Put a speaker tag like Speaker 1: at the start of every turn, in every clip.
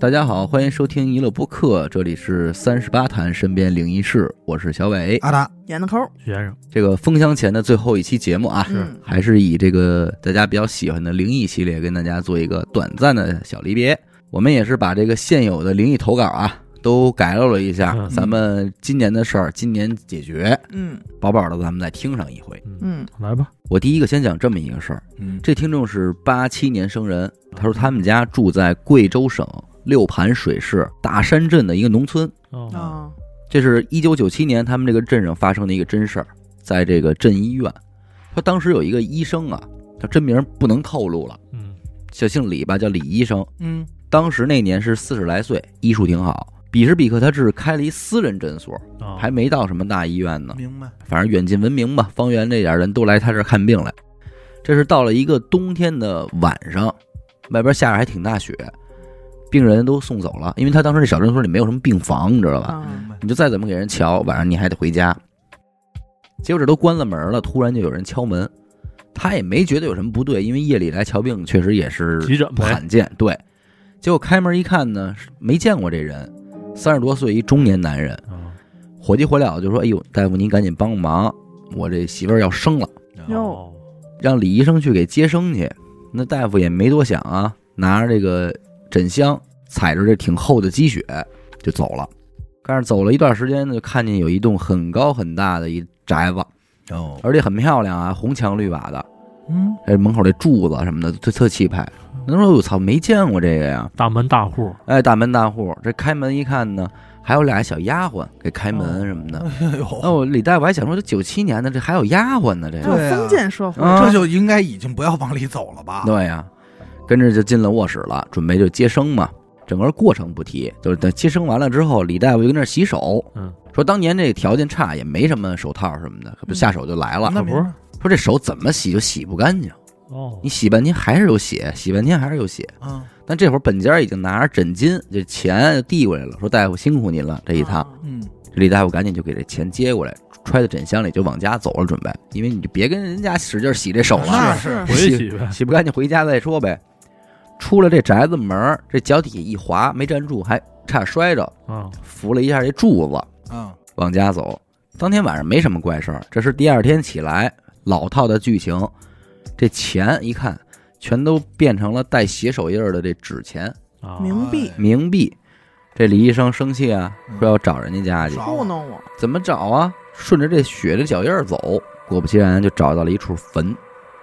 Speaker 1: 大家好，欢迎收听娱乐播客，这里是三十八谈身边灵异事，我是小伟。
Speaker 2: 阿达，
Speaker 3: 演的抠儿，
Speaker 4: 徐先生，
Speaker 1: 这个封箱前的最后一期节目啊，
Speaker 4: 是
Speaker 3: 嗯
Speaker 1: 还是以这个大家比较喜欢的灵异系列跟大家做一个短暂的小离别。我们也是把这个现有的灵异投稿啊都改漏了一下，
Speaker 4: 嗯
Speaker 1: 咱们今年的事儿今年解决，
Speaker 3: 嗯
Speaker 1: 饱饱的咱们再听上一回。
Speaker 3: 嗯，
Speaker 4: 来吧，
Speaker 1: 我第一个先讲这么一个事儿，
Speaker 2: 嗯，
Speaker 1: 这听众是八七年生人，他说他们家住在贵州省六盘水市大山镇的一个农村。
Speaker 4: 哦，
Speaker 3: 啊，
Speaker 1: 这是一九九七年他们这个镇上发生的一个真事儿，在这个镇医院，他当时有一个医生啊，他真名不能透露了，
Speaker 4: 嗯，
Speaker 1: 就姓李吧，叫李医生。
Speaker 2: 嗯
Speaker 1: 当时那年是四十来岁，医术挺好。彼时彼刻，他是开了一私人诊所，
Speaker 4: 哦
Speaker 1: 还没到什么大医院呢。
Speaker 2: 明白，
Speaker 1: 反正远近闻名吧，方圆这点人都来他这儿看病来。这是到了一个冬天的晚上，外边下着还挺大雪，病人都送走了，因为他当时那小诊所里没有什么病房，你知道吧？
Speaker 3: 啊，
Speaker 2: 白，
Speaker 1: 你就再怎么给人瞧，晚上你还得回家。结果这都关了门了，突然就有人敲门，他也没觉得有什么不对，因为夜里来瞧病确实也是
Speaker 4: 急诊
Speaker 1: 不
Speaker 4: 呗，
Speaker 1: 罕见。对，结果开门一看呢，是没见过这人，三十多岁一中年男人，
Speaker 4: 哦
Speaker 1: 火急火燎就说：“哎呦，大夫您赶紧帮忙，我这媳妇儿要生了，
Speaker 3: 哟
Speaker 4: 哦
Speaker 1: 让李医生去给接生去。”那大夫也没多想啊，拿着这个诊箱，踩着这挺厚的积雪就走了。但是走了一段时间呢，就看见有一栋很高很大的一宅子，
Speaker 2: 哦，
Speaker 1: 而且很漂亮啊，红墙绿瓦的，
Speaker 2: 嗯，
Speaker 1: 哎，门口这柱子什么的特特气派。那时候我操，没见过这个呀！
Speaker 4: 大门大户，
Speaker 1: 哎，大门大户，这开门一看呢，还有俩小丫鬟给开门
Speaker 3: 哦
Speaker 1: 什么的。
Speaker 2: 哎
Speaker 1: 那
Speaker 2: 呦，
Speaker 1: 我李大夫还想说，这九七年的这还有丫鬟呢，这个
Speaker 3: 这种
Speaker 2: 对啊
Speaker 3: 封建社会，
Speaker 1: 啊
Speaker 2: 这就应该已经不要往里走了
Speaker 3: 啊
Speaker 2: 吧？
Speaker 1: 对呀、跟着就进了卧室了，准备就接生嘛。整个过程不提，就是等接生完了之后，李大夫就跟那儿洗手，
Speaker 4: 嗯，
Speaker 1: 说当年这条件差，也没什么手套什么的，可不
Speaker 3: 嗯
Speaker 1: 下手就来了。
Speaker 2: 那
Speaker 4: 不
Speaker 2: 明
Speaker 4: 是
Speaker 2: 白
Speaker 1: 说这手怎么洗就洗不干净，
Speaker 4: 哦
Speaker 1: 你，洗半天还是有血，洗半天还是有血。
Speaker 2: 嗯
Speaker 1: 但这会儿本家已经拿着枕巾，这钱就递过来了，说大夫辛苦您了这一趟。
Speaker 3: 啊，
Speaker 2: 嗯，
Speaker 1: 李大夫赶紧就给这钱接过来，揣在枕箱里就往家走了，准备，因为你就别跟人家使劲洗这手了，
Speaker 2: 那
Speaker 3: 是
Speaker 4: 回去洗呗，
Speaker 1: 洗不干净回家再说呗。出了这宅子门儿，这脚底下一滑，没站住，还差点摔着，
Speaker 4: 啊，
Speaker 1: 扶了一下这柱子
Speaker 2: 嗯，
Speaker 1: 往家走。当天晚上没什么怪事儿，这是第二天起来老套的剧情。这钱一看，全都变成了带血手印儿的这纸钱、
Speaker 4: 啊
Speaker 3: 冥币
Speaker 2: 哎
Speaker 1: 冥币。这李医生生气啊，说要找人家家去，
Speaker 2: 嗯
Speaker 3: 糊弄我，
Speaker 1: 怎么找啊？顺着这血的脚印儿走，果不其然就找到了一处坟。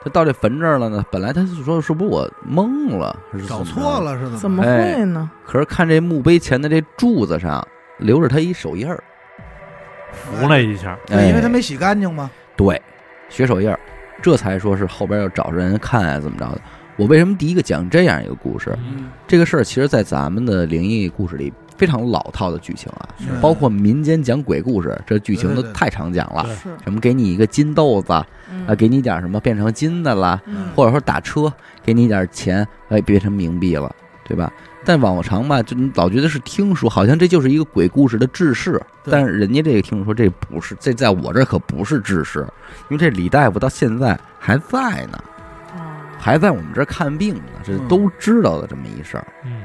Speaker 1: 他到这坟这儿了呢，本来他是说是不是我懵了，还是
Speaker 2: 找
Speaker 1: 怎么着
Speaker 2: 错？了是
Speaker 3: 怎
Speaker 2: 么
Speaker 3: 么会
Speaker 1: 哎
Speaker 3: 呢？
Speaker 1: 可是看这墓碑前的这柱子上留着他一手印儿，
Speaker 4: 扶了一下，
Speaker 2: 着？对，因为他
Speaker 1: 哎
Speaker 2: 没洗干净嘛。
Speaker 1: 对血手印儿，这才说是后边要找人看啊，怎么着的。我为什么第一个讲这样一个故事？
Speaker 4: 嗯
Speaker 1: 这个事儿其实，在咱们的灵异故事里非常老套的剧情啊，
Speaker 2: 是
Speaker 1: 包括民间讲鬼故事，这剧情都
Speaker 2: 嗯对对对
Speaker 1: 太常讲了
Speaker 4: 对。
Speaker 3: 是，
Speaker 1: 什么给你一个金豆子，
Speaker 3: 嗯
Speaker 1: 啊，给你点什么变成金的啦，
Speaker 3: 嗯
Speaker 1: 或者说打车给你点钱，哎，变成冥币了，对吧？但往常吧，就你老觉得是听说，好像这就是一个鬼故事的制式，
Speaker 2: 对
Speaker 1: 但是人家这个听说这不是，这在我这可不是制式，因为这李大夫到现在还在呢，
Speaker 3: 啊
Speaker 1: 还在我们这儿看病呢，这
Speaker 2: 嗯
Speaker 1: 都知道的这么一事儿，
Speaker 4: 嗯，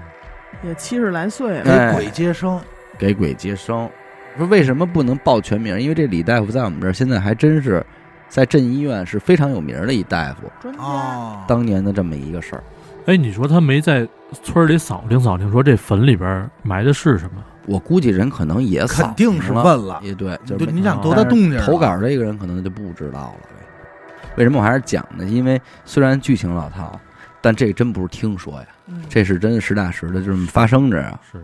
Speaker 3: 也七十来岁了，
Speaker 1: 哎
Speaker 2: 给鬼接生，
Speaker 1: 给鬼接生。说为什么不能报全名？因为这李大夫在我们这儿现在还真是在镇医院是非常有名儿的一大夫，
Speaker 3: 专家
Speaker 2: 哦，
Speaker 1: 当年的这么一个事儿。
Speaker 4: 哎，你说他没在村里扫听扫听，说这坟里边埋的是什么？
Speaker 1: 我估计人可能也扫
Speaker 2: 肯定是
Speaker 1: 了，
Speaker 2: 问了。
Speaker 1: 也对，就
Speaker 2: 对，
Speaker 1: 是
Speaker 2: 你想
Speaker 4: 啊
Speaker 2: 多大动静啊？
Speaker 1: 投稿这个人可能就不知道了呗。为什么我还是讲呢？因为虽然剧情老套，但这真不是听说呀，
Speaker 3: 嗯
Speaker 1: 这是真实打实的，就这么发生着啊。
Speaker 4: 是，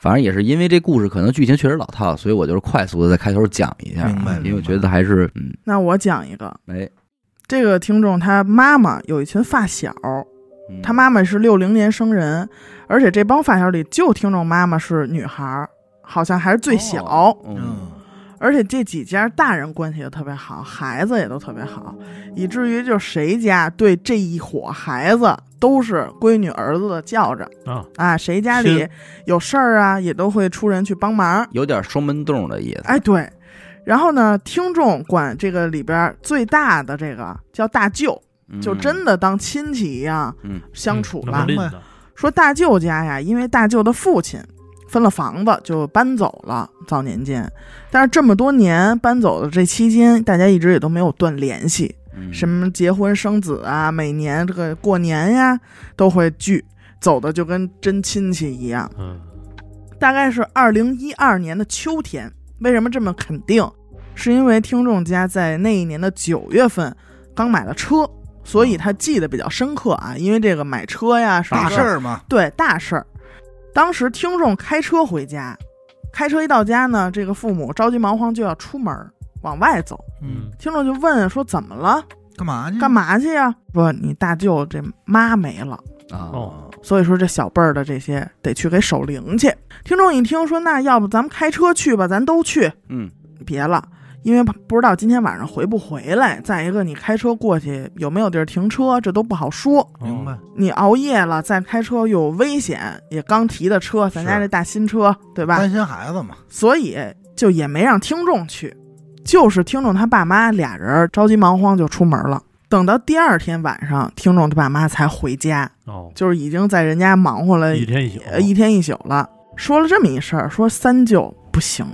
Speaker 1: 反正也是因为这故事可能剧情确实老套，所以我就是快速的在开头讲一下啊，
Speaker 2: 明白
Speaker 1: 因为我
Speaker 2: 明白
Speaker 1: 觉得还是嗯，
Speaker 3: 那我讲一个，
Speaker 1: 哎，
Speaker 3: 这个听众他妈妈有一群发小，
Speaker 1: 嗯
Speaker 3: 他妈妈是六零年生人，而且这帮发小里就听众妈妈是女孩儿，好像还是最小，
Speaker 1: 哦嗯，
Speaker 2: 嗯，
Speaker 3: 而且这几家大人关系也特别好，孩子也都特别好，以至于就谁家对这一伙孩子都是闺女儿子的叫着
Speaker 4: 啊
Speaker 3: 谁家里
Speaker 4: 是
Speaker 3: 有事儿啊，也都会出人去帮忙。
Speaker 1: 有点双门洞的意思。
Speaker 3: 哎，对，然后呢，听众管这个里边儿最大的这个叫大舅，就
Speaker 1: 嗯
Speaker 3: 真的当亲戚一样
Speaker 1: 嗯
Speaker 3: 相处
Speaker 4: 那
Speaker 3: 了
Speaker 4: 么。吝
Speaker 2: 明白
Speaker 4: 的，
Speaker 3: 说大舅家呀，因为大舅的父亲分了房子就搬走了，早年间，但是这么多年搬走的这期间，大家一直也都没有断联系，
Speaker 1: 嗯
Speaker 3: 什么结婚生子啊，每年这个过年呀都会聚，走的就跟真亲戚一样。
Speaker 4: 嗯
Speaker 3: 大概是二零一二年的秋天。为什么这么肯定？是因为听众家在那一年的九月份刚买了车，所
Speaker 2: 哦
Speaker 3: 以他记得比较深刻啊。因为这个买车呀，什么
Speaker 2: 大
Speaker 3: 的
Speaker 2: 事儿嘛，
Speaker 3: 对大事儿。当时听众开车回家，开车一到家呢，这个父母着急忙慌就要出门儿往外走。
Speaker 4: 嗯，
Speaker 3: 听众就问说：“怎么了？
Speaker 2: 嗯干嘛去？
Speaker 3: 干？嘛去呀？”说：“你大舅这妈没了。”
Speaker 1: 啊
Speaker 4: 哦，
Speaker 3: 所以说这小辈儿的这些得去给守灵去。听众一听说，那要不咱们开车去吧，咱都去，
Speaker 1: 嗯，
Speaker 3: 别了，因为不知道今天晚上回不回来。再一个，你开车过去有没有地儿停车，这都不好
Speaker 4: 嗯
Speaker 3: 说。
Speaker 4: 哦
Speaker 2: 明白？
Speaker 3: 你熬夜了再开车又有危险，也刚提的车，咱家
Speaker 4: 是哎
Speaker 3: 这大新车，对吧？
Speaker 2: 担心孩子嘛，
Speaker 1: 嗯
Speaker 3: 所以就也没让听众去，就是听众他爸妈俩人着急忙慌就出门了。等到第二天晚上，听众他爸妈才回家，
Speaker 4: 哦，
Speaker 3: 就是已经在人家忙活了
Speaker 4: 一天一宿，
Speaker 3: 呃，一天一宿了，说了这么一事儿，说三舅不行，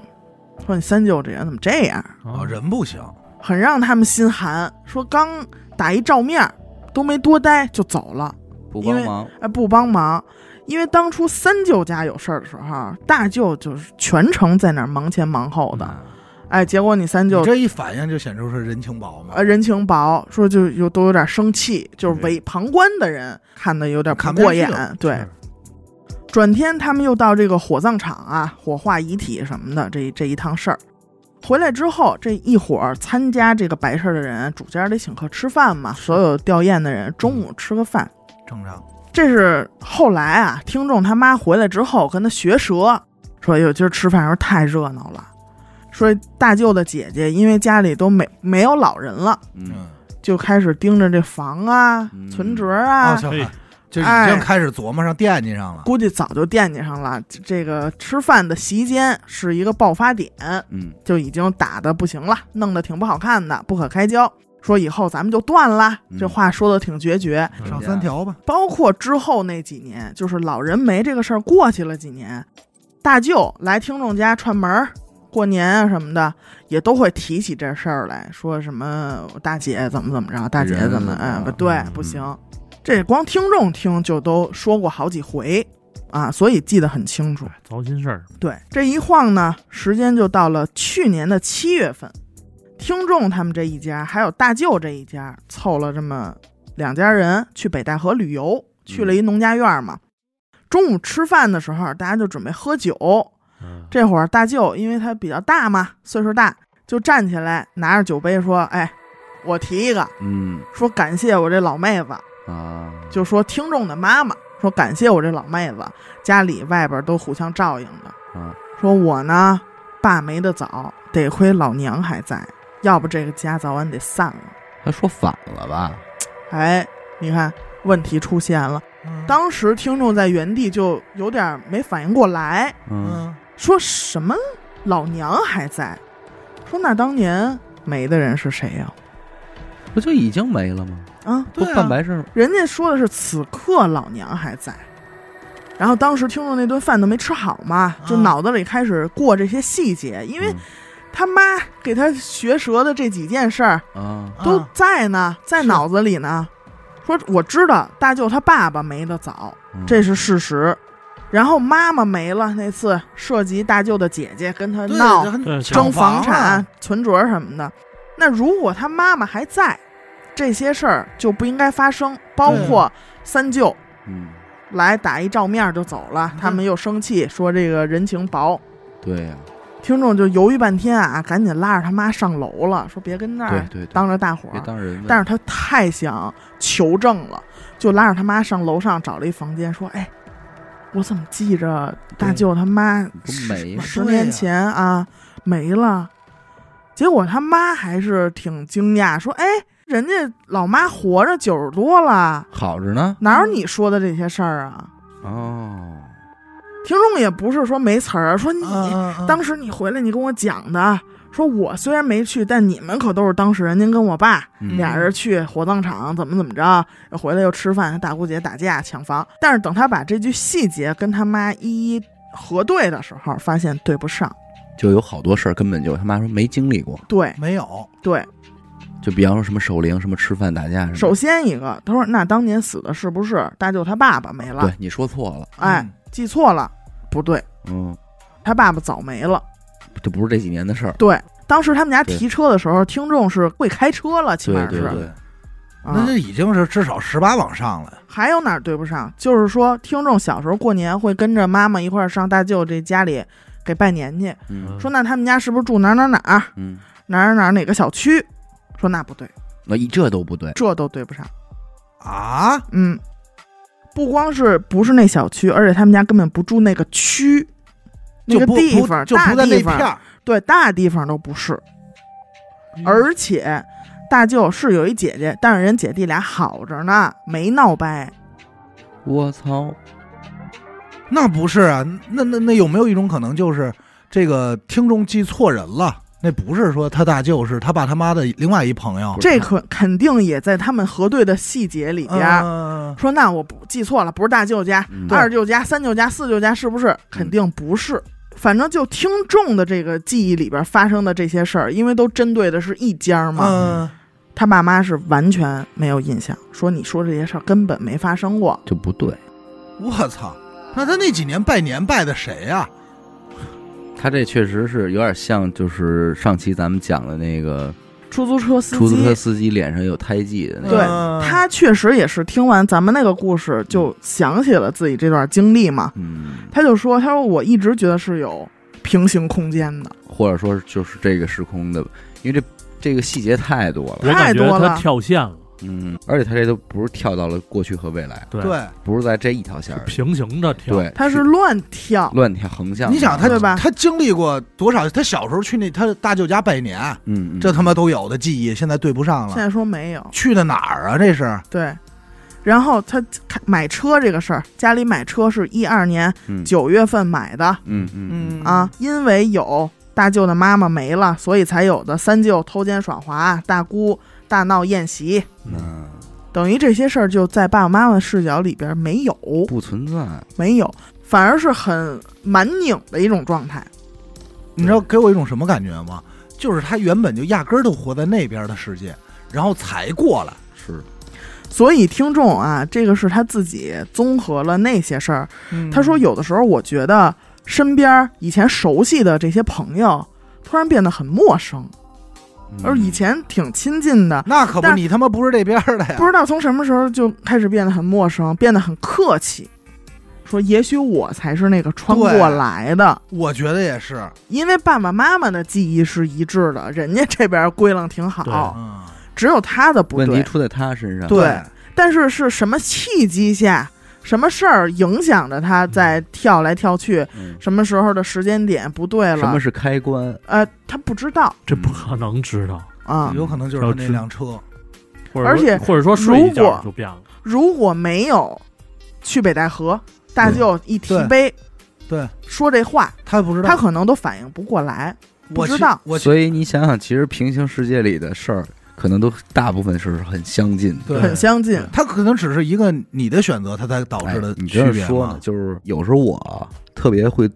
Speaker 3: 说你三舅这人怎么这样，
Speaker 4: 啊
Speaker 2: 啊，人不行，
Speaker 3: 很让他们心寒。说刚打一照面儿，都没多待就走了，
Speaker 1: 不
Speaker 3: 因
Speaker 1: 帮
Speaker 3: 为
Speaker 1: 忙，
Speaker 3: 哎，不帮忙。因为当初三舅家有事儿的时候，大舅就是全程在那儿忙前忙后的，哎，结果你
Speaker 2: 嗯
Speaker 3: 三
Speaker 2: 你
Speaker 3: 舅
Speaker 2: 这一反应就显出是人情薄嘛
Speaker 3: 呃，人情薄，说就有都有点生气，就是
Speaker 1: 嗯
Speaker 3: 为旁观的人看的有点不
Speaker 2: 看不
Speaker 3: 过
Speaker 2: 下
Speaker 3: 眼
Speaker 2: 去了，
Speaker 3: 对，转天他们又到这个火葬场啊，火化遗体什么的，这这一趟事儿。回来之后，这一伙儿参加这个白事儿的人，主家得请客吃饭嘛，所有吊唁的人中午吃个饭。
Speaker 2: 正常。
Speaker 3: 这是后来啊，听众他妈回来之后跟他学舌，说：“哎哟，今儿吃饭时候太热闹了。”说大舅的姐姐因为家里都没没有老人了，
Speaker 1: 嗯，
Speaker 2: 嗯，
Speaker 3: 就开始盯着这房啊、
Speaker 1: 嗯
Speaker 3: 存折
Speaker 2: 哦，
Speaker 3: 啊，
Speaker 2: 小
Speaker 4: 嘿
Speaker 2: 孩就已
Speaker 3: 哎
Speaker 2: 经开始琢磨上惦记上了。
Speaker 3: 估计早就惦记上了。这这个吃饭的席间是一个爆发点，
Speaker 1: 嗯，
Speaker 3: 就已经打的不行了，弄得挺不好看的，不可开交。说以后咱们就断了，
Speaker 1: 嗯
Speaker 3: 这话说的挺决绝。
Speaker 4: 嗯
Speaker 2: 上三条吧，
Speaker 3: 包括之后那几年，就是老人没这个事儿过去了几年，大舅来听众家串门儿。过年啊什么的，也都会提起这事儿来说什么大姐怎么怎么着，大姐
Speaker 1: 人
Speaker 3: 怎么
Speaker 1: 怎么
Speaker 3: 哎
Speaker 1: 着
Speaker 3: 不对
Speaker 4: 嗯
Speaker 3: 不行，这光听众听就都说过好几回啊，所以记得很清楚。
Speaker 4: 哎糟心事儿，
Speaker 3: 对，这一晃呢，时间就到了去年的七月份。听众他们这一家，还有大舅这一家，凑了这么两家人去北戴河旅游，去了一农家院嘛。中午吃饭的时候，大家就准备喝酒。
Speaker 4: 嗯，
Speaker 3: 这会儿大舅因为他比较大嘛，岁数大，就站起来拿着酒杯说：“哎，我提一个，
Speaker 1: 嗯
Speaker 3: 说感谢我这老妹子，
Speaker 1: 啊，
Speaker 3: 就说听众的妈妈说感谢我这老妹子，家里外边都互相照应的。
Speaker 1: 啊，
Speaker 3: 说我呢，爸没得早，得亏老娘还在，要不这个家早晚得散了。
Speaker 1: 他说反了吧？
Speaker 3: 哎，你看问题出现了，
Speaker 2: 嗯
Speaker 3: 当时听众在原地就有点没反应过来，
Speaker 1: 嗯
Speaker 2: 嗯，
Speaker 3: 说什么老娘还在，说那当年没的人是谁呀、
Speaker 1: 不就已经没了吗？
Speaker 3: 啊？
Speaker 1: 不
Speaker 2: 对啊
Speaker 1: 办白事儿吗？
Speaker 3: 人家说的是此刻老娘还在。然后当时听众那顿饭都没吃好嘛，就
Speaker 2: 啊
Speaker 3: 脑子里开始过这些细节，因为
Speaker 1: 嗯
Speaker 3: 他妈给他学舌的这几件事儿，
Speaker 1: 啊，
Speaker 3: 都
Speaker 2: 啊
Speaker 3: 在呢，在
Speaker 2: 是
Speaker 3: 脑子里呢。说我知道大舅他爸爸没得早，
Speaker 1: 嗯
Speaker 3: 这是事实。然后妈妈没了那次涉及大舅的姐姐跟他
Speaker 2: 对
Speaker 3: 闹嗯
Speaker 2: 这很
Speaker 4: 对
Speaker 2: 抢
Speaker 3: 争房产
Speaker 2: 啊、
Speaker 3: 存折什么的，那如果他妈妈还在，这些事儿就不应该发生。包
Speaker 2: 对啊
Speaker 3: 括三舅
Speaker 1: 嗯，
Speaker 3: 来打一照面就走了，他们又生气说这个人情薄。
Speaker 1: 对呀，
Speaker 3: 听众就犹豫半天啊，赶紧拉着他妈上楼了，说别跟那
Speaker 1: 对
Speaker 3: 儿
Speaker 1: 对，对
Speaker 3: 当着大伙儿
Speaker 1: 别当人问，
Speaker 3: 但是他太想求证了，就拉着他妈上楼上找了一房间，说：“哎，我怎么记着大舅他妈
Speaker 1: 不
Speaker 3: 十
Speaker 1: 没了
Speaker 3: 十
Speaker 2: 对呀
Speaker 3: 年前啊没了？”结果他妈还是挺惊讶，说：“哎，人家老妈活着九十多了，
Speaker 1: 好着呢。
Speaker 3: 哪有你说的这些事儿啊
Speaker 1: 哦，？”
Speaker 3: 听众也不是说没词儿，说你、
Speaker 2: 嗯嗯嗯
Speaker 3: 当时你回来你跟我讲的，说我虽然没去，但你们可都是当事人，您跟我爸
Speaker 1: 嗯
Speaker 3: 俩人去火葬场怎么怎么着，回来又吃饭，大姑姐打架抢房。但是等他把这句细节跟他妈一一核对的时候，发现对不上。
Speaker 1: 就有好多事儿根本就他妈说没经历过，
Speaker 3: 对
Speaker 2: 没有，
Speaker 3: 对，
Speaker 1: 就比方说什么守灵、什么吃饭打架什
Speaker 3: 首
Speaker 1: 么
Speaker 3: 先一个，他说那当年死的是不是大舅他爸爸没
Speaker 1: 的，
Speaker 3: 了
Speaker 1: 对？你说错了，
Speaker 3: 哎，
Speaker 2: 嗯
Speaker 3: 记错了，不对，
Speaker 1: 嗯，
Speaker 3: 他爸爸早没了。
Speaker 1: 这不是这几年的事儿，
Speaker 3: 对，当时他们家
Speaker 1: 对
Speaker 3: 提车的时候，听众是会开车了，起
Speaker 1: 对
Speaker 3: 码
Speaker 1: 对
Speaker 3: 是
Speaker 1: 对，
Speaker 2: 那
Speaker 3: 啊
Speaker 2: 这。已经是至少十八往上了。
Speaker 3: 还有哪儿对不上？就是说，听众小时候过年会跟着妈妈一块儿上大舅这家里给拜年去，
Speaker 1: 嗯
Speaker 3: 说那他们家是不是住哪儿哪儿哪儿
Speaker 1: 嗯，
Speaker 3: 哪儿哪儿哪个小区？说那不对，
Speaker 1: 那一这都不对，
Speaker 3: 这都对不上。
Speaker 2: 啊，
Speaker 3: 嗯，不光是不是那小区，而且他们家根本不住那个区，那
Speaker 2: 就
Speaker 3: 个
Speaker 2: 不
Speaker 3: 地
Speaker 2: 不
Speaker 3: 方
Speaker 2: 就
Speaker 3: 大
Speaker 2: 不在那
Speaker 3: 地
Speaker 2: 片
Speaker 3: 方，
Speaker 2: 儿，嗯
Speaker 3: 对大地方都不是。而且大舅是有一姐姐，但是人姐弟俩好着呢，没闹掰。
Speaker 1: 我操，
Speaker 2: 那不是啊？那那那有没有一种可能，就是这个听众记错人了？那不是说他大舅是他爸他妈的另外一朋友
Speaker 1: 不是
Speaker 3: 这可肯定也在他们核对的细节里边。
Speaker 2: 嗯
Speaker 3: 说那我不记错了，不是大舅家，
Speaker 1: 嗯
Speaker 3: 二舅家、三舅家、四舅家是不是？肯定不
Speaker 2: 嗯
Speaker 3: 是。反正就听众的这个记忆里边发生的这些事儿，因为都针对的是一家嘛，
Speaker 2: 嗯，
Speaker 3: 他爸妈是完全没有印象，说你说这些事儿根本没发生过。
Speaker 1: 就不对，
Speaker 2: 我操！那他那几年拜年拜的谁啊呀？
Speaker 1: 他这确实是有点像，就是上期咱们讲的那个
Speaker 3: 出租车司机，
Speaker 1: 出租车司机脸上有胎记的那
Speaker 3: 对
Speaker 1: 个，
Speaker 2: 嗯
Speaker 3: 他确实也是听完咱们那个故事，就想起了自己这段经历嘛。
Speaker 1: 嗯，
Speaker 3: 他就说：“他说我一直觉得是有平行空间的，
Speaker 1: 或者说就是这个时空的，因为这这个细节太多了，
Speaker 4: 我感
Speaker 3: 太
Speaker 4: 觉
Speaker 3: 多了
Speaker 4: 他跳线了，
Speaker 1: 嗯，而且他这都不是跳到了过去和未来，
Speaker 4: 对，
Speaker 2: 对，
Speaker 1: 不是在这一条线儿里，
Speaker 4: 平行着跳，
Speaker 1: 对，
Speaker 3: 他是乱跳。
Speaker 1: 乱跳横向的，
Speaker 2: 你想他
Speaker 3: 对吧
Speaker 2: 他经历过多少？他小时候去那他大舅家拜年，
Speaker 1: 嗯，嗯
Speaker 2: 这他妈都有的记忆，现在对不上
Speaker 3: 现
Speaker 2: 了。
Speaker 3: 在说没有，
Speaker 2: 去的哪儿啊？这是
Speaker 3: 对。然后他开买车这个事儿，家里买车是一二年
Speaker 1: 嗯
Speaker 3: 九月份买的
Speaker 1: 嗯嗯嗯，
Speaker 3: 啊，因为有大舅的妈妈没了，所以才有的三舅偷奸耍滑，大姑大闹宴席，
Speaker 1: 嗯，
Speaker 3: 等于这些事儿就在爸爸妈妈视角里边没有，
Speaker 1: 不存在，
Speaker 3: 没有，反而是很蛮拧的一种状态。
Speaker 2: 你知道给我一种什么感觉吗？就是他原本就压根儿都活在那边的世界，然后才过来。
Speaker 1: 是
Speaker 3: 所以听众啊，这个是他自己综合了那些事儿，他说：“有的时候我觉得身边儿以前熟悉的这些朋友，突然变得很陌生，而
Speaker 1: 嗯
Speaker 3: 以前挺亲近的，
Speaker 2: 那可不，
Speaker 3: 但
Speaker 2: 你他妈不是这边儿的呀！
Speaker 3: 不知道从什么时候就开始变得很陌生，变得很客气。说也许我才是那个穿过
Speaker 2: 对
Speaker 3: 来的，
Speaker 2: 我觉得也是，
Speaker 1: 啊
Speaker 3: 因为爸爸妈妈的记忆是一致的，人家这边儿归拢挺好，
Speaker 2: 嗯，
Speaker 3: 只有他的不
Speaker 1: 问题
Speaker 3: 对。
Speaker 1: 出在他身上，
Speaker 3: 对但是是什么契机下，什么事儿影响着他在跳来跳去？
Speaker 1: 嗯
Speaker 3: 什么时候的时间点不对
Speaker 1: 什
Speaker 3: 了
Speaker 1: 么？是开关？
Speaker 3: 呃，他不知道
Speaker 4: 这不可能知道，
Speaker 1: 哎
Speaker 3: 啊。
Speaker 2: 有可能就是他那辆车。
Speaker 4: 或者说
Speaker 3: 而且
Speaker 4: 或者说睡一
Speaker 3: 如果
Speaker 4: 觉就变了，
Speaker 3: 如果没有去北戴河，大舅一提杯
Speaker 2: 对，
Speaker 3: 说这话，
Speaker 2: 他不知道，
Speaker 3: 他可能都反应不过来。不
Speaker 2: 我
Speaker 3: 知
Speaker 2: 其
Speaker 3: 道
Speaker 2: 我
Speaker 1: 所以你想想，其实平行世界里的事儿，可能都大部分是很相近的。
Speaker 2: 对
Speaker 3: 很相近，
Speaker 2: 他可能只是一个你的选择，他才导致
Speaker 1: 哎
Speaker 2: 的
Speaker 1: 你
Speaker 2: 区
Speaker 1: 这
Speaker 2: 别
Speaker 1: 说
Speaker 2: 嘛
Speaker 1: 呢，就是有时候我啊特别会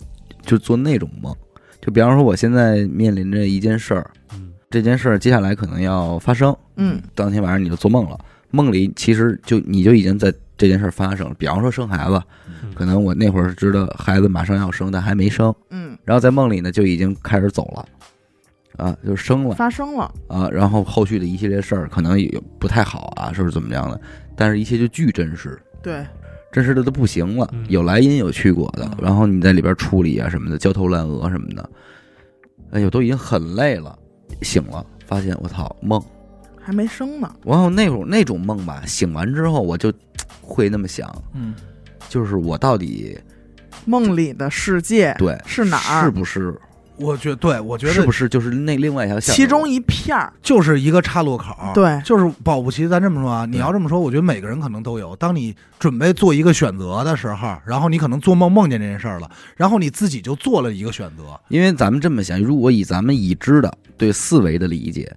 Speaker 1: 就做那种梦，就比方说我现在面临着一件事儿，
Speaker 4: 嗯，
Speaker 1: 这件事儿接下来可能要发生，
Speaker 3: 嗯，
Speaker 1: 当天晚上你就做梦了，梦里其实就你就已经在这件事儿发生了。比方说生孩子，
Speaker 4: 嗯
Speaker 1: 可能我那会儿知道孩子马上要生，但还没生，
Speaker 3: 嗯，
Speaker 1: 然后在梦里呢就已经开始走了。啊，就生了，
Speaker 3: 发生了，
Speaker 1: 啊，然后后续的一系列事儿可能也不太好啊，是不是怎么样的？但是一切就巨真实，
Speaker 3: 对，
Speaker 1: 真实的都不行了
Speaker 4: 嗯，
Speaker 1: 有来因有去果的
Speaker 2: 嗯，
Speaker 1: 然后你在里边处理啊什么的，焦头烂额什么的，哎呦，都已经很累了，醒了发现我操梦，
Speaker 3: 还没生呢，
Speaker 1: 然后那种那种梦吧，醒完之后我就会那么想，
Speaker 2: 嗯，
Speaker 1: 就是我到底
Speaker 3: 梦里的世界
Speaker 1: 对
Speaker 3: 是哪儿
Speaker 1: 是不是
Speaker 2: 我觉对，我觉
Speaker 1: 是
Speaker 2: 得
Speaker 1: 不是就是那另外一条线路？
Speaker 3: 其中一片儿，
Speaker 2: 就是一个岔路口。
Speaker 3: 对
Speaker 2: 就是保不齐咱这么说啊，你
Speaker 1: 对
Speaker 2: 要这么说，我觉得每个人可能都有。当你准备做一个选择的时候，然后你可能做梦梦见这件事儿了，然后你自己就做了一个选择。
Speaker 1: 因为咱们这么想，如果以咱们已知的对四维的理解，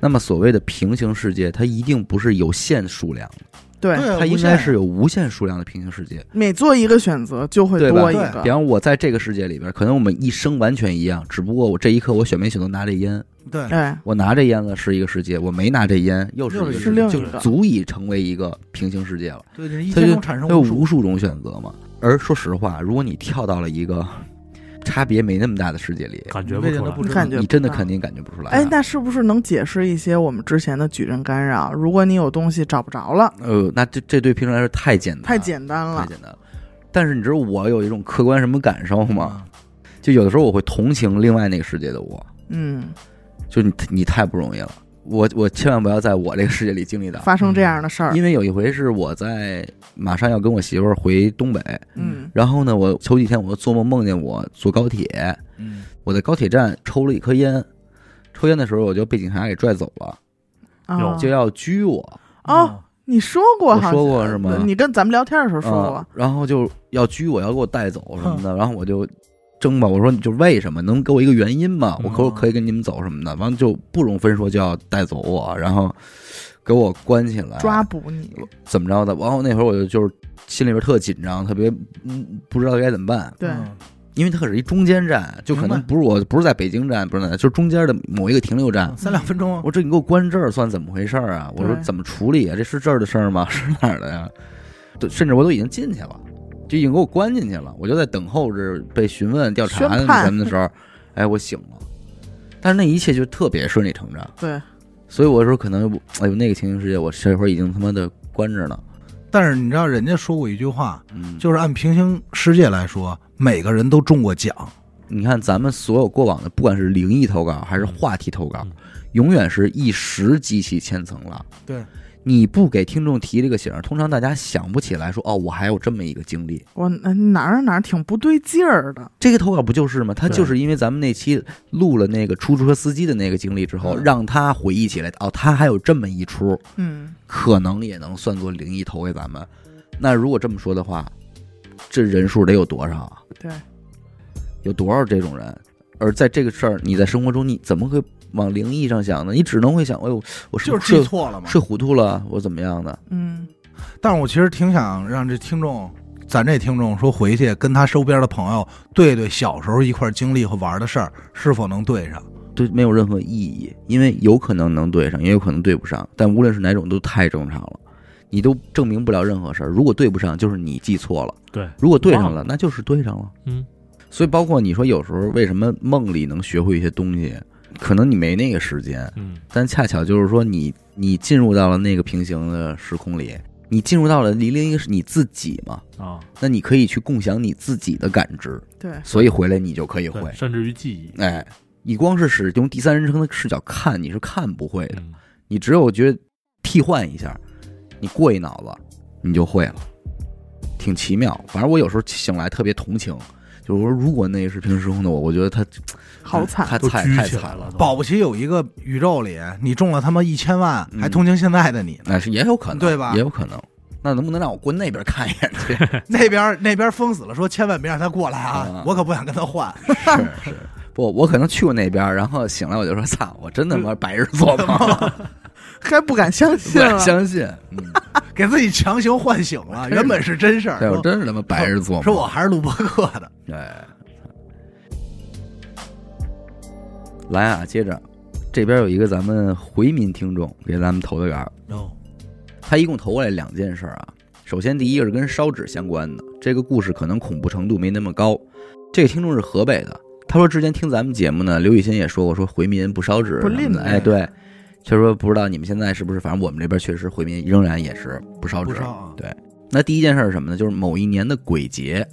Speaker 1: 那么所谓的平行世界，它一定不是有限数量的，
Speaker 3: 对，
Speaker 2: 对，
Speaker 1: 它
Speaker 2: 无
Speaker 1: 应
Speaker 2: 限
Speaker 1: 该是有无限数量的平行世界。
Speaker 3: 每做一个选择就会
Speaker 1: 对吧
Speaker 3: 多一
Speaker 2: 对
Speaker 3: 个
Speaker 1: 比，方我在这个世界里边，可能我们一生完全一样，只不过我这一刻我选没选择拿这烟，
Speaker 2: 对
Speaker 3: 哎，
Speaker 1: 我拿这烟了是一个世界，我没拿这烟又是一个
Speaker 2: 又
Speaker 1: 世
Speaker 2: 是
Speaker 1: 界，
Speaker 3: 另
Speaker 1: 就
Speaker 3: 一个
Speaker 1: 足以成为一个平行世界了。
Speaker 2: 对，就是一
Speaker 1: 它
Speaker 2: 天
Speaker 1: 就
Speaker 2: 中产生
Speaker 1: 它有
Speaker 2: 无数
Speaker 1: 无数种选择嘛。而说实话，如果你跳到了一个差别没那么大的世界里，
Speaker 4: 感觉
Speaker 2: 为
Speaker 4: 不
Speaker 2: 什
Speaker 4: 出
Speaker 2: 么
Speaker 4: 来
Speaker 2: 不。知道
Speaker 3: 感觉
Speaker 1: 你真的
Speaker 3: 不到
Speaker 1: 肯定感觉不出来。啊
Speaker 3: 哎，那是不是能解释一些我们之前的矩阵干扰？如果你有东西找不着了，
Speaker 1: 呃，那这这对平常来说太简单，
Speaker 3: 太简单了
Speaker 1: 太，简单了。但是你知道我有一种客观什么感受吗？
Speaker 2: 嘛？
Speaker 1: 就有的时候我会同情另外那个世界的我，
Speaker 3: 嗯，
Speaker 1: 就你你太不容易了，我我千万不要在我这个世界里经历到。
Speaker 3: 发生这样的事儿，
Speaker 1: 因为有一回是我在马上要跟我媳妇儿回东北，
Speaker 3: 嗯
Speaker 1: 然后呢，我头几天我就做梦梦见我坐高铁，
Speaker 2: 嗯，
Speaker 1: 我在高铁站抽了一颗烟，抽烟的时候我就被警察给拽走了，
Speaker 3: 啊
Speaker 4: 有，
Speaker 1: 就要拘我，
Speaker 3: 哦，
Speaker 2: 嗯
Speaker 3: 你说过
Speaker 1: 我
Speaker 3: 好像，
Speaker 1: 说过是吗？
Speaker 3: 你跟咱们聊天的时候说
Speaker 1: 啊
Speaker 3: 过，
Speaker 1: 然后就要拘我，要给我带走什么
Speaker 2: 嗯
Speaker 1: 的，然后我就争吧，我说你就为什么，能给我一个原因吗？我可
Speaker 2: 嗯
Speaker 1: 可以跟你们走什么的，完了就不容分说就要带走我，然后给我关起来，
Speaker 3: 抓捕你，
Speaker 1: 怎么着的？然后那会儿我就就是心里边特紧张，特别嗯不知道该怎么办，
Speaker 3: 对，
Speaker 2: 嗯
Speaker 1: 因为它可是一中间站，就可
Speaker 2: 明
Speaker 1: 能
Speaker 2: 白
Speaker 1: 不是我不是在北京站，不是在就是中间的某一个停留站。
Speaker 2: 三两分钟啊
Speaker 1: 我，说这你给我关这儿算怎么回事儿啊？我说
Speaker 3: 对
Speaker 1: 怎么处理啊？这是这儿的事儿吗？ 是哪儿的呀？对，甚至我都已经进去了，就已经给我关进去了。我就在等候着被询问、调查
Speaker 3: 宣判
Speaker 1: 什么的时候，哎，我醒了。但是那一切就特别顺理成章，
Speaker 3: 对，
Speaker 1: 所以我说可能，哎呦，那个情形世界，我这会儿已经他妈的关着呢。
Speaker 2: 但是你知道人家说过一句话，
Speaker 1: 嗯，
Speaker 2: 就是按平行世界来说，每个人都中过奖。
Speaker 1: 你看咱们所有过往的，不管是灵异投稿还是话题投稿
Speaker 4: 嗯，
Speaker 1: 永远是一时激起千层浪。
Speaker 2: 对，
Speaker 1: 你不给听众提这个醒儿，通常大家想不起来说哦，我还有这么一个经历。
Speaker 3: 我哪哪儿哪儿挺不对劲儿的，
Speaker 1: 这个投稿不就是吗？他
Speaker 4: 对
Speaker 1: 就是因为咱们那期录了那个出租车司机的那个经历之后，
Speaker 2: 嗯
Speaker 1: 让他回忆起来，哦，他还有这么一出，
Speaker 3: 嗯，
Speaker 1: 可能也能算作灵异投给咱们。那如果这么说的话，这人数得有多少啊？
Speaker 3: 对，
Speaker 1: 有多少这种人？而在这个事儿，你在生活中你怎么会往灵异上想呢？你只能会想，哎呦，我是
Speaker 2: 就
Speaker 1: 不
Speaker 2: 是记
Speaker 1: 是睡
Speaker 2: 错了嘛。
Speaker 1: 睡糊涂了，我怎么样的？
Speaker 3: 嗯，
Speaker 2: 但是我其实挺想让这听众，咱这听众说回去跟他周边的朋友对对小时候一块儿经历和玩的事儿是否能对上。
Speaker 1: 对，没有任何意义，因为有可能能对上，也有可能对不上。但无论是哪种，都太正常了，你都证明不了任何事儿。如果对不上，就是你记错了；
Speaker 4: 对，
Speaker 1: 如果对上
Speaker 4: 忘
Speaker 1: 了，那就是对上了。
Speaker 4: 嗯，
Speaker 1: 所以包括你说，有时候为什么梦里能学会一些东西，可能你没那个时间，
Speaker 4: 嗯，
Speaker 1: 但恰巧就是说你你进入到了那个平行的时空里，你进入到了离另一个是你自己嘛，
Speaker 4: 啊，
Speaker 1: 那你可以去共享你自己的感知，
Speaker 3: 对，
Speaker 1: 所以回来你就可以
Speaker 4: 对
Speaker 1: 会，
Speaker 4: 甚至于记忆，
Speaker 1: 哎。你光是使用第三人称的视角看，你是看不会的。
Speaker 4: 嗯，
Speaker 1: 你只有觉得替换一下，你过一脑子，你就会了，挺奇妙。反正我有时候醒来特别同情，就是我说如果那是平行时空的我，我觉得他
Speaker 3: 好惨，
Speaker 1: 他
Speaker 4: 都
Speaker 1: 太
Speaker 4: 拘
Speaker 1: 太
Speaker 4: 起
Speaker 1: 惨
Speaker 4: 来了，。都
Speaker 2: 保不齐有一个宇宙里你中了他妈一千万，
Speaker 1: 嗯
Speaker 2: 还同情现在 的你呢。
Speaker 1: 那是也有可能，
Speaker 2: 对吧
Speaker 1: 也有可能。那能不能让我过那边看一眼 去？
Speaker 2: 那边那边封死了，说千万别让他过来啊
Speaker 1: 嗯！
Speaker 2: 我可不想跟他换。
Speaker 1: 是是，不，我可能去过那边，然后醒来我就说：“操，我真他
Speaker 2: 嗯
Speaker 1: 妈白日做梦，
Speaker 3: 还不敢相
Speaker 1: 不
Speaker 3: 信
Speaker 1: 敢
Speaker 2: 啊
Speaker 3: 了，
Speaker 1: 相 信。嗯
Speaker 2: 给自己强行唤醒 了，原本是真事儿。
Speaker 1: 对我
Speaker 2: 说
Speaker 1: 真是他妈白日做梦。”
Speaker 2: 说我还是录播课的，
Speaker 1: 哎，来啊，接着，这边有一个咱们回民听众给咱们投的稿，
Speaker 2: 哦，
Speaker 1: 他一共投过来两件事儿啊。首先，第一个是跟烧纸相关的，这个故事可能恐怖程度没那么高。这个听众是河北的，他说之前听咱们节目呢，刘雨欣也说过，说回民不烧纸
Speaker 3: 不
Speaker 1: 什
Speaker 3: 吝
Speaker 1: 么的，
Speaker 3: 啬
Speaker 1: 哎，对，确实不知道你们现在是不是，反正我们这边确实回民仍然也是不烧
Speaker 2: 不
Speaker 1: 纸，
Speaker 2: 少啊。
Speaker 1: 那第一件事儿是什么呢？就是某一年的鬼节，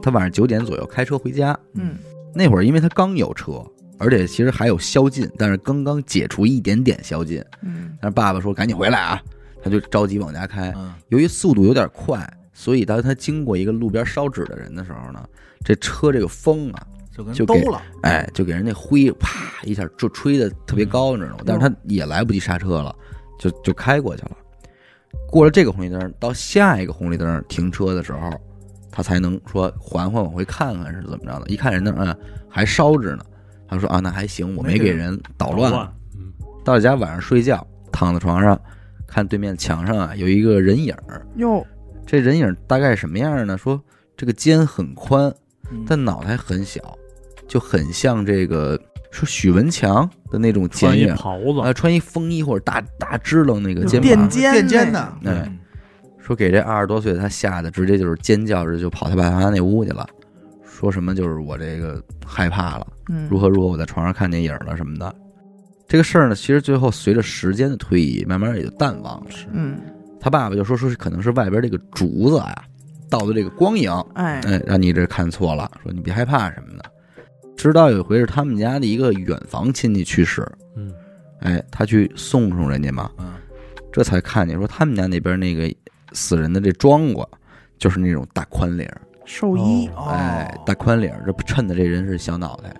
Speaker 1: 他晚上九点左右开车回家，
Speaker 3: 嗯，
Speaker 1: 那会儿因为他刚有车，而且其实还有宵禁，但是刚刚解除一点点宵禁，
Speaker 3: 嗯，
Speaker 1: 但是爸爸说赶紧回来啊，他就着急往家开。
Speaker 2: 嗯，
Speaker 1: 由于速度有点快，所以当他经过一个路边烧纸的人的时候呢，这车这个风啊，
Speaker 2: 就跟
Speaker 1: 就
Speaker 2: 兜
Speaker 1: 给
Speaker 2: 了，
Speaker 1: 哎，就给人那灰啪一下就吹的特别高，你知道吗？但是他也来不及刹车了，就就开过去了。过了这个红绿灯，到下一个红绿灯停车的时候，他才能说缓缓往回看看是怎么着的。一看人那儿嗯还烧着呢，他说啊那还行，我没给人捣乱了。，
Speaker 4: 嗯，
Speaker 1: 到了家晚上睡觉，躺在床上看对面墙上啊有一个人影儿，
Speaker 3: 哟，
Speaker 1: 这人影大概什么样呢？说这个肩很宽，
Speaker 2: 嗯
Speaker 1: 但脑袋很小，就很像这个说许文强的那种
Speaker 4: 穿
Speaker 1: 剪
Speaker 4: 一
Speaker 1: 影，
Speaker 4: 袍
Speaker 1: 啊，
Speaker 4: 子，
Speaker 1: 穿一风衣或者大大支棱那个肩
Speaker 3: 垫
Speaker 1: 膀，
Speaker 3: 肩
Speaker 2: 垫肩
Speaker 3: 那
Speaker 2: 的，
Speaker 1: 个
Speaker 2: 嗯
Speaker 1: 哎说给这二十多岁的他吓得直接就是尖叫着就跑他爸妈那屋去了，说什么就是我这个害怕了，
Speaker 3: 嗯，
Speaker 1: 如何如何，我在床上看见影儿了什么的。这个事儿呢，其实最后随着时间的推移，慢慢也就淡忘了。
Speaker 3: 嗯，
Speaker 1: 他爸爸就说说是可能是外边这个竹子啊倒的这个光影，
Speaker 3: 哎，
Speaker 1: 哎，让你这看错了，说你别害怕什么的。直到有一回是他们家的一个远房亲戚去世，
Speaker 4: 嗯，
Speaker 1: 哎，他去送送人家嘛，
Speaker 2: 嗯，
Speaker 1: 这才看见说他们家那边那个死人的这装过，就是那种大宽领儿，
Speaker 3: 寿衣，
Speaker 2: 哦
Speaker 1: 哎，大宽领儿，这衬的这人是小脑袋。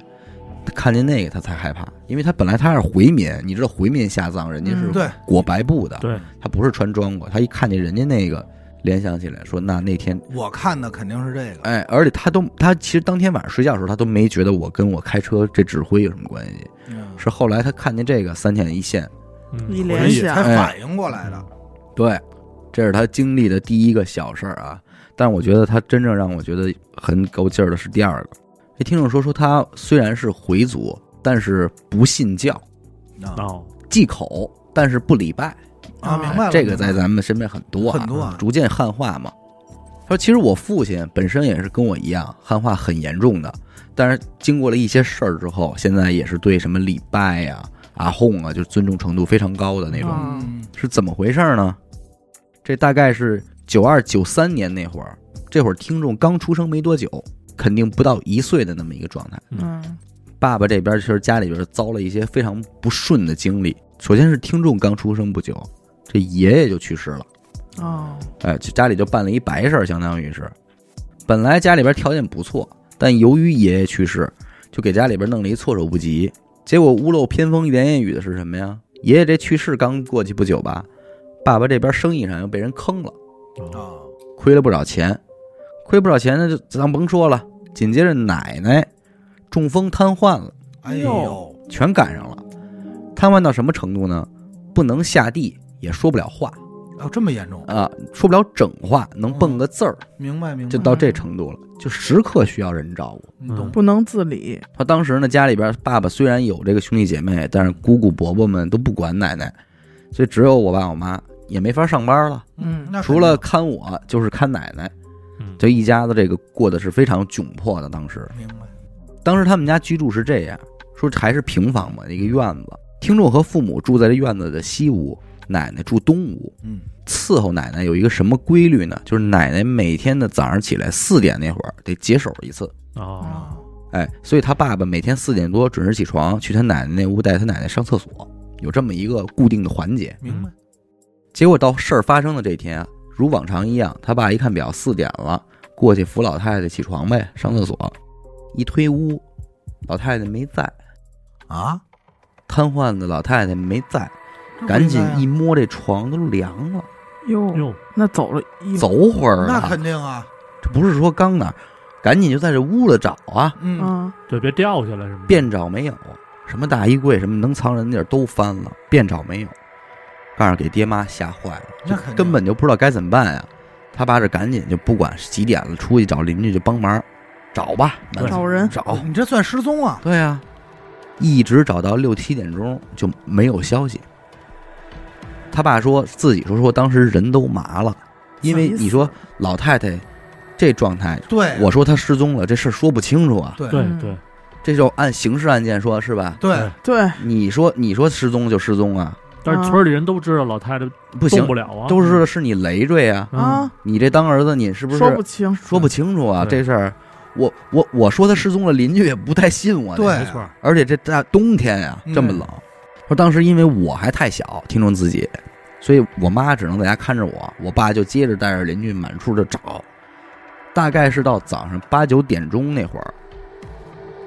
Speaker 1: 他看见那个他才害怕，因为他本来他是回民，你知道回民下葬人家是
Speaker 3: 嗯
Speaker 2: 对，
Speaker 1: 裹白布的，
Speaker 4: 对，
Speaker 1: 他不是穿装过，他一看见人家那个，联想起来说那那天
Speaker 2: 我看的肯定是这个，
Speaker 1: 哎，而且他都他其实当天晚上睡觉的时候，他都没觉得我跟我开车这指挥有什么关系，
Speaker 2: 嗯
Speaker 1: 是后来他看见这个三点一线，
Speaker 4: 嗯
Speaker 3: 一
Speaker 4: 回
Speaker 3: 联
Speaker 4: 忆
Speaker 2: 才
Speaker 3: 想，
Speaker 2: 反应过来的。
Speaker 1: 对，这是他经历的第一个小事儿啊。但我觉得他真正让我觉得很够劲儿的是第二个。这听众说说他虽然是回族，但是不信教，
Speaker 2: 啊
Speaker 4: 哦，
Speaker 1: 忌口，但是不礼拜。
Speaker 2: 啊，明白了，
Speaker 1: 这个在咱们身边很多、啊，
Speaker 2: 很多啊
Speaker 1: 逐渐汉化嘛。他说：“其实我父亲本身也是跟我一样，汉化很严重的，但是经过了一些事儿之后，现在也是对什么礼拜呀、阿訇啊，就是尊重程度非常高的那种。
Speaker 3: 啊
Speaker 2: 嗯
Speaker 1: 是怎么回事儿呢？这大概是九二九三年那会儿，这会儿听众刚出生没多久，肯定不到一岁的那么一个状态。
Speaker 3: 嗯，
Speaker 1: 爸爸这边其实家里边遭了一些非常不顺的经历。首先是听众刚出生不久，这爷爷就去世了，
Speaker 3: 哦，
Speaker 1: 哎，就家里就办了一白事儿，相当于是。本来家里边条件不错，但由于爷爷去世，就给家里边弄了一措手不及。结果屋漏偏逢连夜雨的是什么呀？爷爷这去世刚过去不久吧，爸爸这边生意上又被人坑了，
Speaker 4: 哦
Speaker 2: 啊，
Speaker 1: 亏了不少钱，亏不少钱那就咱甭说了。紧接着奶奶中风瘫痪了。
Speaker 2: 哎
Speaker 3: 哎
Speaker 2: 呦
Speaker 3: 呦，
Speaker 1: 全赶上了。瘫痪到什么程度呢？不能下地，也说不了话
Speaker 2: 啊，这么严重，
Speaker 1: 啊、说不了整话，能蹦个字儿，
Speaker 2: 明白明白
Speaker 1: 就，到这程度了，就时刻需要人照顾。
Speaker 2: 你懂
Speaker 4: 嗯
Speaker 3: 不能自理，
Speaker 1: 他当时呢，家里边爸爸虽然有这个兄弟姐妹，但是姑姑伯伯们都不管奶奶，所以只有我爸我妈也没法上班了，
Speaker 3: 嗯，
Speaker 2: 那肯定
Speaker 1: 除了看我就是看奶奶，
Speaker 4: 嗯
Speaker 1: 就一家子这个过得是非常窘迫的。当时，
Speaker 2: 明白，
Speaker 1: 当时他们家居住是这样，说还是平房嘛，一个院子。听众和父母住在这院子的西屋，奶奶住东屋。
Speaker 2: 嗯，
Speaker 1: 伺候奶奶有一个什么规律呢？就是奶奶每天的早上起来四点那会儿得解手一次，
Speaker 3: 啊
Speaker 4: 哦，
Speaker 1: 哎，所以他爸爸每天四点多准时起床，去他奶奶那屋带他奶奶上厕所，有这么一个固定的环节。
Speaker 2: 明
Speaker 4: 嗯
Speaker 2: 白，
Speaker 1: 结果到事儿发生的这天啊，如往常一样，他爸一看表四点了，过去扶老太太起床呗，上厕所。一推屋，老太太没在，
Speaker 2: 啊，
Speaker 1: 瘫痪的老太太没在，
Speaker 2: 这不
Speaker 1: 赶
Speaker 2: 应
Speaker 1: 紧
Speaker 2: 该啊
Speaker 1: 一，摸这床都凉了，
Speaker 3: 哟，
Speaker 4: 哟，
Speaker 3: 那走了一，
Speaker 1: 走会儿
Speaker 2: 那
Speaker 1: 啊，
Speaker 2: 肯定啊，
Speaker 1: 这不是说刚哪儿，赶紧就在这屋子找啊，
Speaker 2: 嗯，
Speaker 3: 嗯，
Speaker 4: 对，别掉下来什么的，
Speaker 1: 遍找没有，什么大衣柜什么能藏人的地儿都翻了，遍找没有，告诉给爹妈吓坏了，
Speaker 2: 那肯定
Speaker 1: 根本就不知道该怎么办呀。他爸这赶紧就不管是几点了，出去找邻居就帮忙找吧，那
Speaker 4: 对
Speaker 3: 找人，
Speaker 1: 找，
Speaker 2: 哦你这算失踪啊，
Speaker 1: 对呀、一直找到六七点钟就没有消息。他爸说自己说说当时人都麻了，因为
Speaker 3: 啥意思
Speaker 1: 你说老太太这状态，
Speaker 2: 对，
Speaker 1: 我说她失踪了，这事儿说不清楚啊，
Speaker 2: 对
Speaker 4: 对
Speaker 3: 嗯
Speaker 4: 对，
Speaker 1: 这就按刑事案件说是吧？
Speaker 2: 对，
Speaker 3: 对，
Speaker 1: 你说你说失踪就失踪啊，
Speaker 4: 但是村里人都知道老太太
Speaker 1: 不行
Speaker 4: 动不，了啊，
Speaker 1: 都是是你累赘啊，
Speaker 3: 啊，，
Speaker 1: 你这当儿子你是不是
Speaker 3: 说不清，
Speaker 1: 说不清楚啊？
Speaker 4: 对
Speaker 1: 这事儿，我我我说她失踪了，邻居也不太信我。
Speaker 2: 对
Speaker 4: 没错儿，
Speaker 1: 而且这大冬天呀、
Speaker 2: 嗯
Speaker 1: 这么冷。说当时因为我还太小，听众自己，所以我妈只能在家看着我，我爸就接着带着邻居满处的找。大概是到早上八九点钟那会儿，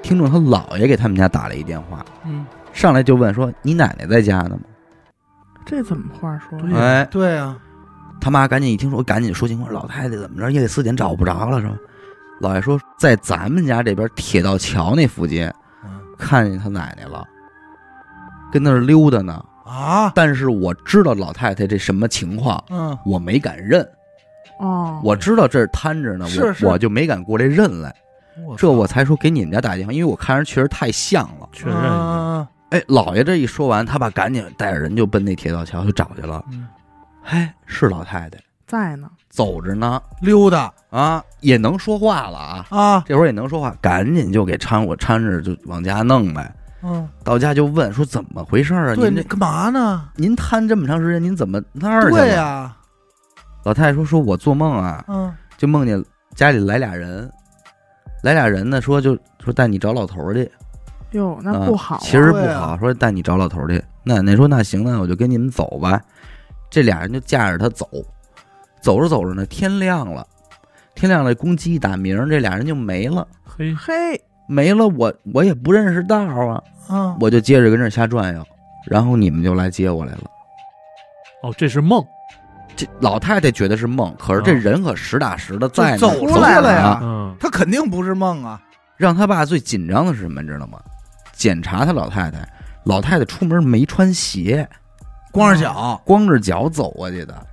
Speaker 1: 听众他姥爷给他们家打了一电话，
Speaker 4: 嗯，
Speaker 1: 上来就问说：“你奶奶在家呢吗
Speaker 3: 这怎么话说？
Speaker 4: 对？”呀
Speaker 1: 哎，
Speaker 2: 对啊，
Speaker 1: 他妈赶紧一听说，赶紧说情况，老太太怎么着？夜里四点找不着了是吧？姥爷说，在咱们家这边铁道桥那附近
Speaker 2: 嗯
Speaker 1: 看见他奶奶了，跟那儿溜达呢。
Speaker 2: 啊，
Speaker 1: 但是我知道老太太这什么情况，
Speaker 2: 嗯，
Speaker 1: 我没敢认。
Speaker 3: 哦，
Speaker 1: 啊我知道这儿摊着呢，
Speaker 2: 是是哦
Speaker 1: 我我就没敢过来认来。这我才说给你们家打电话，因为我看着确实太像了。
Speaker 4: 确认一
Speaker 3: 啊
Speaker 4: 下，
Speaker 1: 哎，姥爷这一说完，他爸赶紧带着人就奔那铁道桥去找去了。
Speaker 2: 嗯
Speaker 1: 嘿，是老太太，
Speaker 3: 在呢，
Speaker 1: 走着呢
Speaker 2: 溜达
Speaker 1: 啊，也能说话了啊。
Speaker 2: 啊，
Speaker 1: 这会儿也能说话，赶紧就给搀我搀着就往家弄呗。
Speaker 2: 嗯，
Speaker 1: 到家就问说怎么回事儿啊？
Speaker 2: 对，
Speaker 1: 您这
Speaker 2: 你干嘛呢？
Speaker 1: 您瘫这么长时间，您怎么那儿去了？
Speaker 2: 对呀，
Speaker 1: 老太太说说我做梦啊，
Speaker 2: 嗯
Speaker 1: 就梦见家里来俩人，来俩人呢说就说带你找老头儿去，
Speaker 3: 哟，那
Speaker 1: 啊
Speaker 3: 不好啊、
Speaker 1: 其实不
Speaker 2: 对
Speaker 1: 好，
Speaker 2: 啊
Speaker 1: 说带你找老头儿去。奶奶说那行，那我就跟你们走吧。这俩人就架着他走，走着走着呢，天亮了，天亮了，公鸡一打鸣，这俩人就没了，
Speaker 4: 嘿，
Speaker 3: 啊嘿，
Speaker 1: 没了我我也不认识道儿啊。
Speaker 2: 嗯，
Speaker 1: 我就接着跟这儿瞎转悠，然后你们就来接我来了。
Speaker 4: 哦，这是梦，
Speaker 1: 这老太太觉得是梦，可是这人可实打实的
Speaker 2: 就
Speaker 1: 在那儿
Speaker 2: 走
Speaker 3: 出来
Speaker 2: 了
Speaker 1: 啊
Speaker 2: 呀
Speaker 4: 嗯，
Speaker 2: 他肯定不是梦啊，
Speaker 1: 让他爸最紧张的是什么，你知道吗？检查他老太太，老太太出门没穿鞋，
Speaker 2: 光着脚，
Speaker 1: 光着脚走过去的。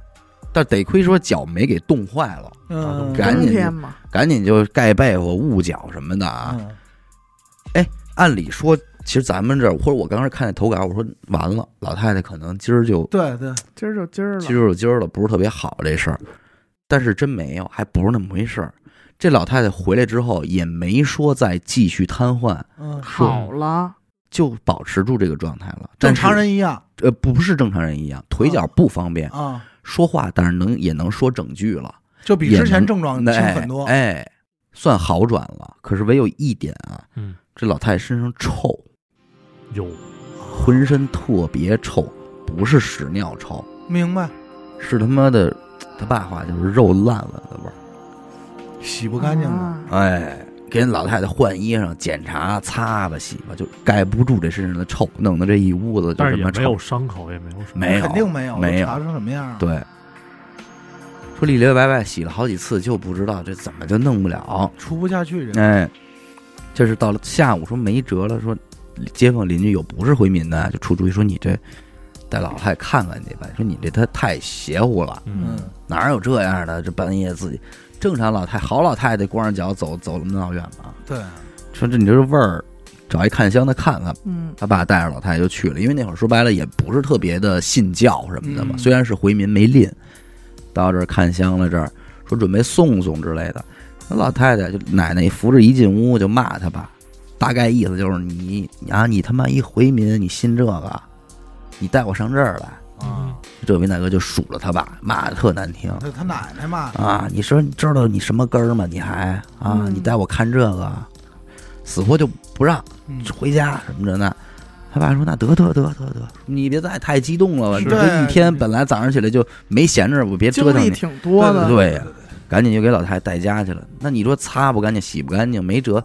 Speaker 1: 但得亏说脚没给冻坏了，
Speaker 2: 嗯，
Speaker 1: 赶
Speaker 3: 冬
Speaker 1: 紧
Speaker 3: 天嘛，
Speaker 1: 赶紧就盖被子、捂脚什么的啊。
Speaker 2: 嗯
Speaker 1: 按理说，其实咱们这儿或者我刚才看那投稿，我说完了，老太太可能今儿就
Speaker 2: 对对，
Speaker 3: 今儿就今儿了，
Speaker 1: 今儿有今儿了，不是特别好这事儿，但是真没有，还不是那么回事儿。这老太太回来之后也没说再继续瘫痪，
Speaker 2: 嗯，
Speaker 3: 好了，
Speaker 1: 就保持住这个状态了。
Speaker 2: 正
Speaker 1: 但是
Speaker 2: 常人一样
Speaker 1: 呃不是正常人一样，腿脚不方便，
Speaker 2: 啊，
Speaker 1: 说话但是能也能说整句了，
Speaker 2: 就比
Speaker 1: 也
Speaker 2: 之前
Speaker 1: 能
Speaker 2: 症状
Speaker 1: 那
Speaker 2: 嗯轻
Speaker 1: 哎
Speaker 2: 很多。
Speaker 1: 哎，算好转了。可是唯有一点啊，
Speaker 4: 嗯，
Speaker 1: 这老太太身上臭，
Speaker 4: 有，
Speaker 1: 浑身特别臭，不是屎尿臭，
Speaker 2: 明白，
Speaker 1: 是他妈的，他爸话就是肉烂了的味儿。
Speaker 2: 洗不干净了。
Speaker 3: 啊
Speaker 1: 哎，给老太太换衣裳、检查、擦吧、洗吧，就盖不住这身上的臭，弄得这一屋子就
Speaker 4: 但
Speaker 1: 这
Speaker 4: 是也
Speaker 1: 么
Speaker 4: 没有
Speaker 1: 臭。
Speaker 4: 伤口，也没有什么，
Speaker 1: 没有，
Speaker 2: 肯定没有，
Speaker 1: 没有
Speaker 2: 查成什么样啊？
Speaker 1: 对。说里里外外洗了好几次，就不知道这怎么就弄不了。
Speaker 2: 除不下去人。
Speaker 1: 哎，这是到了下午，说没辙了，说街坊邻居有不是回民的，就出主意说你这带老太太看看去吧，说你这她太邪乎了。
Speaker 2: 嗯
Speaker 4: 嗯，，
Speaker 1: 哪有这样的？这半夜自己正常老太好老太太光着脚走走那么老远吗？
Speaker 2: 对，
Speaker 1: 啊
Speaker 2: 啊
Speaker 1: 说这你这味儿，找一看香的看看。
Speaker 3: 嗯，
Speaker 1: 他爸带着老太太就去了，因为那会儿说白了也不是特别的信教什么的嘛，
Speaker 2: 嗯
Speaker 1: 虽然是回民没吝。到这儿看香了，这儿说准备送送之类的，那老太太就奶奶扶着一进屋就骂他爸，大概意思就是你啊你他妈一回民，你信这个，你带我上这儿来。
Speaker 4: 嗯
Speaker 2: 啊，
Speaker 1: 这位大哥就数了他爸，骂的特难听。
Speaker 2: 他他奶奶嘛，
Speaker 1: 啊，你说你知道你什么根儿吗？你还啊，
Speaker 3: 嗯
Speaker 1: 你带我看这个，死活就不让
Speaker 2: 嗯
Speaker 1: 回家什么的呢。他爸说：“那得得得得得，你别再太激动了吧，
Speaker 2: 是
Speaker 3: 啊
Speaker 1: 你这一
Speaker 2: 对
Speaker 1: 天本来早上起来就没闲着，我别
Speaker 3: 经
Speaker 1: 折腾
Speaker 3: 历
Speaker 1: 你。
Speaker 3: 挺多的，
Speaker 1: 对呀、赶紧就给老太太带家去了。那你说擦不干净、洗不干净，没辙，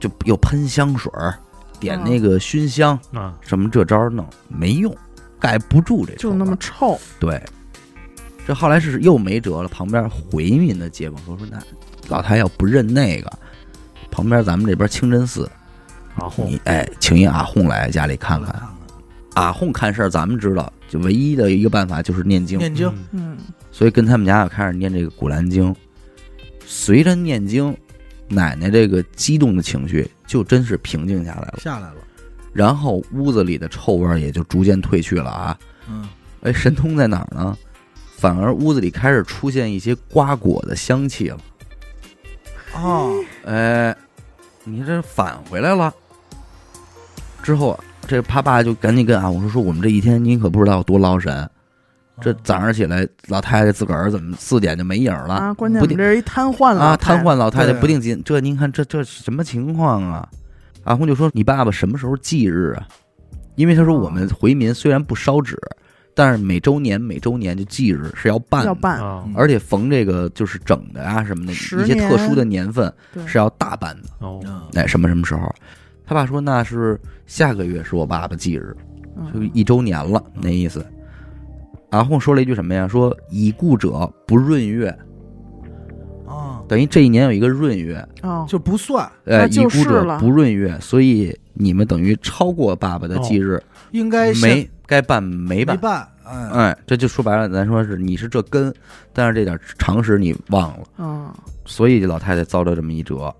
Speaker 1: 就又喷香水儿，点那个熏香，
Speaker 4: 啊，
Speaker 1: 什么这招儿弄没用，盖不住这
Speaker 3: 就
Speaker 1: 臭
Speaker 3: 那
Speaker 1: 味儿
Speaker 3: 么臭，
Speaker 1: 对，这后来是又没辙了。旁边回民的街坊说说，那老太要不认那个，旁边咱们这边清真寺，
Speaker 4: 然后
Speaker 3: 哦
Speaker 1: 你哎，请一阿訇来家里看
Speaker 2: 来
Speaker 1: 看。
Speaker 2: 看，
Speaker 1: 阿訇啊看事儿，咱们知道，就唯一的一个办法就是念经，
Speaker 2: 念经，
Speaker 4: 嗯
Speaker 3: 嗯，
Speaker 1: 所以跟他们家开始念这个《古兰经》。随着念经，奶奶这个激动的情绪就真是平静下来了，
Speaker 2: 下来了，
Speaker 1: 然后屋子里的臭味儿也就逐渐退去了啊。
Speaker 2: 嗯，
Speaker 1: 哎，神通在哪儿呢？反而屋子里开始出现一些瓜果的香气了。嗯
Speaker 2: 哦，
Speaker 1: 哎，你这返回来了。之后，啊这他爸就赶紧跟啊我说说，我们这一天您可不知道有多劳神。这早上起来，老太太自个儿怎么四点就没影儿了？
Speaker 3: 啊，关键
Speaker 1: 不
Speaker 3: 我们
Speaker 1: 定
Speaker 3: 这是一瘫痪了
Speaker 1: 啊，瘫痪老太太
Speaker 2: 对
Speaker 1: 不定紧，这您看这这什么情况啊？阿红就说：“你爸爸什么时候忌日啊？”因为他说
Speaker 3: 哦
Speaker 1: 我们回民虽然不烧纸，但是每周年每周年就忌日是要办的
Speaker 3: 要办，
Speaker 4: 啊，
Speaker 2: 嗯
Speaker 1: 而且逢这个就是整的啊什么的一
Speaker 3: 十
Speaker 1: 些特殊的
Speaker 3: 年
Speaker 1: 年份
Speaker 3: 对
Speaker 1: 是要大办的，
Speaker 4: 哦，
Speaker 2: 嗯
Speaker 1: 哎，什么什么时候？他爸说那是下个月是我爸爸忌日，就
Speaker 3: 嗯
Speaker 1: 一周年了那意思。阿訇说了一句什么呀？说已故者不闰月，
Speaker 2: 啊，
Speaker 1: 等于这一年有一个闰月，
Speaker 3: 哦，
Speaker 2: 就不算，
Speaker 1: 呃，
Speaker 3: 那
Speaker 1: 已
Speaker 3: 就
Speaker 1: 故
Speaker 3: 是
Speaker 1: 者
Speaker 3: 了
Speaker 1: 不闰月，所以你们等于超过爸爸的忌日，
Speaker 2: 应哦该现
Speaker 1: 没该办没
Speaker 2: 没
Speaker 1: 办。
Speaker 2: 办，哎，
Speaker 1: 哎，这就说白了，咱说是你是这根，但是这点常识你忘了，
Speaker 3: 嗯，
Speaker 1: 所以这老太太遭了这么一折，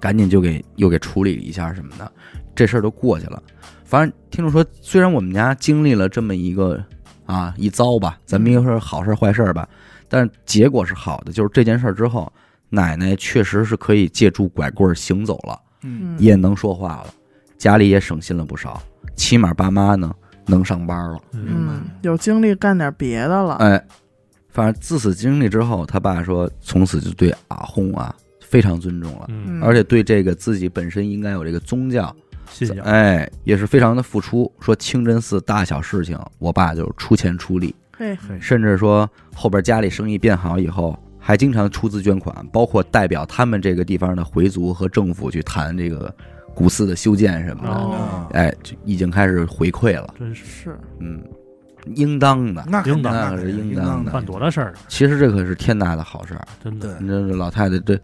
Speaker 1: 赶紧就给又给处理一下什么的，这事儿就过去了。反正听众说，虽然我们家经历了这么一个啊一遭吧，咱们一个说好事儿坏事儿吧，但是结果是好的，就是这件事儿之后，奶奶确实是可以借助拐棍儿行走了。
Speaker 2: 嗯，
Speaker 1: 也能说话了，家里也省心了不少，起码爸妈呢能上班了。
Speaker 4: 嗯
Speaker 2: 明白
Speaker 3: 嗯，有精力干点别的了，
Speaker 1: 哎，反正自此经历之后，他爸说从此就对阿訇啊非常尊重了，
Speaker 4: 嗯，
Speaker 3: 嗯
Speaker 1: 而且对这个自己本身应该有这个宗教，
Speaker 4: 信仰，
Speaker 1: 哎，也是非常的付出。说清真寺大小事情，我爸就出钱出力，
Speaker 3: 嘿，
Speaker 2: 嗯
Speaker 1: 甚至说后边家里生意变好以后。还经常出资捐款，包括代表他们这个地方的回族和政府去谈这个古寺的修建什么
Speaker 3: 啊
Speaker 1: 的，
Speaker 4: 哦，
Speaker 1: 哎，就已经开始回馈了，
Speaker 4: 真是
Speaker 3: 是，
Speaker 1: 嗯，应当的。
Speaker 2: 那肯定
Speaker 4: 应当
Speaker 2: 那
Speaker 1: 那是
Speaker 2: 肯定
Speaker 1: 应当
Speaker 2: 当
Speaker 1: 的
Speaker 4: 办多大事儿啊，
Speaker 1: 其实这可是天大的好事儿。
Speaker 4: 真
Speaker 2: 对
Speaker 4: 的，，
Speaker 1: 你这老太太这，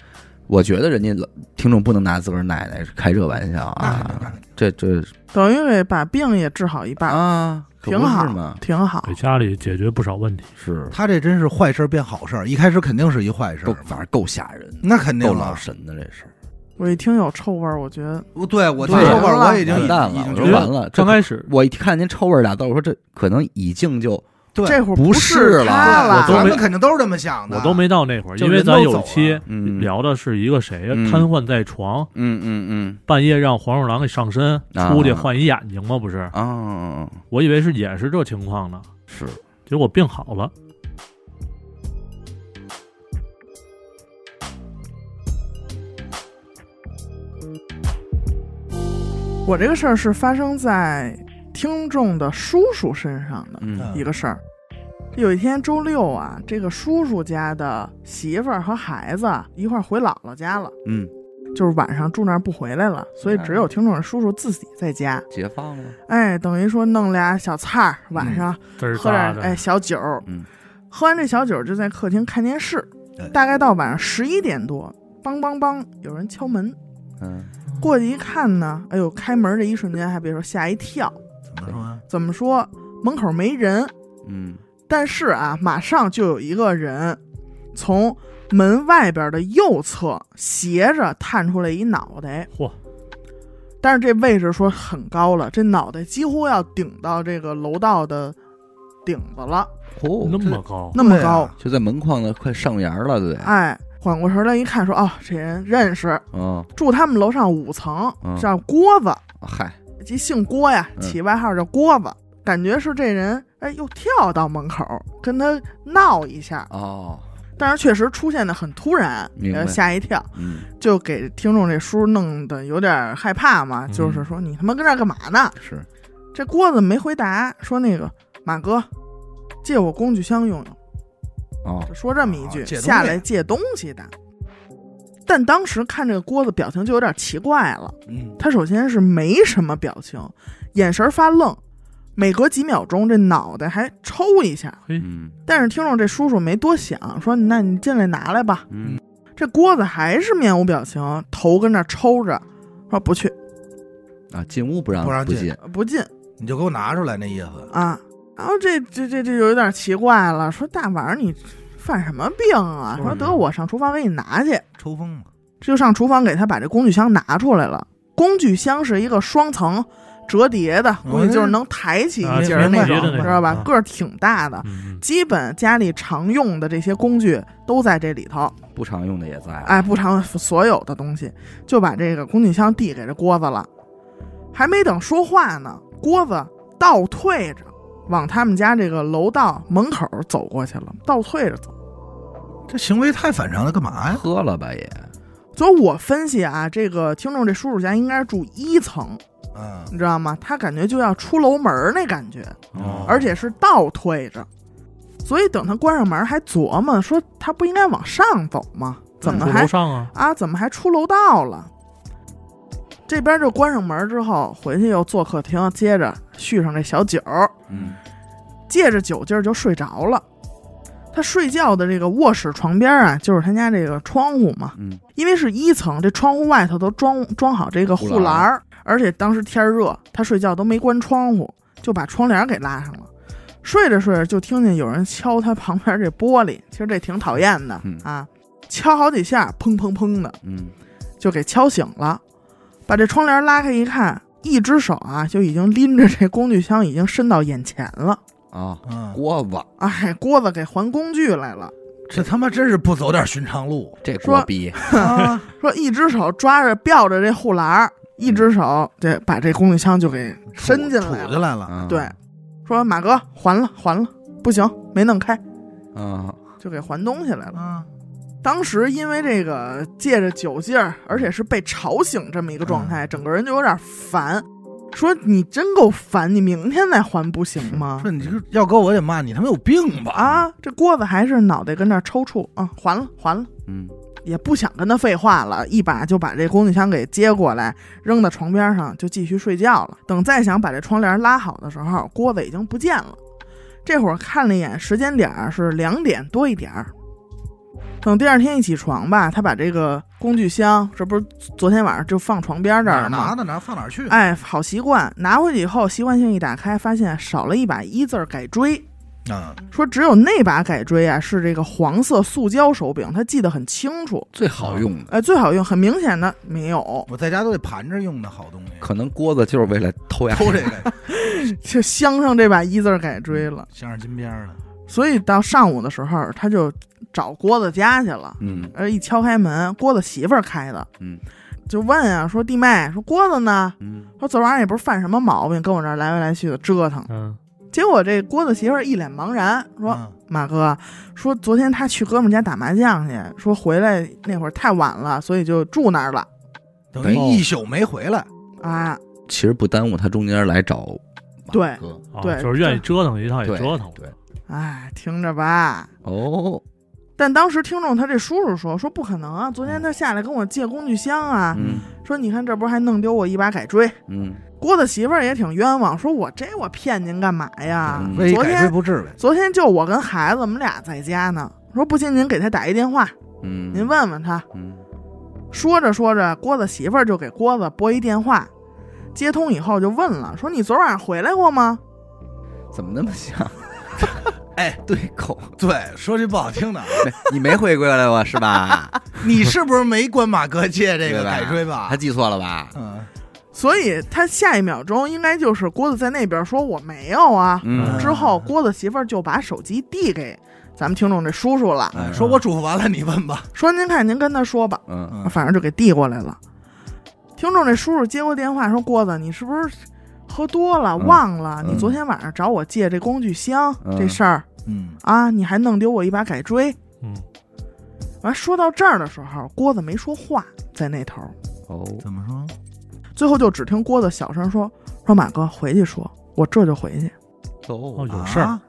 Speaker 1: 我觉得人家老听众不能拿自个儿奶奶开这玩笑
Speaker 2: 那肯定那
Speaker 1: 啊
Speaker 2: 肯，定
Speaker 1: 这这
Speaker 3: 等于给把病也治好一半，
Speaker 1: 啊，可
Speaker 3: 挺
Speaker 1: 不
Speaker 3: 好
Speaker 1: 是嘛，
Speaker 3: 挺好，
Speaker 4: 给家里解决不少问题。
Speaker 1: 是
Speaker 2: 他这真是坏事变好事儿，一开始肯定是一坏事
Speaker 1: 够
Speaker 2: 儿，，
Speaker 1: 反正够吓人，
Speaker 2: 那肯定啊
Speaker 1: 够老
Speaker 2: 了。
Speaker 1: 神的这是。
Speaker 3: 我一听有臭味儿，我觉得
Speaker 2: 我对我
Speaker 1: 对
Speaker 2: 听说过，
Speaker 3: 完了
Speaker 2: 我已经
Speaker 1: 完蛋了
Speaker 2: 已经
Speaker 1: 我
Speaker 2: 觉
Speaker 1: 说
Speaker 2: 得
Speaker 1: 完了这
Speaker 4: 刚开始
Speaker 1: 我一看您抽味儿俩豆，我说这可能已经就
Speaker 2: 对
Speaker 3: 这会儿
Speaker 1: 不是
Speaker 3: 是他
Speaker 1: 了
Speaker 4: 我都
Speaker 2: 咱
Speaker 4: 没
Speaker 2: 们肯定都是这么想的。
Speaker 4: 我都没到那会儿，
Speaker 2: 就
Speaker 4: 因为
Speaker 2: 人都
Speaker 4: 咱有
Speaker 2: 走
Speaker 4: 一期
Speaker 2: 了
Speaker 1: 嗯
Speaker 4: 聊的是一个谁呀啊
Speaker 1: 嗯
Speaker 4: 瘫痪在床，
Speaker 1: 嗯嗯
Speaker 4: 半夜让黄鼠狼给上身，
Speaker 1: 啊
Speaker 4: 出去换一眼睛吗？不是
Speaker 1: 嗯，啊，
Speaker 4: 我以为是也是这情况呢，
Speaker 1: 是
Speaker 4: 结果病好了。
Speaker 3: 我这个事儿是发生在听众的叔叔身上的
Speaker 1: 嗯
Speaker 3: 一个事儿。有一天周六啊，这个叔叔家的媳妇儿和孩子一块儿回姥姥家了，
Speaker 1: 嗯，
Speaker 3: 就是晚上住那儿不回来了，所以只有听众叔叔自己在家。
Speaker 1: 解放了，
Speaker 3: 哎，等于说弄俩小菜儿，晚上
Speaker 4: 滋儿
Speaker 3: 喝
Speaker 4: 哒
Speaker 3: 点
Speaker 4: 的，
Speaker 3: 哎小酒儿，
Speaker 1: 嗯
Speaker 3: 喝完这小酒儿就在客厅看电视
Speaker 2: 哎。
Speaker 3: 大概到晚上十一点多，梆梆梆，有人敲门。
Speaker 1: 嗯
Speaker 3: 过去一看呢，哎呦，开门这一瞬间还别说吓一跳，
Speaker 2: 怎么说啊？
Speaker 3: 怎么说门口没人，
Speaker 1: 嗯，
Speaker 3: 但是啊，马上就有一个人从门外边的右侧斜着探出来一脑袋，
Speaker 4: 嚯，
Speaker 3: 但是这位置说很高了，这脑袋几乎要顶到这个楼道的顶子了，
Speaker 1: 哦，
Speaker 4: 那
Speaker 1: 这
Speaker 4: 么高，
Speaker 3: 那么
Speaker 2: 对啊
Speaker 3: 高。
Speaker 1: 就在门框的快上沿儿了，对，
Speaker 3: 哎，缓过神来一看说，哦，这人认识，
Speaker 1: 嗯，
Speaker 3: 住他们楼上五层
Speaker 1: 嗯，
Speaker 3: 叫郭子，
Speaker 1: 嗨，
Speaker 3: 这姓郭呀，
Speaker 1: 嗯
Speaker 3: 起外号叫郭子。感觉是这人，哎，又跳到门口跟他闹一下，
Speaker 1: 哦，
Speaker 3: 但是确实出现的很突然，
Speaker 1: 明白
Speaker 3: 呃吓一跳，
Speaker 1: 嗯，
Speaker 3: 就给听众这叔弄得有点害怕嘛，
Speaker 4: 嗯
Speaker 3: 就是说你他妈跟这儿干嘛呢？
Speaker 1: 是，
Speaker 3: 这郭子没回答，说那个马哥，借我工具箱用用，
Speaker 1: 哦，
Speaker 3: 就说这么一句，
Speaker 2: 哦借东西
Speaker 3: 下来借东西的。但当时看这个郭子表情就有点奇怪了，
Speaker 2: 嗯，
Speaker 3: 他首先是没什么表情，眼神发愣，每隔几秒钟这脑袋还抽一下。
Speaker 4: 嘿，
Speaker 1: 嗯
Speaker 3: 但是听众这叔叔没多想，说那你进来拿来吧。
Speaker 1: 嗯
Speaker 3: 这郭子还是面无表情，头跟那抽着，说不去，
Speaker 1: 啊，进屋不让
Speaker 2: 不让
Speaker 1: 不
Speaker 2: 进
Speaker 1: 进，
Speaker 3: 不进
Speaker 2: 你就给我拿出来那意思。
Speaker 3: 啊。然后这这这这就有点奇怪了，说大晚上你犯什么病啊？
Speaker 4: 嗯
Speaker 3: 说得我上厨房给你拿去，
Speaker 2: 抽风嘛，
Speaker 3: 就上厨房给他把这工具箱拿出来了。工具箱是一个双层折叠的，
Speaker 2: 嗯
Speaker 3: 估计就是能抬起
Speaker 4: 啊
Speaker 3: 一截儿
Speaker 2: 明白
Speaker 3: 种
Speaker 2: 明白，
Speaker 3: 知道吧
Speaker 4: 啊？
Speaker 3: 个儿挺大的，
Speaker 4: 嗯，
Speaker 3: 基本家里常用的这些工具都在这里头。
Speaker 1: 不常用的也在，
Speaker 3: 哎，不常所有的东西，就把这个工具箱递给这郭子了。还没等说话呢，郭子倒退着往他们家这个楼道门口走过去了，倒退着走。
Speaker 2: 这行为太反常了，干嘛呀？
Speaker 1: 喝了吧也，
Speaker 3: 所以我分析啊，这个听众这叔叔家应该是住一层，
Speaker 2: 嗯，
Speaker 3: 你知道吗？他感觉就要出楼门儿那感觉，
Speaker 1: 哦
Speaker 3: 而且是倒退着。所以等他关上门儿，还琢磨说他不应该往上走吗？怎么
Speaker 4: 住
Speaker 3: 还
Speaker 4: 楼上啊？
Speaker 3: 啊，怎么还出楼道了？这边就关上门之后，回去又坐客厅，接着续上这小酒儿，
Speaker 1: 嗯
Speaker 3: 借着酒劲儿就睡着了。他睡觉的这个卧室床边啊，就是他家这个窗户嘛，
Speaker 1: 嗯
Speaker 3: 因为是一层，这窗户外头都装装好这个护
Speaker 1: 护
Speaker 3: 栏
Speaker 1: 栏
Speaker 3: 儿，而且当时天儿热，他睡觉都没关窗户，就把窗帘给拉上了。睡着睡着就听见有人敲他旁边这玻璃，其实这挺讨厌的
Speaker 1: 嗯
Speaker 3: 啊，敲好几下，砰砰砰的
Speaker 1: 嗯
Speaker 3: 就给敲醒了。把这窗帘拉开一看，一只手啊就已经拎着这工具箱已经伸到眼前了，
Speaker 1: 啊，
Speaker 2: 嗯，
Speaker 1: 锅子
Speaker 3: 哎，锅子给还工具来了。
Speaker 2: 这他妈真是不走点寻常路
Speaker 1: 这
Speaker 3: 说
Speaker 1: 锅逼，
Speaker 2: 啊！
Speaker 3: 说一只手抓着吊着这护栏儿，一只手这把这工具箱就给伸进
Speaker 2: 杵
Speaker 3: 来
Speaker 2: 进
Speaker 3: 了。
Speaker 2: 来了，
Speaker 1: 嗯
Speaker 3: 对，说马哥还了还了，不行，没弄开，
Speaker 1: 嗯
Speaker 3: 就给还东西来了。
Speaker 2: 啊，
Speaker 3: 当时因为这个借着酒劲儿，而且是被吵醒这么一个状态，整个人就有点烦。说你真够烦，你明天再还不行 吗？
Speaker 2: 啊说你这个要搁我也骂你他妈有病吧？
Speaker 3: 啊，这锅子还是脑袋跟那儿抽搐啊，还了还了。
Speaker 1: 嗯
Speaker 3: 也不想跟他废话了，一把就把这工具箱给接过来，扔到床边上，就继续睡觉了。等再想把这窗帘拉好的时候，锅子已经不见了。这会儿看了一眼时间点儿是两点多一点儿。等第二天一起床吧，他把这个工具箱，这不是昨天晚上就放床边这
Speaker 2: 哪
Speaker 3: 儿
Speaker 2: 儿
Speaker 3: 了
Speaker 2: 拿
Speaker 3: 吗？
Speaker 2: 的哪儿放哪儿去？
Speaker 3: 哎，好习惯，拿回去以后习惯性一打开，发现少了一把一字儿改锥。
Speaker 2: 啊，
Speaker 3: 说只有那把改锥啊，是这个黄色塑胶手柄，他记得很清楚。
Speaker 1: 最好用的，
Speaker 3: 呃，最好用，很明显的没有，
Speaker 2: 我在家都得盘着用的好东西，
Speaker 1: 可能锅子就是为了偷呀，
Speaker 2: 偷这个
Speaker 1: 嗯
Speaker 3: 就镶上这把一字儿改锥了。
Speaker 2: 镶上金边儿的，
Speaker 3: 所以到上午的时候，他就找郭子家去了。
Speaker 1: 嗯
Speaker 3: 呃，一敲开门，郭子媳妇儿开的，
Speaker 1: 嗯，
Speaker 3: 就问啊，说弟妹，说郭子呢？
Speaker 1: 嗯
Speaker 3: 说昨晚上也不是犯什么毛病，跟我这儿来回来去的折腾。
Speaker 4: 嗯
Speaker 3: 结果这郭子媳妇儿一脸茫然，说、
Speaker 2: 嗯
Speaker 3: 马哥，说昨天他去哥们儿家打麻将去，说回来那会儿太晚了，所以就住那儿了
Speaker 2: 等于
Speaker 1: 哦
Speaker 2: 一宿没回来，
Speaker 3: 啊。
Speaker 1: 其实不耽误他中间来找马
Speaker 3: 对
Speaker 1: 哥
Speaker 4: 啊
Speaker 3: 对
Speaker 4: 就是愿意折腾一趟也
Speaker 1: 对
Speaker 4: 折腾，
Speaker 1: 对，
Speaker 3: 哎，听着吧，
Speaker 1: 哦，
Speaker 3: 但当时听众他这叔叔说说不可能啊，昨天他下来跟我借工具箱啊，
Speaker 1: 嗯
Speaker 3: 说你看这不是还弄丢我一把改锥。
Speaker 1: 嗯
Speaker 3: 郭子媳妇儿也挺冤枉，说我这我骗您干嘛呀？
Speaker 1: 嗯
Speaker 2: 非
Speaker 3: 昨
Speaker 2: 啊改锥
Speaker 3: 天
Speaker 2: 不治呗。
Speaker 3: 昨天就我跟孩子我们俩在家呢，说不信您给他打一电话，
Speaker 1: 嗯，
Speaker 3: 您问问他。
Speaker 1: 嗯，
Speaker 3: 说着说着，郭子媳妇儿就给郭子拨一电话，接通以后就问了，说你昨晚上回来过吗？
Speaker 1: 怎么那么像？ 哎，对口，
Speaker 2: 对，说句不好听的，啊
Speaker 1: 没你没回归来过是吧？
Speaker 2: 你是不是没管马哥借这
Speaker 1: 对
Speaker 2: 个
Speaker 1: 吧
Speaker 2: 改锥吧
Speaker 1: 他？记错了吧？
Speaker 2: 嗯，
Speaker 3: 所以他下一秒钟应该就是郭子在那边说我没有啊，
Speaker 1: 嗯
Speaker 2: 嗯
Speaker 3: 之后，郭子媳妇儿就把手机递给咱们听众这叔 叔了，
Speaker 2: 哎说我嘱咐完了，你问吧。
Speaker 3: 说您看您跟他说吧，
Speaker 1: 嗯
Speaker 2: 嗯
Speaker 3: 反正就给递过来了。听众这叔叔接过电话说：“郭子，你是不是喝多了
Speaker 1: 嗯
Speaker 3: 忘了、
Speaker 1: 嗯
Speaker 3: 你昨天晚上找我借这工具箱、
Speaker 1: 嗯
Speaker 3: 这事儿
Speaker 2: 嗯，
Speaker 3: 啊？你还弄丢我一把改锥。
Speaker 4: 嗯，”
Speaker 3: 完说到这儿的时候，郭子没说话，在那头，
Speaker 1: 哦，
Speaker 2: 怎么说？
Speaker 3: 最后就只听郭子小声说：“说马哥回去说，我这就回去。
Speaker 4: 哦
Speaker 1: 哦，
Speaker 4: 有事儿，
Speaker 2: 啊，”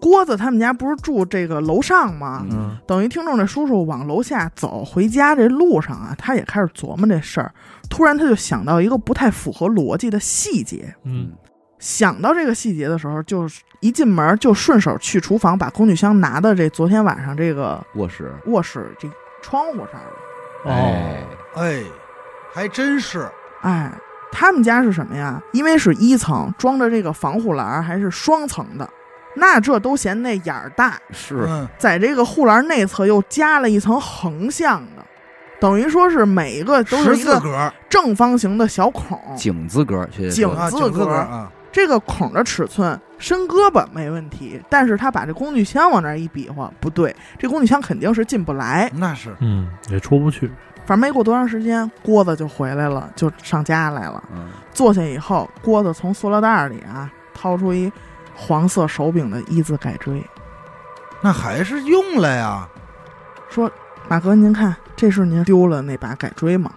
Speaker 3: 郭子他们家不是住这个楼上吗？
Speaker 4: 嗯
Speaker 3: 等于听众这叔叔往楼下走回家这路上啊，他也开始琢磨这事儿。突然他就想到一个不太符合逻辑的细节，
Speaker 4: 嗯
Speaker 3: 想到这个细节的时候，就是一进门就顺手去厨房把工具箱拿到这昨天晚上这个
Speaker 1: 卧室，
Speaker 3: 卧室这窗户上了。
Speaker 1: 哎
Speaker 4: 哦，
Speaker 2: 哎，还真是，
Speaker 3: 哎，他们家是什么呀？因为是一层装着这个防护栏儿，还是双层的，那这都嫌那眼儿大。
Speaker 1: 是
Speaker 2: 嗯，
Speaker 3: 在这个护栏内侧又加了一层横向的，等于说是每一个都
Speaker 2: 十
Speaker 3: 是一
Speaker 2: 四
Speaker 3: 个
Speaker 2: 格儿
Speaker 3: 正方形的小孔，
Speaker 1: 井字格，确实
Speaker 3: 井
Speaker 1: 是
Speaker 2: 啊，
Speaker 3: 四
Speaker 2: 九
Speaker 3: 格
Speaker 2: 格
Speaker 3: 儿
Speaker 2: 儿啊，
Speaker 3: 这个孔的尺寸伸胳膊没问题，但是他把这工具箱往那儿一比划，不对，这工具箱肯定是进不来。
Speaker 2: 那是
Speaker 4: 嗯，也出不去，
Speaker 3: 反正没过多长时间，锅子就回来了，就上家来了。
Speaker 1: 嗯
Speaker 3: 坐下以后，锅子从塑料袋里啊掏出一黄色手柄的一字改锥，
Speaker 2: 那还是用了呀。
Speaker 3: 说：“马哥，您看，这是您丢了那把改锥吗？”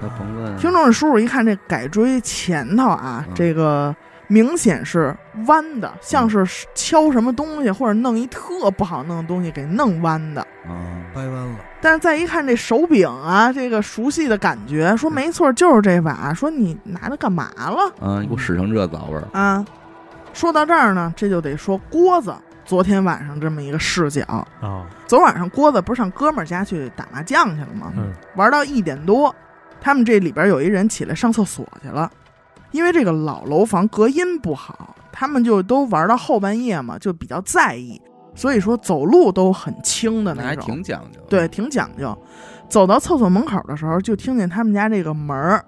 Speaker 1: 那甭问，
Speaker 3: 听众叔叔一看这改锥前头啊，
Speaker 1: 嗯
Speaker 3: 这个明显是弯的，像是敲什么东西或者弄一特不好弄的东西给弄弯的。
Speaker 1: 啊，
Speaker 2: 掰弯了，
Speaker 3: 但是再一看这手柄啊，这个熟悉的感觉，说没错，就是这把。说你拿它干嘛了
Speaker 1: 啊，你给我使成这糟味儿，
Speaker 3: 啊？说到这儿呢，这就得说郭子昨天晚上这么一个视角。
Speaker 4: 啊，
Speaker 3: 昨晚上郭子不是上哥们儿家去打麻将去了吗？
Speaker 4: 嗯
Speaker 3: 玩到一点多，他们这里边有一人起来上厕所去了，因为这个老楼房隔音不好，他们就都玩到后半夜嘛，就比较在意，所以说走路都很轻的
Speaker 1: 那
Speaker 3: 那
Speaker 1: 还
Speaker 3: 种，
Speaker 1: 挺讲究。
Speaker 3: 对，，挺讲究。走到厕所门口的时候，就听见他们家这个门儿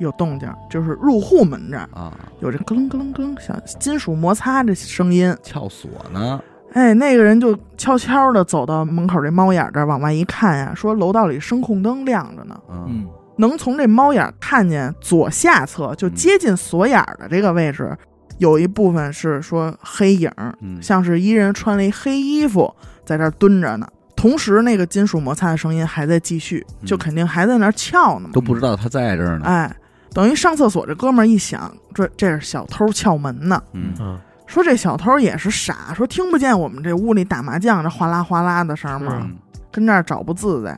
Speaker 3: 有动静，就是入户门这儿
Speaker 1: 啊，
Speaker 3: 有这咯楞咯楞咯楞小金属摩擦的声音。
Speaker 1: 撬锁呢，
Speaker 3: 哎，那个人就悄悄的走到门口这猫眼儿这儿，往外一看呀、说楼道里声控灯亮着呢。
Speaker 1: 嗯
Speaker 2: 嗯，
Speaker 3: 能从这猫眼儿看见左下侧，
Speaker 1: 嗯
Speaker 3: 就接近锁眼儿的这个位置，有一部分是说黑影儿，
Speaker 1: 嗯，
Speaker 3: 像是一人穿了一黑衣服在这儿蹲着呢。同时，那个金属摩擦的声音还在继续，
Speaker 1: 嗯
Speaker 3: 就肯定还在那儿撬呢嘛。
Speaker 1: 都不知道他在这儿呢，
Speaker 3: 哎，等于上厕所这哥们儿一想，这这是小偷撬门呢。
Speaker 1: 嗯
Speaker 4: 嗯
Speaker 3: 说这小偷也是傻，说听不见我们这屋里打麻将这哗啦哗啦的声儿吗？
Speaker 4: 是
Speaker 1: 嗯
Speaker 3: 跟这儿找不自在。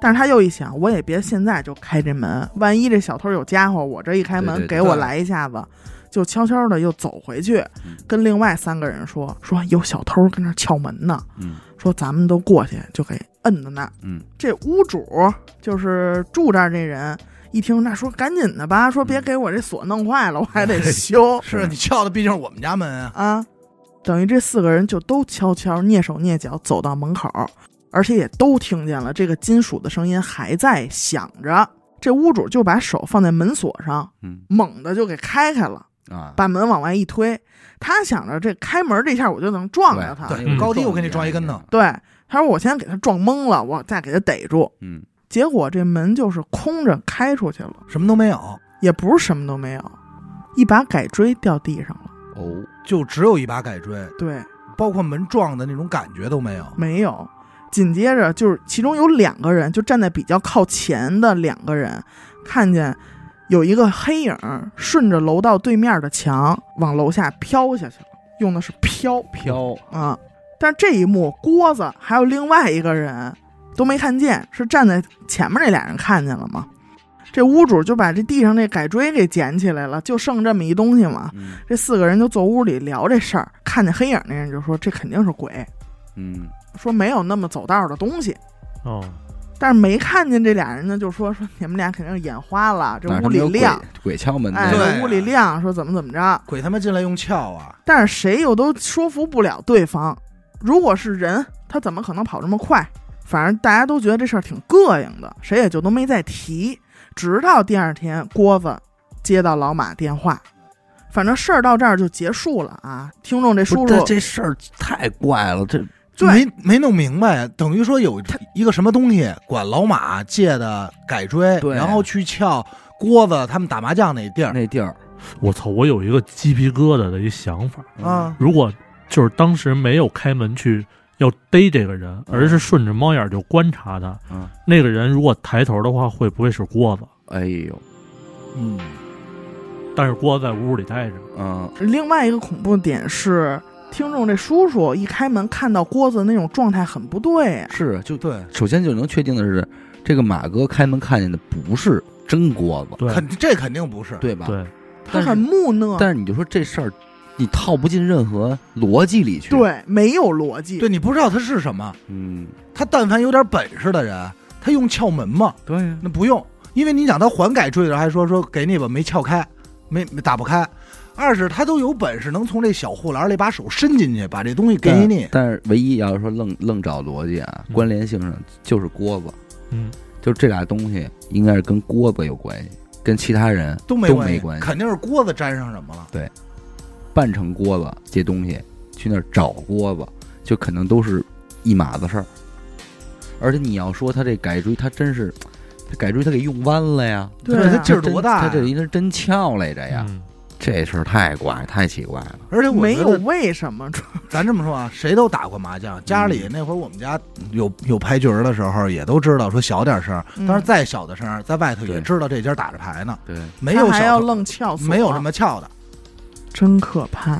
Speaker 3: 但是他又一想，我也别现在就开这门，万一这小偷有家伙，我这一开门
Speaker 1: 对对对
Speaker 3: 给我来一下子，就悄悄的又走回去，
Speaker 1: 嗯
Speaker 3: 跟另外三个人说说有小偷跟那儿撬门呢，
Speaker 1: 嗯
Speaker 3: 说咱们都过去就给摁在那儿。
Speaker 1: 嗯，
Speaker 3: 这屋主就是住这儿这人一听，那说赶紧的吧，说
Speaker 1: 嗯
Speaker 3: 别给我这锁弄坏了，我 还得修
Speaker 2: 是啊你撬的毕竟是我们家门啊，
Speaker 3: 啊。等于这四个人就都悄悄蹑手蹑脚走到门口，而且也都听见了这个金属的声音还在响着。这屋主就把手放在门锁上，
Speaker 1: 嗯
Speaker 3: 猛地就给开开了，
Speaker 1: 啊，
Speaker 3: 把门往外一推。他想着这开门这下我就能撞着他，
Speaker 2: 对
Speaker 4: 嗯
Speaker 2: 高低我给你撞一跟头，
Speaker 3: 对他说我先给他撞懵了，我再给他逮住。
Speaker 1: 嗯
Speaker 3: 结果这门就是空着开出去了，
Speaker 2: 什么都没有，
Speaker 3: 也不是什么都没有，一把改锥掉地上了。
Speaker 1: 哦，
Speaker 2: 就只有一把改锥，
Speaker 3: 对，
Speaker 2: 包括门撞的那种感觉都没有。
Speaker 3: 没有。紧接着就是其中有两个人，就站在比较靠前的两个人，看见有一个黑影儿顺着楼道对面的墙往楼下飘下去了，用的是飘
Speaker 1: 飘，
Speaker 3: 啊。但是这一幕，郭子还有另外一个人都没看见，是站在前面那俩人看见了吗？这屋主就把这地上这改锥给捡起来了，就剩这么一东西嘛。
Speaker 1: 嗯
Speaker 3: 这四个人就坐屋里聊这事儿，看见黑影儿那人就说：“这肯定是鬼。”
Speaker 1: 嗯
Speaker 3: 说没有那么走道的东西，
Speaker 4: 哦，
Speaker 3: 但是没看见这俩人呢，就说说你们俩肯定是眼花了，这
Speaker 1: 哪儿
Speaker 3: 屋
Speaker 1: 他妈
Speaker 3: 里
Speaker 1: 有鬼嗯
Speaker 3: 亮，
Speaker 1: 鬼敲门
Speaker 3: 哎，
Speaker 1: 的，
Speaker 2: 对
Speaker 3: 这屋里亮，说怎么怎么着，
Speaker 2: 鬼他妈进来用撬啊！
Speaker 3: 但是谁又都说服不了对方。如果是人，他怎么可能跑这么快？反正大家都觉得这事儿挺膈应的，谁也就都没再提。直到第二天，郭子接到老马电话，反正事儿到这儿就结束了啊。听众这叔
Speaker 1: 不是
Speaker 3: 叔
Speaker 1: 这这事儿太怪了，这
Speaker 2: 就
Speaker 3: 对
Speaker 2: 没没弄明白，等于说有一个什么东西管老马借的改锥，
Speaker 1: 对
Speaker 2: 然后去撬郭子他们打麻将那地儿
Speaker 1: 那地儿
Speaker 4: 我操！我有一个鸡皮疙瘩的一想法，
Speaker 1: 嗯
Speaker 2: 啊，
Speaker 4: 如果就是当时没有开门去要逮这个人，而是顺着猫眼儿就观察他，
Speaker 1: 嗯
Speaker 4: 那个人如果抬头的话，会不会是郭子？
Speaker 1: 哎呦，
Speaker 2: 嗯，
Speaker 4: 但是郭子在屋里待着，
Speaker 1: 嗯
Speaker 3: 另外一个恐怖点是，听众这叔叔一开门看到郭子那种状态很不对啊，
Speaker 1: 是就
Speaker 2: 对，
Speaker 1: 首先就能确定的是，这个马哥开门看见的不是真锅子，
Speaker 4: 对
Speaker 2: 肯这肯定不是，
Speaker 1: 对吧？
Speaker 4: 对，
Speaker 3: 他
Speaker 1: 但是
Speaker 3: 很木讷，
Speaker 1: 但是你就说这事儿，你套不进任何逻辑里去。，
Speaker 3: 对，没有逻辑，
Speaker 2: 对你不知道他是什么，
Speaker 1: 嗯，
Speaker 2: 他但凡有点本事的人，他用撬门吗？
Speaker 1: 对呀、
Speaker 2: 那不用，因为你想他还改锥的时候还说说给你吧，没撬开，没没打不开。二是他都有本事能从这小护栏里把手伸进去，把这东西给你。
Speaker 1: 但是唯一要是说愣愣找逻辑啊，
Speaker 4: 嗯
Speaker 1: 关联性上就是锅子，
Speaker 4: 嗯，
Speaker 1: 就这俩东西应该是跟锅子有关系，跟其他人
Speaker 2: 都没
Speaker 1: 都
Speaker 2: 关系，
Speaker 1: 没关系
Speaker 2: 肯定是锅子沾上什么了。
Speaker 1: 扮成锅子这东西去那儿找锅子，就可能都是一码子事儿。而且你要说他这改锥，他真是他改锥他给用弯了呀，
Speaker 3: 对
Speaker 2: 对
Speaker 3: 啊
Speaker 2: 他劲儿多大呀
Speaker 1: 他这应该是真翘来着哎呀，
Speaker 4: 嗯
Speaker 1: 这事儿太怪太奇怪了。
Speaker 2: 而且我
Speaker 3: 没
Speaker 2: 觉
Speaker 3: 有
Speaker 2: 得，
Speaker 3: 为什么，主
Speaker 2: 咱这么说啊，谁都打过麻将。家里那会儿我们家有有牌局儿的时候，也都知道说小点声儿，
Speaker 3: 嗯
Speaker 2: 但是再小的声儿，在外头也
Speaker 1: 对
Speaker 2: 知道这家打着牌呢，
Speaker 1: 对，
Speaker 2: 没有
Speaker 3: 嗯他还要啊
Speaker 2: 小偷，
Speaker 3: 愣撬锁，
Speaker 2: 没有什么撬的。
Speaker 3: 真可怕。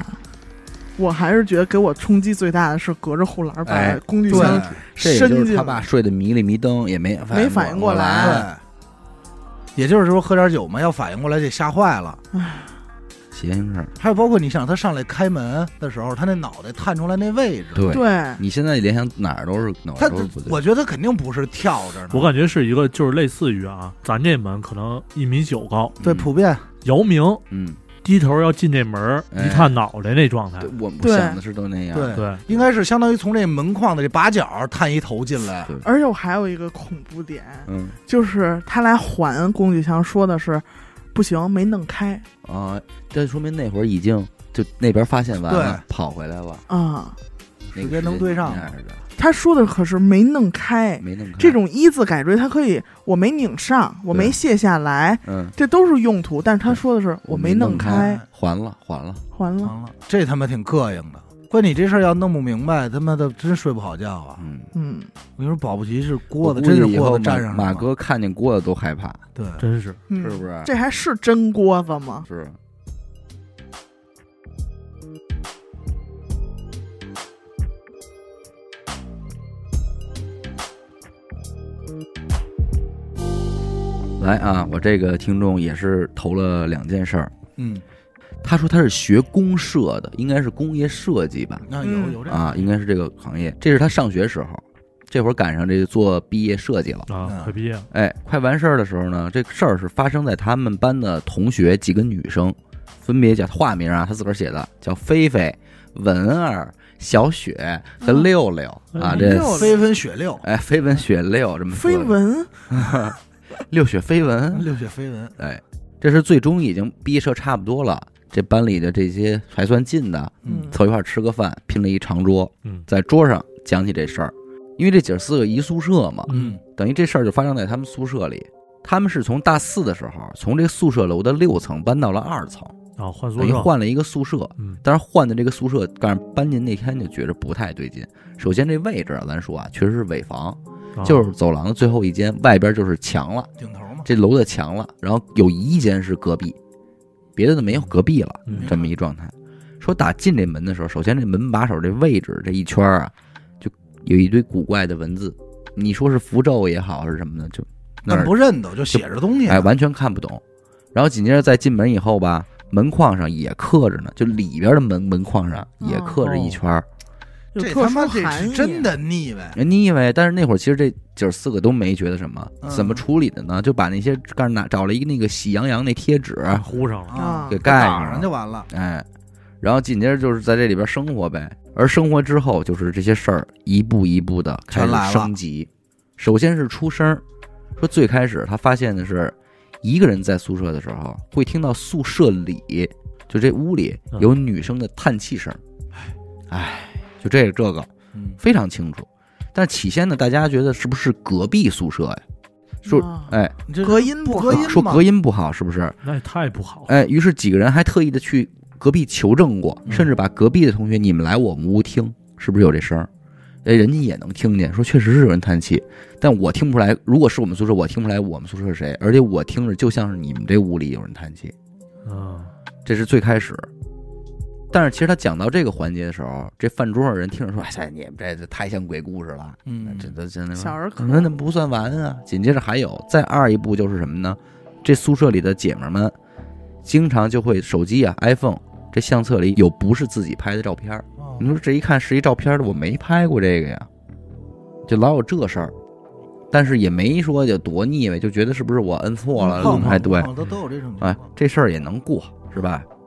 Speaker 3: 我还是觉得给我冲击最大的是隔着护栏把
Speaker 1: 哎
Speaker 3: 工具
Speaker 2: 对
Speaker 3: 箱
Speaker 1: 这也
Speaker 3: 伸
Speaker 1: 就
Speaker 3: 进
Speaker 1: 是他
Speaker 3: 来。
Speaker 1: 爸睡得迷离迷瞪，也没
Speaker 3: 没反应过来
Speaker 1: 来，
Speaker 2: 对，也就是说喝点酒嘛，要反应过来这吓坏了。
Speaker 1: 邪性事儿。
Speaker 2: 还有包括你想他上来开门的时候，他那脑袋探出来那位置，
Speaker 1: 对，
Speaker 3: 对，
Speaker 1: 你现在联想哪儿都是哪
Speaker 2: 他
Speaker 1: 儿都是不对。
Speaker 2: 我觉得肯定不是跳着呢，
Speaker 4: 我感觉是一个就是类似于啊，咱这门可能一米九高，
Speaker 2: 对普遍
Speaker 4: 姚明
Speaker 1: 嗯，
Speaker 4: 低头要进这门儿，
Speaker 1: 哎
Speaker 4: 一探脑袋那状态
Speaker 1: 对，我们
Speaker 3: 对
Speaker 1: 想的是都那样。
Speaker 2: 对
Speaker 4: 对，
Speaker 2: 应该是相当于从这门框的这把角探一头进来，
Speaker 3: 而且我还有一个恐怖点，
Speaker 1: 嗯
Speaker 3: 就是他来还工具箱，说的是不行，没弄开
Speaker 1: 啊，这说明那会儿已经就那边发现完了
Speaker 2: 对，
Speaker 1: 跑回来了，
Speaker 3: 啊、
Speaker 1: 那个
Speaker 2: 时间能对上
Speaker 1: 那样的，
Speaker 3: 他说的可是没弄开。
Speaker 1: 没弄开
Speaker 3: 这种一字改锥，它可以我没拧上，我没
Speaker 1: 嗯对
Speaker 3: 卸下来，
Speaker 1: 嗯，
Speaker 3: 这都是用途。但是他说的是我
Speaker 1: 没
Speaker 3: 弄
Speaker 1: 开
Speaker 3: 开，，
Speaker 1: 还了还了，
Speaker 3: 还了。
Speaker 2: 完了，这他妈挺膈应的。关你这事儿要弄不明白，他妈的真睡不好觉啊！
Speaker 1: 嗯，
Speaker 3: 嗯，
Speaker 2: 你说保不齐是
Speaker 1: 我
Speaker 2: 锅子，
Speaker 1: 估
Speaker 2: 真
Speaker 1: 计
Speaker 2: 是
Speaker 1: 以后
Speaker 2: 锅子
Speaker 1: 马
Speaker 2: 粘上了
Speaker 1: 马哥看见锅子都害怕，
Speaker 2: 对，
Speaker 4: 真是
Speaker 3: 嗯
Speaker 1: 是不是？
Speaker 3: 这还是真锅子吗？
Speaker 1: 是。来啊，我这个听众也是投了两件事儿。
Speaker 2: 嗯，
Speaker 1: 他说他是学公社的，应该是工业设计吧？
Speaker 2: 那有
Speaker 3: 嗯
Speaker 2: 有这
Speaker 1: 啊，应该是这个行业。这是他上学时候，这会儿赶上这个做毕业设计了。
Speaker 4: 啊，快毕业了，
Speaker 1: 哎，快完事儿的时候呢，这事儿是发生在他们班的同学几个女生，分别叫化名啊，他自个儿写的叫菲菲、文儿、小雪和
Speaker 3: 嗯
Speaker 1: 六六、啊，
Speaker 4: 嗯
Speaker 1: 这
Speaker 3: 六
Speaker 2: 飞分雪六，
Speaker 1: 哎飞蚊雪六这么说
Speaker 3: 飞
Speaker 1: 的
Speaker 3: 蚊
Speaker 1: 六雪飞蚊，
Speaker 2: 六雪飞蚊，
Speaker 1: 哎，这是最终已经毕业社差不多了，这班里的这些还算近的
Speaker 3: 嗯
Speaker 1: 凑一块儿吃个饭，拼了一长桌，
Speaker 4: 嗯
Speaker 1: 在桌上讲起这事儿，因为这姐儿四个一宿舍嘛，
Speaker 2: 嗯，
Speaker 1: 等于这事儿就发生在他们宿舍里。他们是从大四的时候，从这宿舍楼的六层搬到了二层，
Speaker 4: 啊，换宿
Speaker 1: 等于
Speaker 4: 舍，
Speaker 1: 哎换了一个宿舍。
Speaker 4: 嗯
Speaker 1: 但是换的这个宿舍，但是搬进那天就觉着不太对劲。首先这位置啊，咱说啊，确实是尾房，
Speaker 4: 啊
Speaker 1: 就是走廊的最后一间，外边就是墙了，
Speaker 2: 嗯顶头嘛，
Speaker 1: 这楼的墙了。然后有一间是隔壁，别的就没有隔壁了，
Speaker 4: 嗯
Speaker 1: 这么一状态。说打进这门的时候，首先这门把手这位置这一圈儿啊，就有一堆古怪的文字，你说是符咒也好是什么的，就那
Speaker 2: 但
Speaker 1: 儿
Speaker 2: 不认得，就写着东西啊，
Speaker 1: 哎，完全看不懂。然后紧接着再进门以后吧，门框上也刻着呢，就里边的门门框上也刻着一圈儿。哎
Speaker 3: 有
Speaker 2: 这
Speaker 3: 特
Speaker 2: 他妈
Speaker 3: 殊
Speaker 2: 这
Speaker 3: 含
Speaker 2: 是
Speaker 3: 义，啊
Speaker 2: 真的腻歪，
Speaker 1: 你以为？但是那会儿其实这姐儿四个都没觉得什么，
Speaker 2: 嗯
Speaker 1: 怎么处理的呢？就把那些干拿找了一个那个喜羊羊那贴纸，
Speaker 4: 呼上了，
Speaker 2: 啊
Speaker 3: 啊，
Speaker 1: 给盖上
Speaker 2: 打上就完了。
Speaker 1: 哎，然后紧接着就是在这里边生活呗。而生活之后，就是这些事儿一步一步的开
Speaker 2: 全来了
Speaker 1: 始升级。首先是出声儿，说最开始他发现的是，一个人在宿舍的时候，会听到宿舍里就这屋里
Speaker 4: 嗯
Speaker 1: 有女生的叹气声，哎，就这个这个
Speaker 2: 嗯，
Speaker 1: 非常清楚。但起先呢，大家觉得是不是隔壁宿舍呀？说
Speaker 3: 啊
Speaker 1: 哎，
Speaker 2: 你这
Speaker 3: 隔音不
Speaker 2: 隔音
Speaker 1: 说
Speaker 2: 嘛
Speaker 1: 隔音不好是不是？
Speaker 4: 那也太不好了，
Speaker 1: 哎，于是几个人还特意的去隔壁求证过，
Speaker 4: 嗯
Speaker 1: 甚至把隔壁的同学你们来我们屋听，是不是有这声儿？哎，人家也能听见，说确实是有人叹气，但我听不出来。如果是我们宿舍，我听不出来我们宿舍是谁，而且我听着就像是你们这屋里有人叹气，
Speaker 4: 嗯，
Speaker 1: 这是最开始。但是其实他讲到这个环节的时候，这饭桌上人听着说：“哎，你们这这太像鬼故事了。”
Speaker 2: 嗯，
Speaker 1: 这都哎真的
Speaker 3: 小儿科
Speaker 1: 那那不算完啊。紧接着还有再二一步就是什么呢？这宿舍里的姐们儿们，经常就会手机啊 iPhone 这相册里有不是自己拍的嗯照片儿。
Speaker 2: 哦
Speaker 1: 你说这一看是一照片儿的，我没拍过这个呀，就老有这事儿。但是也没说有多腻歪，就觉得是不是我摁错了，
Speaker 2: 碰
Speaker 1: 弄不太对，
Speaker 2: 嗯哦碰都都有这种情
Speaker 1: 哎
Speaker 2: 况，，
Speaker 1: 这事儿也能过是吧？
Speaker 2: 嗯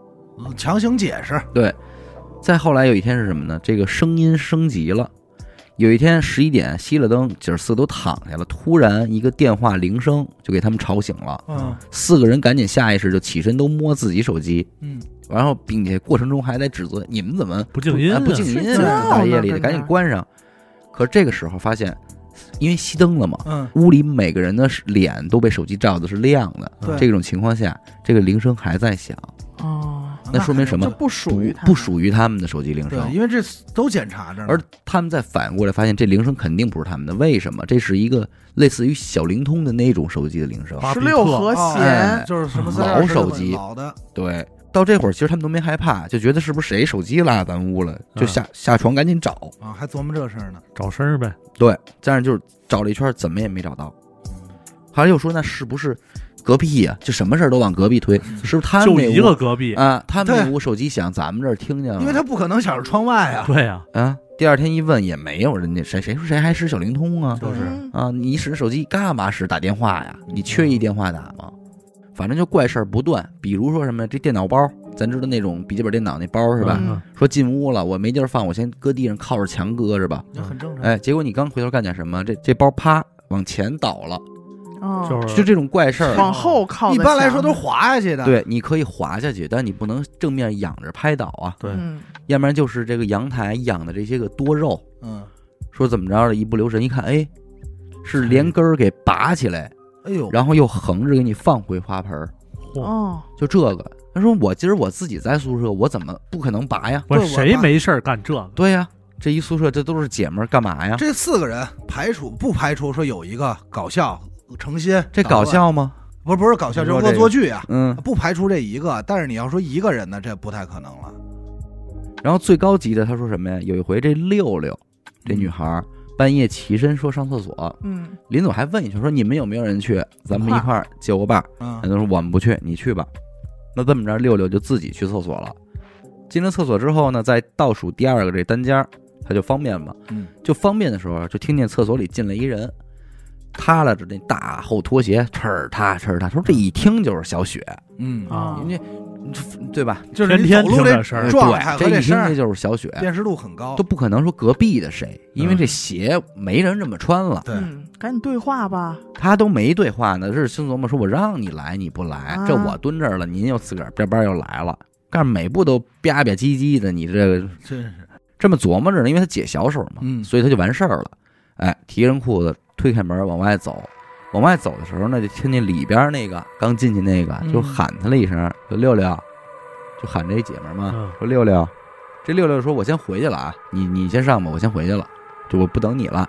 Speaker 2: 强行解释，
Speaker 1: 再后来有一天是什么呢？这个声音升级了。有一天十一点熄了灯，姐儿四都躺下了，突然一个电话铃声就给他们吵醒了。
Speaker 2: 嗯
Speaker 1: 四个人赶紧下意识就起身，都摸自己手机，
Speaker 2: 嗯，
Speaker 1: 然后并且过程中还在指责你们怎么
Speaker 4: 不静音
Speaker 1: 哎
Speaker 4: 啊，
Speaker 1: 不静音
Speaker 3: 睡觉
Speaker 1: 啊，
Speaker 3: 呢
Speaker 1: 大夜里的
Speaker 3: 跟那
Speaker 1: 赶
Speaker 3: 儿
Speaker 1: 紧关上。可这个时候发现，因为熄灯了嘛，
Speaker 2: 嗯，
Speaker 1: 屋里每个人的脸都被手机照的是亮的。
Speaker 2: 对
Speaker 1: 嗯这种情况下，这个铃声还在响，
Speaker 3: 哦，
Speaker 1: 那说明什么
Speaker 3: 这不属于他，
Speaker 1: 不属于他们的手机铃声
Speaker 2: 啊对，。因为这都检查着呢，
Speaker 1: 而他们再反过来发现，这铃声肯定不是他们的，为什么？这是一个类似于小灵通的那种手机的铃声。
Speaker 4: 巴
Speaker 3: 十
Speaker 4: 比
Speaker 3: 六
Speaker 4: 特啊
Speaker 3: 和
Speaker 2: 哦
Speaker 3: 弦
Speaker 1: 哎
Speaker 2: 就是什么
Speaker 1: 老
Speaker 2: 32
Speaker 1: 手机
Speaker 2: 老的，
Speaker 1: 对，到这会儿，其实他们都没害怕，就觉得是不是谁手机落咱们屋了，就下、下床赶紧找。
Speaker 2: 啊，还琢磨这事儿呢。
Speaker 4: 找声儿呗，
Speaker 1: 对，但是就是找了一圈，怎么也没找到。后来又说，那是不是隔壁呀、就什么事儿都往隔壁推，是不是他们
Speaker 4: 就
Speaker 1: 那屋
Speaker 4: 一个隔壁，
Speaker 1: 啊？他们那
Speaker 2: 对
Speaker 1: 屋手机响，咱们这儿听见了，
Speaker 2: 因为他不可能想着窗外啊，
Speaker 4: 对呀，
Speaker 1: 啊，第二天一问也没有人家谁谁说谁还使小灵通啊
Speaker 4: 就是
Speaker 3: 嗯
Speaker 1: 啊！你使手机干嘛使打电话呀？你缺一电话打吗？反正就怪事儿不断，比如说什么这电脑包，咱知道那种笔记本电脑那包是吧？
Speaker 4: 嗯
Speaker 1: 说进屋了，我没地儿放，我先搁地上靠着墙搁着吧。
Speaker 2: 那很正常。
Speaker 1: 哎，结果你刚回头干点什么，这这包啪往前倒了，
Speaker 2: 嗯
Speaker 3: 哦
Speaker 4: 就是
Speaker 1: 就这种怪事儿。
Speaker 3: 往后靠
Speaker 2: 一
Speaker 3: 在墙上，
Speaker 2: 般来说都是滑下去的。，
Speaker 1: 对，你可以滑下去，但你不能正面仰着拍倒啊，
Speaker 4: 对，
Speaker 3: 嗯，
Speaker 1: 要不然就是这个阳台养的这些个多肉，
Speaker 2: 嗯，
Speaker 1: 说怎么着的，一不留神一看，哎，是连根儿给拔起来，
Speaker 2: 哎呦，
Speaker 1: 然后又横着给你放回花盆儿，
Speaker 4: 嚯
Speaker 3: 哦，
Speaker 1: 就这个。他说我今儿我自己在宿舍，我怎么不可能拔呀？
Speaker 4: 不是
Speaker 2: 对我
Speaker 4: 谁
Speaker 2: 爸
Speaker 4: 没事儿干这个？
Speaker 1: 对呀、这一宿舍这都是姐们儿，干嘛呀？
Speaker 2: 这四个人排除不排除说有一个搞笑、诚心
Speaker 1: 这搞笑吗？
Speaker 2: 不是不是搞笑，
Speaker 1: 你
Speaker 2: 就是
Speaker 1: 说
Speaker 2: 恶
Speaker 1: 这
Speaker 2: 作
Speaker 1: 个
Speaker 2: 剧啊。
Speaker 1: 嗯。
Speaker 2: 不排除这一个，但是你要说一个人呢，这不太可能了。
Speaker 1: 然后最高级的他说什么呀？有一回这六六这女孩儿半夜起身说上厕所，
Speaker 3: 嗯，
Speaker 1: 临走还问一句说你们有没有人去？咱们一块儿接我爸。
Speaker 2: 嗯
Speaker 1: 人都说我们不去，你去吧。那这么着，六六就自己去厕所了。进了厕所之后呢，在倒数第二个这单间儿，他就方便嘛，
Speaker 2: 嗯，
Speaker 1: 就方便的时候，就听见厕所里进来一人，踏拉着那大厚拖鞋，哧儿踏哧儿踏，说这一听就是小雪，
Speaker 2: 嗯
Speaker 4: 啊
Speaker 3: 哦
Speaker 1: 人家对吧？
Speaker 2: 就是你
Speaker 4: 天天
Speaker 2: 走路
Speaker 4: 听
Speaker 2: 这
Speaker 4: 这声儿
Speaker 2: 状态啊和
Speaker 1: 呃哎对，这一
Speaker 2: 声
Speaker 1: 听
Speaker 2: 儿
Speaker 1: 这，就是小雪，
Speaker 2: 辨识度很高
Speaker 1: 都。不可能说隔壁的谁，因为
Speaker 4: 嗯
Speaker 1: 这鞋没人这么穿了，
Speaker 2: 对，
Speaker 3: 嗯，赶紧对话吧，
Speaker 1: 他都没对话呢，是心琢磨说：“我让你来，你不来，
Speaker 3: 啊
Speaker 1: 这我蹲这儿了，您又自个儿叭叭又来了。”但是每步都吧吧唧唧的，你这个
Speaker 2: 真是
Speaker 1: 这么琢磨着呢，因为他姐小手嘛，
Speaker 2: 嗯
Speaker 1: 所以他就完事儿了。哎，提上裤子，推开门往外走，往外走的时候呢，就听见里边那个刚进去那个
Speaker 4: 嗯
Speaker 1: 就喊他了一声，就六六，就喊这姐们儿嘛，
Speaker 4: 嗯
Speaker 1: 说六六，这六六说我先回去了啊，你你先上吧，我先回去了，就我不等你了。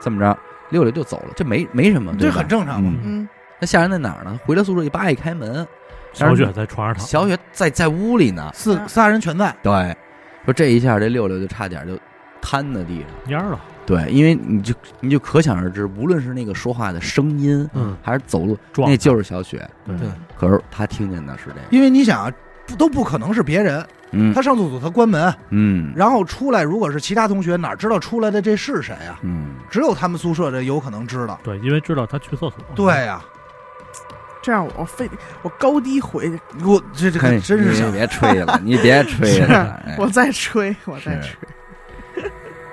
Speaker 1: 这么着，六六就走了，这没没什么，
Speaker 2: 这
Speaker 1: 对吧
Speaker 2: 很正常嘛。
Speaker 4: 嗯
Speaker 3: 嗯，
Speaker 1: 那吓人在哪儿呢？回到宿舍一扒一开门，
Speaker 4: 小雪在床上躺，
Speaker 1: 小雪在在屋里呢。
Speaker 2: 四仨人全在，
Speaker 1: 对，说这一下这六六就差点就瘫在地上。
Speaker 4: 蔫儿了，
Speaker 1: 对，因为你就你就可想而知，无论是那个说话的声音，
Speaker 4: 嗯，
Speaker 1: 还是走路，
Speaker 4: 撞
Speaker 1: 那就是小雪。
Speaker 4: 对
Speaker 2: 对
Speaker 1: 可是他听见的是这个，
Speaker 2: 因为你想啊，不都不可能是别人。
Speaker 1: 嗯
Speaker 2: 他上厕所他关门，
Speaker 1: 嗯
Speaker 2: 然后出来，如果是其他同学，哪知道出来的这是谁啊？
Speaker 1: 嗯，
Speaker 2: 只有他们宿舍的有可能知道。
Speaker 4: 对，因为知道她去厕所，
Speaker 2: 对，呀、
Speaker 3: 这样我非得我高低回去，
Speaker 2: 我这这可
Speaker 1: 嘿
Speaker 2: 真是
Speaker 1: 你
Speaker 2: 想，
Speaker 1: 别吹了，你别吹
Speaker 3: 是
Speaker 1: 了。哎
Speaker 3: 我再吹，我再
Speaker 1: 是
Speaker 3: 吹，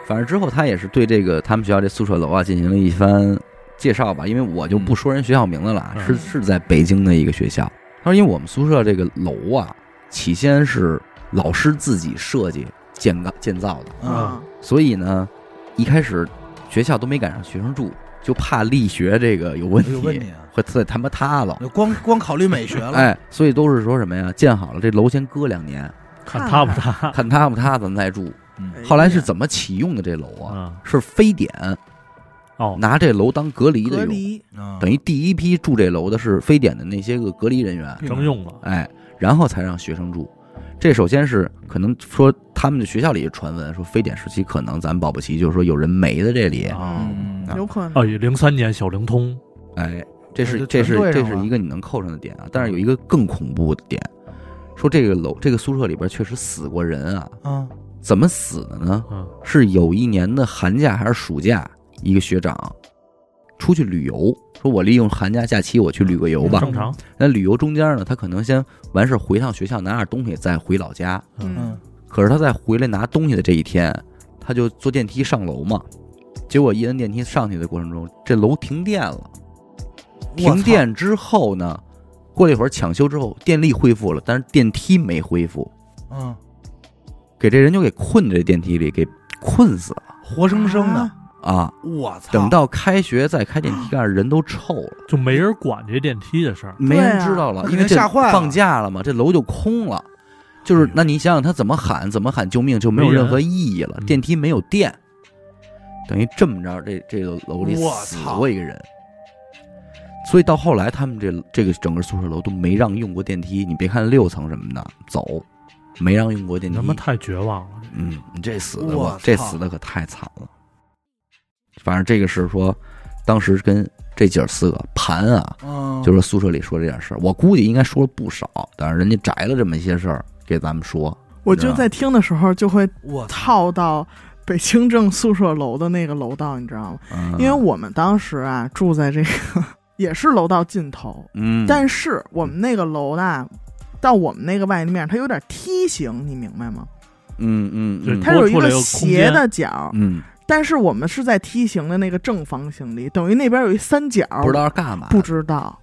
Speaker 1: 反正之后他也是对这个他们学校这宿舍楼啊进行了一番介绍吧，因为我就不说人学校名字了啊，
Speaker 4: 嗯
Speaker 1: 是是在北京的一个学校。他说，因为我们宿舍这个楼啊，起先是老师自己设计建造建造的，
Speaker 3: 啊
Speaker 2: 嗯，
Speaker 1: 所以呢，一开始学校都没赶上学生住，就怕力学这个有问题，
Speaker 2: 有问题啊！
Speaker 1: 会再他妈塌了。
Speaker 2: 光光考虑美学了，
Speaker 1: 哎，所以都是说什么呀？建好了这楼先搁两年，
Speaker 4: 嗯看塌不塌
Speaker 1: 看塌不塌咱再住。
Speaker 2: 嗯
Speaker 1: 后来是怎么启用的这楼啊？
Speaker 4: 啊？
Speaker 1: 是非典
Speaker 4: 哦，
Speaker 1: 拿这楼当隔离
Speaker 3: 隔
Speaker 1: 的用，
Speaker 3: 离，
Speaker 2: 嗯
Speaker 1: 等于第一批住这楼的是非典的那些个隔离人
Speaker 2: 嗯
Speaker 1: 员，
Speaker 4: 征用了，
Speaker 1: 哎，然后才让学生住。这首先是可能说他们的学校里传闻说非典时期可能咱保不齐就是说有人没在这里，
Speaker 4: 啊，
Speaker 2: 嗯
Speaker 1: 啊
Speaker 3: 有可能
Speaker 4: 哦，零三年小灵通，
Speaker 1: 哎，这是
Speaker 2: 就
Speaker 1: 这是
Speaker 2: 全对
Speaker 1: 这
Speaker 2: 上
Speaker 1: 是
Speaker 2: 了嗯
Speaker 1: 一个你能扣上的点啊。但是有一个更恐怖的点，说这个楼这个宿舍里边确实死过人啊，
Speaker 2: 啊，
Speaker 1: 怎么死的呢？
Speaker 4: 嗯，
Speaker 1: 是有一年的寒假还是暑假，一个学长出去旅游，说我利用寒假假期我去旅个游吧。
Speaker 4: 嗯正常，
Speaker 1: 那旅游中间呢，他可能先完事儿回趟学校拿点东西，再回老家。
Speaker 3: 嗯
Speaker 2: 嗯，
Speaker 1: 可是他在回来拿东西的这一天，他就坐电梯上楼嘛。结果一摁电梯上去的过程中，这楼停电了。停电之后呢，过了一会儿抢修之后，电力恢复了，但是电梯没恢复，
Speaker 2: 我操，嗯，
Speaker 1: 给这人就给困在这电梯里，给困死了
Speaker 2: 活生生的，
Speaker 3: 啊
Speaker 1: 啊！
Speaker 2: 我操，
Speaker 1: 等到开学再开电梯盖，人都臭了，
Speaker 4: 就没人管这电梯的事儿，
Speaker 1: 没
Speaker 3: 对
Speaker 1: 人
Speaker 3: 啊
Speaker 1: 知道了，
Speaker 2: 那
Speaker 1: 因为
Speaker 2: 肯定
Speaker 1: 这
Speaker 2: 吓坏了
Speaker 1: 放假了嘛，这楼就空了。就是，那你想想他怎么喊，怎么喊救命就没有
Speaker 4: 没人
Speaker 1: 任何意义了。
Speaker 4: 嗯
Speaker 1: 电梯没有电，等于这么着，这这个楼里
Speaker 2: 我
Speaker 1: 死
Speaker 2: 操
Speaker 1: 过一个人。所以到后来，他们这这个整个宿舍楼都没让用过电梯。你别看六层什么的走，没让用过电梯
Speaker 4: 他。妈太绝望了。
Speaker 1: 嗯，你这死的
Speaker 2: 我
Speaker 1: 吧
Speaker 2: 操，
Speaker 1: 这死的可太惨了。反正这个是说，当时跟这姐儿四个盘啊，
Speaker 2: 嗯，
Speaker 1: 就说宿舍里说这件事儿，我估计应该说了不少，但是人家摘了这么一些事儿给咱们说。
Speaker 3: 我就在听的时候就会
Speaker 2: 我操，
Speaker 3: 套到北清正宿舍楼的那个楼道，你知道吗？
Speaker 1: 嗯、
Speaker 3: 因为我们当时啊住在这个也是楼道尽头，
Speaker 1: 嗯，
Speaker 3: 但是我们那个楼呢，到我们那个外面它有点梯形，你明白吗？
Speaker 1: 嗯嗯嗯，
Speaker 3: 它
Speaker 4: 多
Speaker 3: 有一
Speaker 4: 出来
Speaker 3: 个
Speaker 4: 有空
Speaker 3: 斜的角，
Speaker 1: 嗯
Speaker 3: 但是我们是在梯形的那个正方形里，等于那边有一三角，
Speaker 1: 不知道是干嘛的，
Speaker 3: 啊不知道，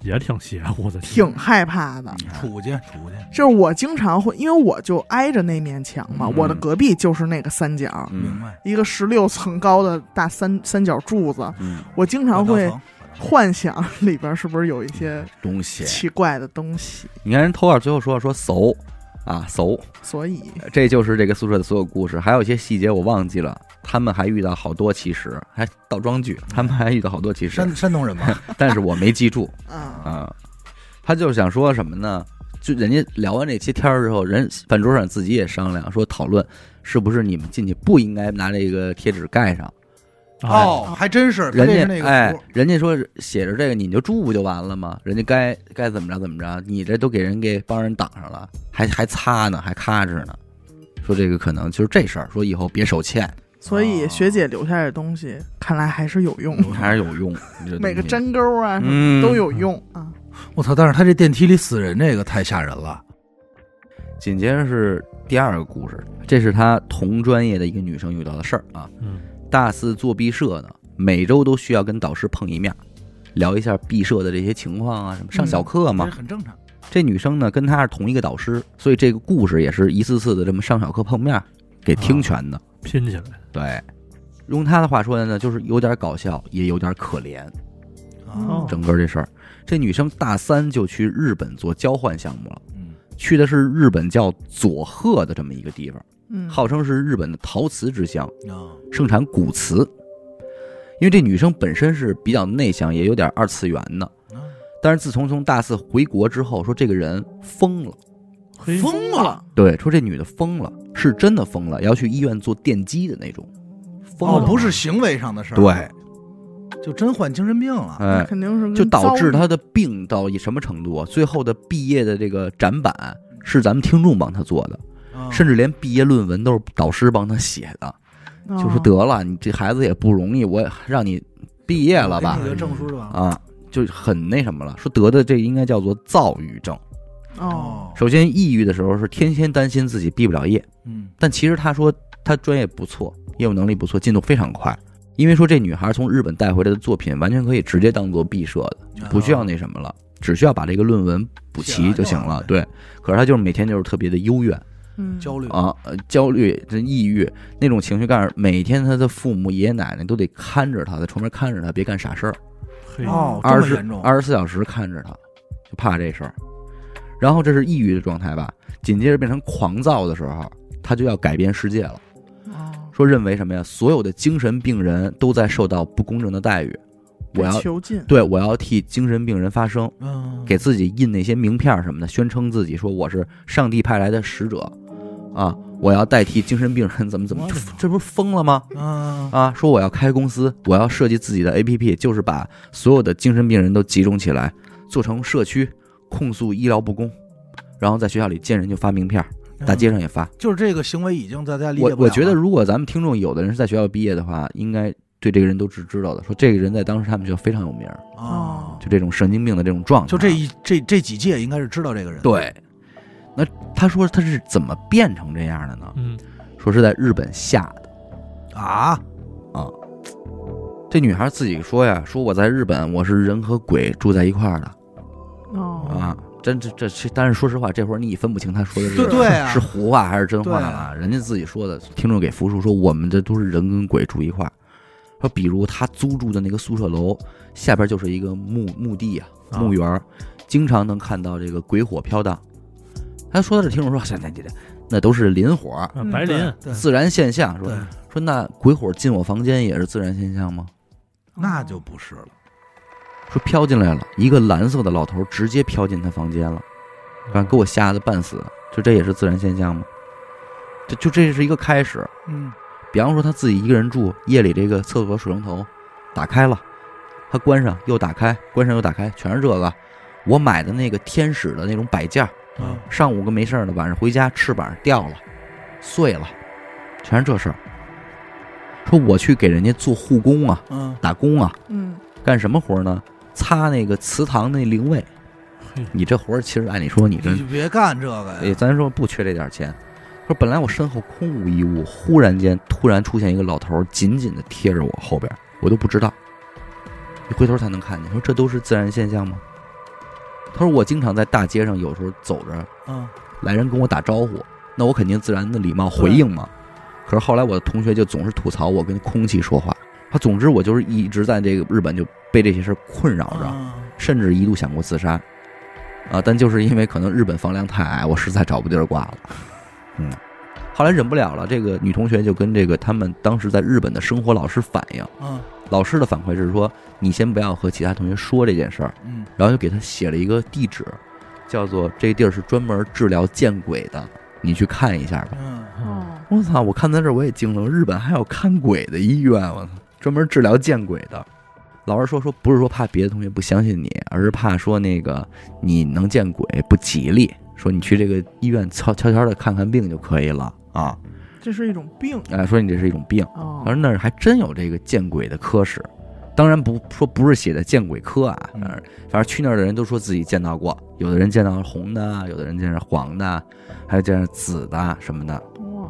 Speaker 4: 也挺邪乎的，
Speaker 3: 挺害怕的。
Speaker 1: 嗯
Speaker 2: 出去出去，
Speaker 3: 就是我经常会，因为我就挨着那面墙嘛，
Speaker 1: 嗯
Speaker 3: 我的隔壁就是那个三角，
Speaker 2: 明
Speaker 1: 嗯
Speaker 2: 白？
Speaker 3: 一个十六层高的大三三角柱子，
Speaker 1: 嗯
Speaker 3: 我经常
Speaker 2: 我
Speaker 3: 会
Speaker 2: 操
Speaker 3: 幻想里边是不是有一些
Speaker 1: 东西。
Speaker 3: 奇怪的东西，
Speaker 1: 你看人投稿最后说说搜啊搜，
Speaker 3: 所以
Speaker 1: 这就是这个宿舍的所有故事，还有一些细节我忘记了。他们还遇到好多奇石，还倒装句，他们还遇到好多奇石，
Speaker 2: 山山 东人嘛，
Speaker 1: 但是我没记 住
Speaker 3: 啊，
Speaker 1: 啊。他就是想说什么呢？就人家聊完这些天儿之后，人饭桌上自己也商量说讨论，是不是你们进去不应该拿这个贴纸盖上？
Speaker 4: 哦，
Speaker 2: 哦，还真是，他
Speaker 1: 哎人
Speaker 2: 这
Speaker 1: 家
Speaker 2: 是那个
Speaker 1: 哎
Speaker 2: 符，
Speaker 1: 人家说写着这个你就住不就完了吗？人家该该怎么着怎么着，你这都给人给帮人挡上了，还还擦呢，还咔哧呢。说这个可能就是这事儿，说以后别手欠，
Speaker 3: 所以
Speaker 2: 哦
Speaker 3: 学姐留下来的东西，看来还是有用的，
Speaker 1: 嗯还是有用。你这
Speaker 3: 每个
Speaker 1: 东西
Speaker 3: 针钩啊什么
Speaker 1: 嗯
Speaker 3: 都有用啊。
Speaker 2: 我操！但是他这电梯里死人这个太吓人了，
Speaker 1: 紧接着是第二个故事，这是他同专业的一个女生遇到的事儿啊。
Speaker 4: 嗯，
Speaker 1: 大四做毕设呢，每周都需要跟导师碰一面，聊一下毕设的这些情况啊，什么上小课嘛
Speaker 2: 这。很正常。
Speaker 1: 这女生呢跟她是同一个导师，所以这个故事也是一次次的这么上小课碰面给听全的。
Speaker 4: 拼起来，
Speaker 1: 对，用她的话说的呢，就是有点搞笑，也有点可怜。
Speaker 3: 嗯
Speaker 2: 啊，
Speaker 1: 整个这事儿，这女生大三就去日本做交换项目了，
Speaker 2: 嗯，
Speaker 1: 去的是日本叫佐贺的这么一个地方。
Speaker 3: 嗯，
Speaker 1: 号称是日本的陶瓷之乡，
Speaker 2: 啊，
Speaker 1: 盛产古瓷。因为这女生本身是比较内向，也有点二次元的，
Speaker 2: 嗯
Speaker 1: 但是自从从大四回国之后，说这个人疯了，
Speaker 4: 嘿，
Speaker 2: 疯了，哦
Speaker 1: 对，说这女的疯了，是真的疯了，要去医院做电击的那种，疯
Speaker 2: 哦
Speaker 1: 了，，
Speaker 2: 不是行为上的事儿，
Speaker 1: 对，
Speaker 2: 就真患精神病了。
Speaker 3: 那
Speaker 1: 哎，
Speaker 3: 肯定是跟
Speaker 1: 就导致
Speaker 3: 遭遇
Speaker 1: 她的病到一什么程度啊？最后的毕业的这个展板是咱们听众帮她做的，嗯甚
Speaker 2: 至
Speaker 1: 至连毕业论文都是导师帮她写的，就说
Speaker 3: 啊
Speaker 1: 得了，你这孩子也不容易，我让你毕业了吧
Speaker 2: 那？个证书是吧？
Speaker 1: 啊，就很那什么了。说得的这应该叫做躁郁症。嗯
Speaker 3: 哦，
Speaker 1: 首先，抑郁的时候是天天担心自己毕不了业，
Speaker 2: 嗯，
Speaker 1: 但其实他说他专业不错，业务能力不错，进度非常快。因为说这女孩从日本带回来的作品，完全可以直接当做毕设的，不需要那什么了，只需要把这个论文补齐就行
Speaker 2: 哦写完就完
Speaker 1: 了
Speaker 2: 了。
Speaker 1: 对，可是她就是每天就是特别的幽怨
Speaker 3: 嗯，
Speaker 2: 焦虑，
Speaker 1: 啊，呃焦虑、这抑郁那种情绪干，每天她的父母、爷爷奶奶都得看着她，在床边看着她，别干傻事儿。
Speaker 4: 嘿，
Speaker 2: 哦，这
Speaker 1: 二
Speaker 2: 么
Speaker 1: 十
Speaker 2: 严重，
Speaker 1: 二十四小时看着他，就怕这事儿。然后这是抑郁的状态吧，紧接着变成狂躁的时候，他就要改变世界了。
Speaker 3: 哦，
Speaker 1: 说认为什么呀？所有的精神病人都在受到不公正的待遇，我要
Speaker 3: 囚禁，
Speaker 1: 对我要替精神病人发声，
Speaker 2: 嗯，
Speaker 1: 给自己印那些名片儿什么的，宣称自己说我是上帝派来的使者，啊，我要代替精神病人怎么怎么，
Speaker 2: 我
Speaker 1: 这
Speaker 2: 的妈
Speaker 1: 这不是疯了吗？
Speaker 2: 嗯
Speaker 1: 啊，说我要开公司，我要设计自己的 APP，就是把所有的精神病人都集中起来，做成社区，控诉医疗不公，然后在学校里见人就发名片儿，大街上也发。
Speaker 2: 嗯就是这个行为已经在大家理解
Speaker 1: 我
Speaker 2: 不了
Speaker 1: 我觉得，
Speaker 2: 了
Speaker 1: 如果咱们听众有的人是在学校毕业的话，应该对这个人都是知道的。说这个人在当时他们学校非常有名儿，
Speaker 2: 哦，
Speaker 1: 就这种神经病的这种状态。
Speaker 2: 就这一这这几届应该是知道这个人，，
Speaker 1: 对。那他说他是怎么变成这样的呢？
Speaker 4: 嗯，
Speaker 1: 说是在日本下的。
Speaker 2: 啊，
Speaker 1: 这女孩自己说呀，说我在日本，我是人和鬼住在一块儿的。
Speaker 3: 哦，
Speaker 1: 啊，真这这这，但是说实话，这会儿你也分不清他说的是
Speaker 2: 对对啊
Speaker 1: 是胡话还是真话
Speaker 2: 对
Speaker 1: 了
Speaker 2: 啊。
Speaker 1: 人家自己说的，听众给复述说，我们这都是人跟鬼住一块儿。说，比如他租住的那个宿舍楼下边就是一个墓墓地啊，
Speaker 4: 啊
Speaker 1: 墓园儿，经常能看到这个鬼火飘荡。他说的这听众说，现在这这那都是林火，
Speaker 4: 啊
Speaker 3: 嗯
Speaker 4: 白林
Speaker 2: 对对
Speaker 1: 自然现象。说
Speaker 2: 对，
Speaker 1: 说那鬼火进我房间也是自然现象吗？
Speaker 2: 那就不是了，
Speaker 1: 说飘进来了，一个蓝色的老头直接飘进他房间了，反正给我吓得半死。就这也是自然现象吗？这就这是一个开始。
Speaker 2: 嗯
Speaker 1: 比方说他自己一个人住，夜里这个厕所水龙头打开了，他关上又打开，关上又打开，全是这个。我买的那个天使的那种摆件儿，
Speaker 4: 啊
Speaker 2: 嗯
Speaker 1: 上午跟没事儿呢，晚上回家翅膀掉了，碎了，全是这事儿。说我去给人家做护工啊，
Speaker 2: 嗯
Speaker 1: 打工啊，
Speaker 3: 嗯，
Speaker 1: 干什么活儿呢？擦那个祠堂那灵位
Speaker 4: 嘿。
Speaker 1: 你这活儿其实按理说你这哎
Speaker 2: 你就别干这个
Speaker 1: 也
Speaker 2: 呀，
Speaker 1: 咱说不缺这点钱，说本来我身后空无一物，忽然间突然出现一个老头儿，紧紧的贴着我后边儿，我都不知道，一回头才能看见。说这都是自然现象吗？他说我经常在大街上，有时候走着
Speaker 2: 嗯
Speaker 1: 来人跟我打招呼，那我肯定自然的礼貌回应嘛。可是后来我的同学就总是吐槽我跟空气说话，他总之我就是一直在这个日本就被这些事儿困扰着。
Speaker 2: 嗯
Speaker 1: 甚至一度想过自杀，啊，但就是因为可能日本房梁太矮，我实在找不地儿挂了，嗯，后来忍不了了，这个女同学就跟这个他们当时在日本的生活老师反映，
Speaker 2: 嗯
Speaker 1: 老师的反馈是说，你先不要和其他同学说这件事儿，
Speaker 2: 嗯
Speaker 1: 然后就给她写了一个地址，叫做这地儿是专门治疗见鬼的，你去看一下吧。
Speaker 2: 嗯，
Speaker 4: 嗯
Speaker 3: 哦，
Speaker 1: 我操！我看到这儿我也惊了，日本还有看鬼的医院，我操，专门治疗见鬼的。老师说说不是说怕别的同学不相信你，而是怕说那个你能见鬼不吉利，说你去这个医院悄悄悄的看看病就可以了啊。
Speaker 3: 这是一种病
Speaker 1: 哎，说你这是一种病，
Speaker 3: 哦
Speaker 1: 而那儿还真有这个见鬼的科室，当然不说不是写的见鬼科啊，
Speaker 2: 嗯
Speaker 1: 反正反正去那儿的人都说自己见到过，有的人见到红的，有的人见着黄的，还有见着紫的什么的。
Speaker 3: 哇，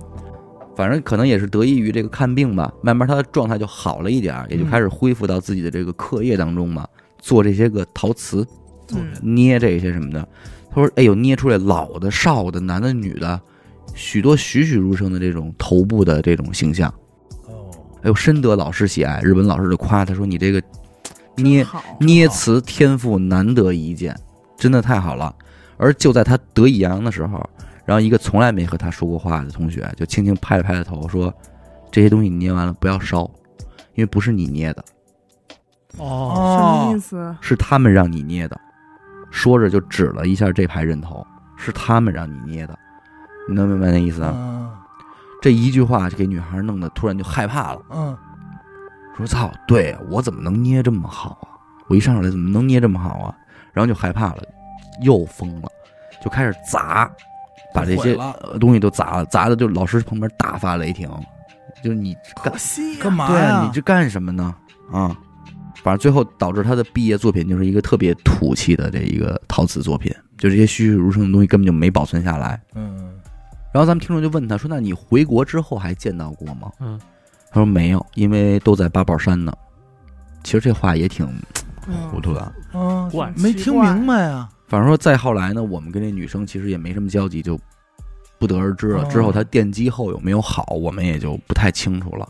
Speaker 1: 反正可能也是得益于这个看病吧，慢慢他的状态就好了一点儿，也就开始恢复到自己的这个课业当中嘛，做这些个陶瓷、
Speaker 3: 嗯，
Speaker 1: 捏这些什么的。他说：“哎呦，捏出来老的、少的、男的、女的，许多栩栩如生的这种头部的这种形象。
Speaker 2: 哦，
Speaker 1: 哎呦，深得老师喜爱。日本老师就夸他说：‘你这个
Speaker 3: 真
Speaker 1: 捏
Speaker 3: 好，
Speaker 1: 捏瓷天赋难得一见，真的太好了。’而就在他得意洋洋的时候，然后一个从来没和他说过话的同学就轻轻拍了拍他头，说：“这些东西你捏完了不要烧，因为不是你捏的，
Speaker 4: 哦，
Speaker 3: 什么意
Speaker 2: 哦，
Speaker 3: 思？
Speaker 1: 是他们让你捏的。”说着就指了一下这排人头，是他们让你捏的，你能明白那意思啊？
Speaker 2: 嗯
Speaker 1: 这一句话就给女孩弄得突然就害怕了，
Speaker 2: 嗯
Speaker 1: 说：“操，对啊我怎么能捏这么好啊？我一上来怎么能捏这么好啊？”然后就害怕了，又疯了，就开始砸，把这
Speaker 2: 毁
Speaker 1: 些
Speaker 2: 了
Speaker 1: 呃东西都砸了，砸的就老师旁边大发雷霆，就是你干
Speaker 3: 可惜呀
Speaker 2: 干嘛
Speaker 1: 对啊，
Speaker 2: 呀？
Speaker 1: 你这干什么呢？啊，反正最后导致他的毕业作品就是一个特别土气的这一个陶瓷作品，就这些栩栩如生的东西根本就没保存下来。
Speaker 2: 嗯
Speaker 1: 然后咱们听众就问他说：“那你回国之后还见到过吗
Speaker 4: 嗯，？”
Speaker 1: 他说：“没有，因为都在八宝山呢。”其实这话也挺
Speaker 3: 嗯
Speaker 1: 糊涂的。
Speaker 2: 嗯
Speaker 4: 怪，
Speaker 2: 没听明白呀？
Speaker 1: 反正说再后来呢，我们跟这女生其实也没什么交集，就不得而知了。之后她奠基后有没有好，我们也就不太清楚了。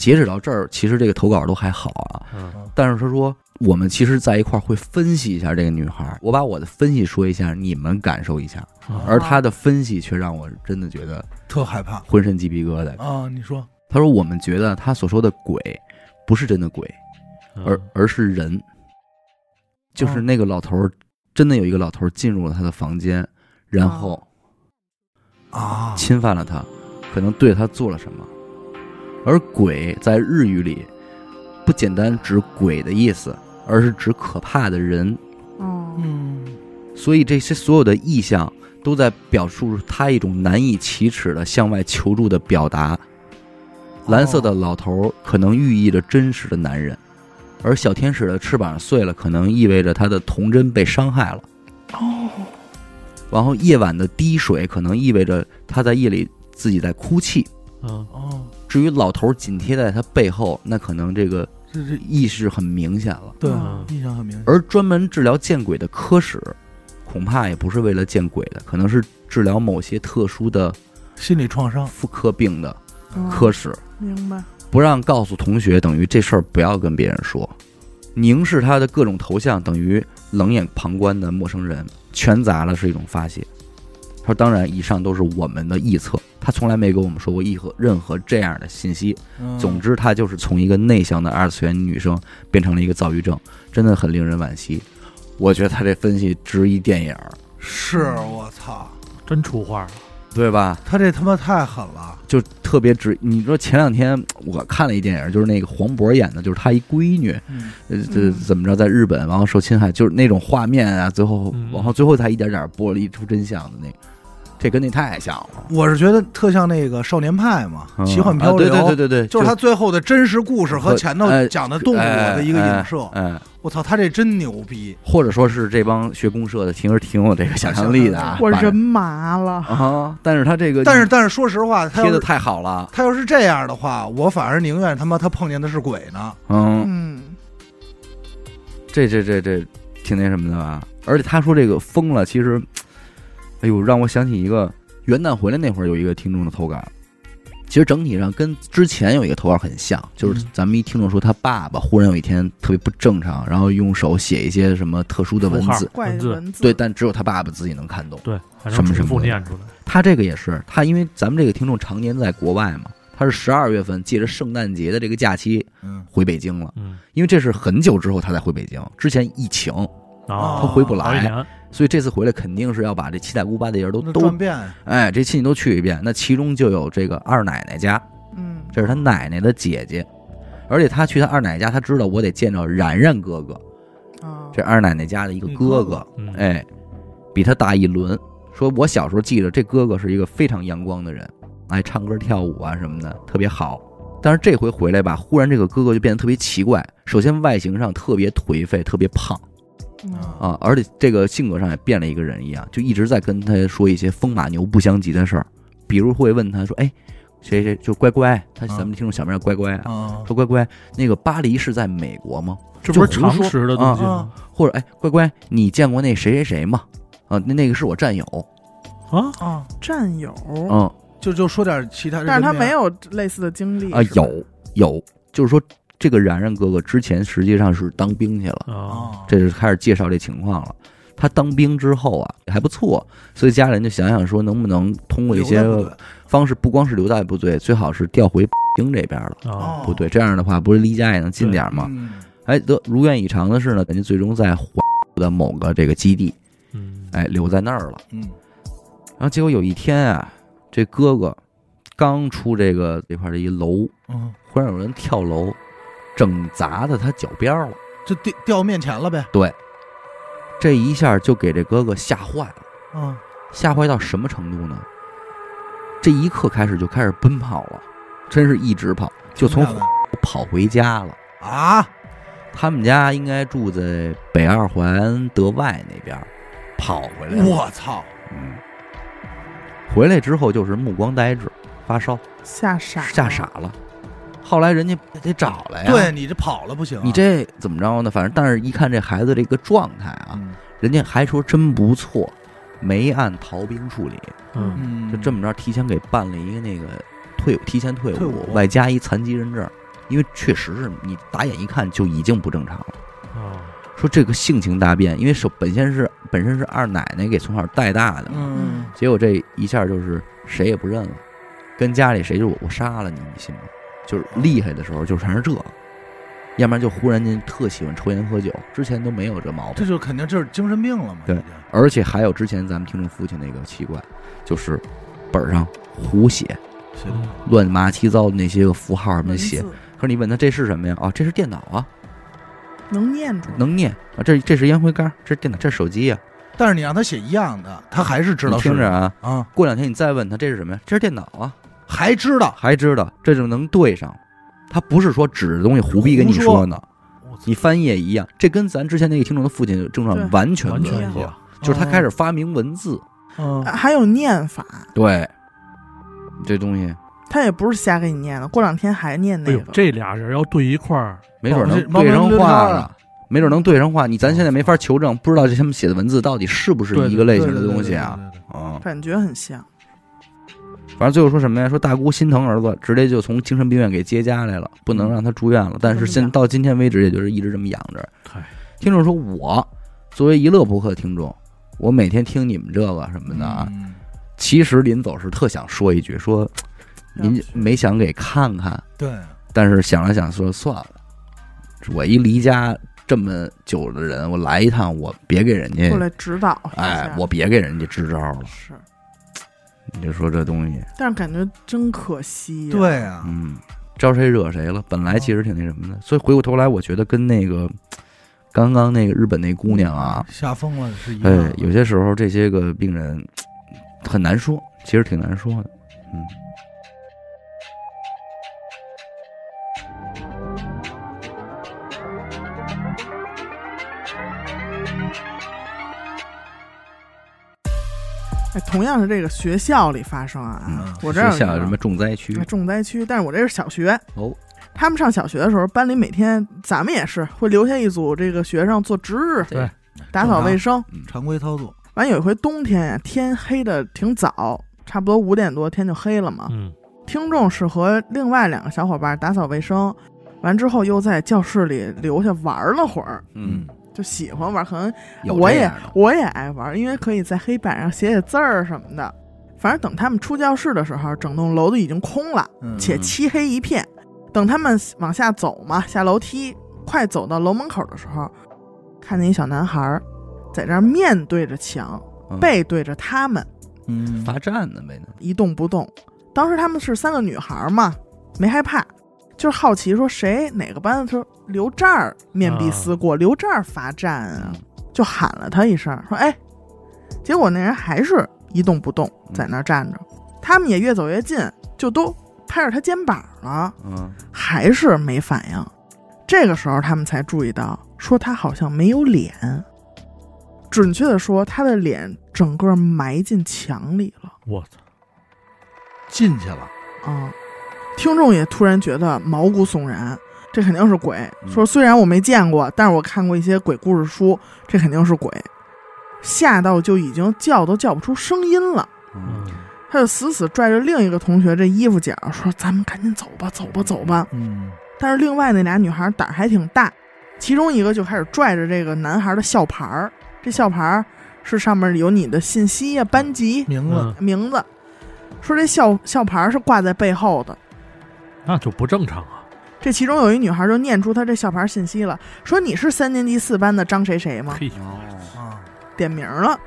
Speaker 1: 截止到这儿，其实这个投稿都还好啊，
Speaker 4: 嗯
Speaker 1: 但是他说我们其实在一块儿会分析一下这个女孩儿，我把我的分析说一下，你们感受一下。而他的分析却让我真的觉得
Speaker 2: 特害怕
Speaker 1: 浑身鸡皮疙瘩。
Speaker 2: 啊！你说，
Speaker 1: 他说我们觉得他所说的鬼不是真的鬼，
Speaker 4: 嗯
Speaker 1: 而而是人，就是那个老头儿，真的有一个老头儿进入了他的房间，然后
Speaker 2: 啊，
Speaker 1: 侵犯了他，可能对他做了什么。而鬼在日语里不简单指鬼的意思，而是指可怕的人。
Speaker 3: 哦，
Speaker 2: 嗯
Speaker 1: 所以这些所有的意象都在表述他一种难以启齿的向外求助的表达。蓝色的
Speaker 2: 哦
Speaker 1: 老头儿可能寓意着真实的男人，而小天使的翅膀碎了，可能意味着他的童真被伤害了。
Speaker 3: 哦，
Speaker 1: 然后夜晚的滴水可能意味着他在夜里自己在哭泣。
Speaker 4: 嗯
Speaker 2: 哦，
Speaker 1: 至于老头儿紧贴在他背后，那可能这个
Speaker 2: 这这
Speaker 1: 意识很明显了。
Speaker 2: 对
Speaker 4: 嗯
Speaker 2: 印象很明显。
Speaker 1: 而专门治疗见鬼的科室，恐怕也不是为了见鬼的，可能是治疗某些特殊的
Speaker 2: 心理创伤，
Speaker 1: 妇科病的
Speaker 3: 嗯
Speaker 1: 科室，
Speaker 3: 明白，
Speaker 1: 不让告诉同学，等于这事儿不要跟别人说。凝视他的各种头像，等于冷眼旁观的陌生人，全砸了是一种发泄。他说：“当然，以上都是我们的臆测，他从来没跟我们说过任何任何这样的信息。
Speaker 2: 嗯
Speaker 1: 总之，她就是从一个内向的二次元女生变成了一个躁郁症，真的很令人惋惜。我觉得他这分析值一电影儿，
Speaker 2: 是我操，
Speaker 4: 真出画了。
Speaker 1: 对吧？
Speaker 2: 他这他妈太狠了，
Speaker 1: 就特别值。你说前两天我看了一电影，就是那个黄渤演的，就是他一闺女，
Speaker 2: 嗯
Speaker 1: 呃，这怎么着在日本然啊后受侵害，就是那种画面啊，最后
Speaker 4: 嗯
Speaker 1: 然后最后才一点点剥离出真相的那个，这跟那太像了。
Speaker 2: 我是觉得特像那个少年派嘛，
Speaker 1: 嗯
Speaker 2: 奇幻
Speaker 1: 啊
Speaker 2: 漂流，
Speaker 1: 对对对对对，
Speaker 2: 就是他最后的真实故事和前头
Speaker 1: 呃
Speaker 2: 讲的动物的一个影射。
Speaker 1: 哎，哎
Speaker 2: 我操，他这真牛逼！
Speaker 1: 或者说是这帮学公社的，其实挺有这个想象力的啊。
Speaker 3: 我
Speaker 1: 把
Speaker 3: 人麻了，
Speaker 1: 啊，但是他这个
Speaker 2: 但是但是说实话，他
Speaker 1: 贴
Speaker 2: 要
Speaker 1: 的
Speaker 2: 是
Speaker 1: 太好了，
Speaker 2: 他要是这样的话，我反而宁愿他妈他碰见的是鬼呢。
Speaker 1: 嗯，
Speaker 3: 嗯，
Speaker 1: 这这这这挺那什么的吧？而且他说这个疯了，其实，哎呦，让我想起一个元旦回来那会儿有一个听众的投稿，其实整体上跟之前有一个投稿很像，就是
Speaker 4: 嗯
Speaker 1: 咱们一听众说他爸爸忽然有一天特别不正常，然后用手写一些什么特殊的文
Speaker 4: 符号
Speaker 1: 字，
Speaker 3: 怪
Speaker 4: 文字
Speaker 3: 文字，嗯
Speaker 1: 对，但只有他爸爸自己能看懂。
Speaker 4: 对，反
Speaker 1: 什
Speaker 4: 正
Speaker 1: 么
Speaker 4: 重
Speaker 1: 什么
Speaker 4: 复
Speaker 1: 的
Speaker 4: 念出来。
Speaker 1: 他这个也是，他因为咱们这个听众常年在国外嘛，他是十二月份借着圣诞节的这个假期
Speaker 2: 嗯，
Speaker 1: 回北京了，
Speaker 4: 嗯，
Speaker 1: 因为这是很久之后他才回北京，之前疫情，
Speaker 4: 啊，
Speaker 1: 他回不
Speaker 4: 好几
Speaker 1: 来，
Speaker 4: 年，
Speaker 1: 所以这次回来肯定是要把这七大姑八大姨儿都
Speaker 2: 那
Speaker 1: 都
Speaker 2: 转，变
Speaker 1: 哎，这亲戚都去一遍。那其中就有这个二奶奶家，
Speaker 3: 嗯，
Speaker 1: 这是他奶奶的姐姐，而且他去他二奶奶家，他知道我得见着然然哥哥，
Speaker 3: 啊，
Speaker 1: 这二奶奶家的一个哥哥，
Speaker 4: 嗯，
Speaker 1: 哎，比他大一轮。说我小时候记着这哥哥是一个非常阳光的人，爱唱歌跳舞啊什么的，特别好。但是这回回来吧，忽然这个哥哥就变得特别奇怪，首先外形上特别颓废，特别胖。
Speaker 3: 嗯
Speaker 1: 啊，而且这个性格上也变了一个人一样，就一直在跟他说一些风马牛不相及的事儿，比如会问他说：“哎，谁谁就乖乖，他咱们听众小名叫乖乖啊，
Speaker 2: 啊，
Speaker 1: 说乖乖，那个巴黎是在美国吗？
Speaker 4: 这不是
Speaker 1: 就胡
Speaker 4: 常
Speaker 1: 说
Speaker 4: 识的东西吗？
Speaker 1: 或者哎，乖乖，你见过那谁谁谁吗？啊，那那个是我战友，
Speaker 4: 啊，
Speaker 2: 啊，
Speaker 3: 战友，
Speaker 1: 嗯
Speaker 2: 就就说点其他人
Speaker 3: 但
Speaker 2: 的面，
Speaker 3: 是他没有类似的经历
Speaker 1: 啊，
Speaker 3: 是吧
Speaker 1: 有有，就是说这个然然哥哥之前实际上是当兵去了。”
Speaker 4: 啊，
Speaker 2: 啊，
Speaker 1: 这就开始介绍这情况了。他当兵之后啊，还不错，所以家人就想想说，能不能通过一些
Speaker 2: 留在部队
Speaker 1: 方式，不光是留在部队，最好是调回北京这边了。
Speaker 4: 啊，
Speaker 1: 部队这样的话，不是离家也能近点儿吗？
Speaker 2: 嗯
Speaker 1: 哎，得如愿以偿的是呢，人家最终在华的某个这个基地，
Speaker 4: 嗯，
Speaker 1: 哎，留在那儿了。
Speaker 2: 嗯，
Speaker 1: 然后结果有一天啊，这哥哥刚出这个这块儿的一楼，
Speaker 2: 嗯，
Speaker 1: 忽然有人跳楼，整砸在他脚边儿了。
Speaker 2: 就掉掉面前了呗。
Speaker 1: 这一下就给这哥哥吓坏了。
Speaker 2: 嗯，
Speaker 1: 吓坏到什么程度呢？这一刻开始就开始奔跑了，真是一直跑，就从
Speaker 2: 停下来
Speaker 1: 跑回家了。
Speaker 2: 啊，
Speaker 1: 他们家应该住在北二环德外那边儿，跑回来了。
Speaker 2: 我操，
Speaker 1: 嗯，回来之后就是目光呆滞，发烧，
Speaker 3: 吓傻了
Speaker 1: 吓傻了。后来人家得找来呀，
Speaker 2: 对你这跑了不行啊，
Speaker 1: 你这怎么着呢？反正但是一看这孩子这个状态啊，
Speaker 2: 嗯
Speaker 1: 人家还说真不错，没按逃兵处理。
Speaker 4: 嗯，
Speaker 2: 嗯，
Speaker 1: 就这么着提前给办了一个那个退伍，提前退伍，
Speaker 2: 退伍
Speaker 1: 外加一残疾人证，因为确实是你打眼一看就已经不正常了。
Speaker 4: 啊，
Speaker 1: 说这个性情大变，因为手本先是本身是二奶奶给从小带大的，
Speaker 2: 嗯
Speaker 1: 结果这一下就是谁也不认了，跟家里谁就我我杀了你，你信吗？就是厉害的时候就全是这，要不然就忽然间特喜欢抽烟喝酒，之前都没有这毛病
Speaker 2: 这。就肯定就是精神病了嘛。
Speaker 1: 对
Speaker 2: 已经，
Speaker 1: 而且还有之前咱们听众父亲那个奇怪，就是本上胡写，
Speaker 2: 是的
Speaker 4: 嗯
Speaker 1: 乱麻七糟的那些个符号什么
Speaker 3: 文
Speaker 1: 的写。
Speaker 3: 字
Speaker 1: 可是你问他这是什么呀？啊，这是电脑啊，
Speaker 3: 能念住，
Speaker 1: 能念啊，这这是烟灰缸，这是电脑，这是手机呀、啊
Speaker 2: 但是你让他写一样的，他还是知道
Speaker 1: 你
Speaker 2: 是
Speaker 1: 听着啊，
Speaker 2: 啊，
Speaker 1: 过两天你再问他这是什么呀？这是电脑啊，
Speaker 2: 还知道。
Speaker 1: 还知道这就能对上。他不是说指着东西胡逼跟你说呢，
Speaker 2: 我操
Speaker 1: 你翻译也一样，这跟咱之前那个听众的父亲的症状
Speaker 3: 对
Speaker 1: 完全
Speaker 4: 完
Speaker 1: 不一
Speaker 4: 全
Speaker 1: 样
Speaker 4: 一样，
Speaker 1: 啊就是他开始发明文字，
Speaker 2: 嗯
Speaker 3: 啊还有念法，
Speaker 1: 对，这东西
Speaker 3: 他也不是瞎给你念的，过两天还念
Speaker 4: 哎
Speaker 3: 那
Speaker 4: 呦，
Speaker 3: 个，
Speaker 4: 这俩人要对一块儿，
Speaker 1: 没准能
Speaker 2: 猫
Speaker 1: 对上
Speaker 2: 猫猫
Speaker 1: 话
Speaker 2: 猫
Speaker 1: 呢，没准能对上话。你咱现在没法求证，不知道这他们写的文字到底是不是一个类型的东西啊？，
Speaker 2: 对对对对对对对
Speaker 1: 嗯，
Speaker 3: 感觉很像，
Speaker 1: 反正最后说什么呀？说大姑心疼儿子，直接就从精神病院给接家来了，不能让他住院了。但是现到今天为止，也就是一直这么养着
Speaker 4: 哎。
Speaker 1: 听众说我，作为一乐播客听众，我每天听你们这个什么的啊，
Speaker 2: 嗯
Speaker 1: 其实临走时特想说一句，说您没想给看看，
Speaker 2: 对，啊
Speaker 1: 但是想了想说算了，我一离家这么久的人，我来一趟，我别给人
Speaker 3: 过
Speaker 1: 家，
Speaker 3: 来指导一下。
Speaker 1: 哎，我别给人家支招了。
Speaker 3: 是，
Speaker 1: 你就说这东西，
Speaker 3: 但是感觉真可惜、，
Speaker 2: 对啊，
Speaker 1: 嗯，招谁惹谁了？本来其实挺那什么
Speaker 3: 嗯
Speaker 1: 的，所以回过头来，我觉得跟那个刚刚那个日本那姑娘啊，
Speaker 2: 吓疯了是一样
Speaker 3: 嗯
Speaker 1: 哎
Speaker 2: 的，，
Speaker 1: 有些时候这些个病人很难说，其实挺难说的。嗯，
Speaker 3: 哎，同样是这个学校里发生啊，
Speaker 1: 嗯
Speaker 3: 我这儿
Speaker 1: 学
Speaker 3: 有一个
Speaker 1: 校有什么重灾区
Speaker 3: 哎重灾区，但是我这是小学。
Speaker 1: 哦，
Speaker 3: 他们上小学的时候，班里每天咱们也是会留下一组这个学生做值日，
Speaker 1: 对，
Speaker 3: 打扫卫生。
Speaker 2: 常规操作，
Speaker 3: 完有一回冬天呀、天黑的挺早，差不多五点多天就黑了嘛。
Speaker 4: 嗯，
Speaker 3: 听众是和另外两个小伙伴打扫卫生，完之后又在教室里留下玩了会儿，
Speaker 1: 嗯，
Speaker 3: 就喜欢玩，可能
Speaker 1: 有
Speaker 3: 我
Speaker 1: 这
Speaker 3: 也
Speaker 1: 样的
Speaker 3: 我也爱玩，因为可以在黑板上写写字儿什么的。反正等他们出教室的时候，整栋楼都已经空了，
Speaker 2: 嗯，
Speaker 3: 且漆黑一片。等他们往下走嘛，下楼梯，快走到楼门口的时候，看见一小男孩儿在这儿面对着墙，
Speaker 1: 嗯
Speaker 3: 背对着他们
Speaker 2: 嗯，
Speaker 1: 罚站呢呗呢，
Speaker 3: 一动不动。当时他们是三个女孩儿嘛，没害怕，就是好奇说谁哪个班的，说留这儿面壁思过，留这儿罚站啊。就喊了他一声，说：“哎！”结果那人还是一动不动，在那儿站着。他们也越走越近，就都拍着他肩膀了，
Speaker 1: 嗯，
Speaker 3: 还是没反应。这个时候他们才注意到，说他好像没有脸。准确的说，他的脸整个埋进墙里了
Speaker 4: 我操，
Speaker 2: 进去了，
Speaker 3: 啊！听众也突然觉得毛骨悚然，这肯定是鬼。
Speaker 1: 嗯
Speaker 3: 说虽然我没见过，但是我看过一些鬼故事书，这肯定是鬼。吓到就已经叫都叫不出声音了，
Speaker 1: 嗯
Speaker 4: 嗯，
Speaker 3: 他就死死拽着另一个同学这衣服角，说：“咱们赶紧走吧，走吧，走吧。”
Speaker 2: 嗯，
Speaker 3: 但是另外那俩女孩胆儿还挺大，其中一个就开始拽着这个男孩的校牌儿，这校牌儿是上面有你的信息呀、班级、
Speaker 2: 明了，
Speaker 4: 嗯
Speaker 3: 名字，说这校校牌儿是挂在背后的。
Speaker 4: 那就不正常啊，
Speaker 3: 这其中有一女孩就念出她这校牌儿信息了，说你是三年级四班的张谁谁吗？
Speaker 4: 嘿，
Speaker 1: 哦，
Speaker 2: 啊，
Speaker 3: 点名儿了，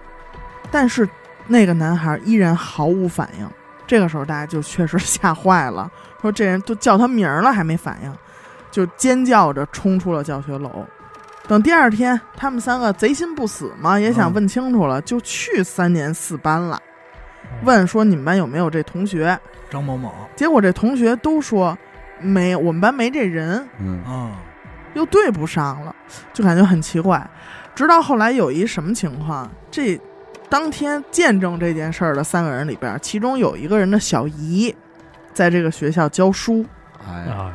Speaker 3: 但是那个男孩依然毫无反应。这个时候大家就确实吓坏了，说这人都叫他名儿了还没反应，就尖叫着冲出了教学楼。等第二天，他们三个贼心不死嘛，也想
Speaker 2: 嗯
Speaker 3: 问清楚了，就去三年四班了，问说你们班有没有这同学？
Speaker 2: 张某某，
Speaker 3: 结果这同学都说没，我们班没这人。
Speaker 1: 嗯，
Speaker 2: 啊，
Speaker 3: 又对不上了，就感觉很奇怪。直到后来有一什么情况，这当天见证这件事儿的三个人里边，其中有一个人的小姨在这个学校教书，嗯
Speaker 1: 哎，
Speaker 4: 啊，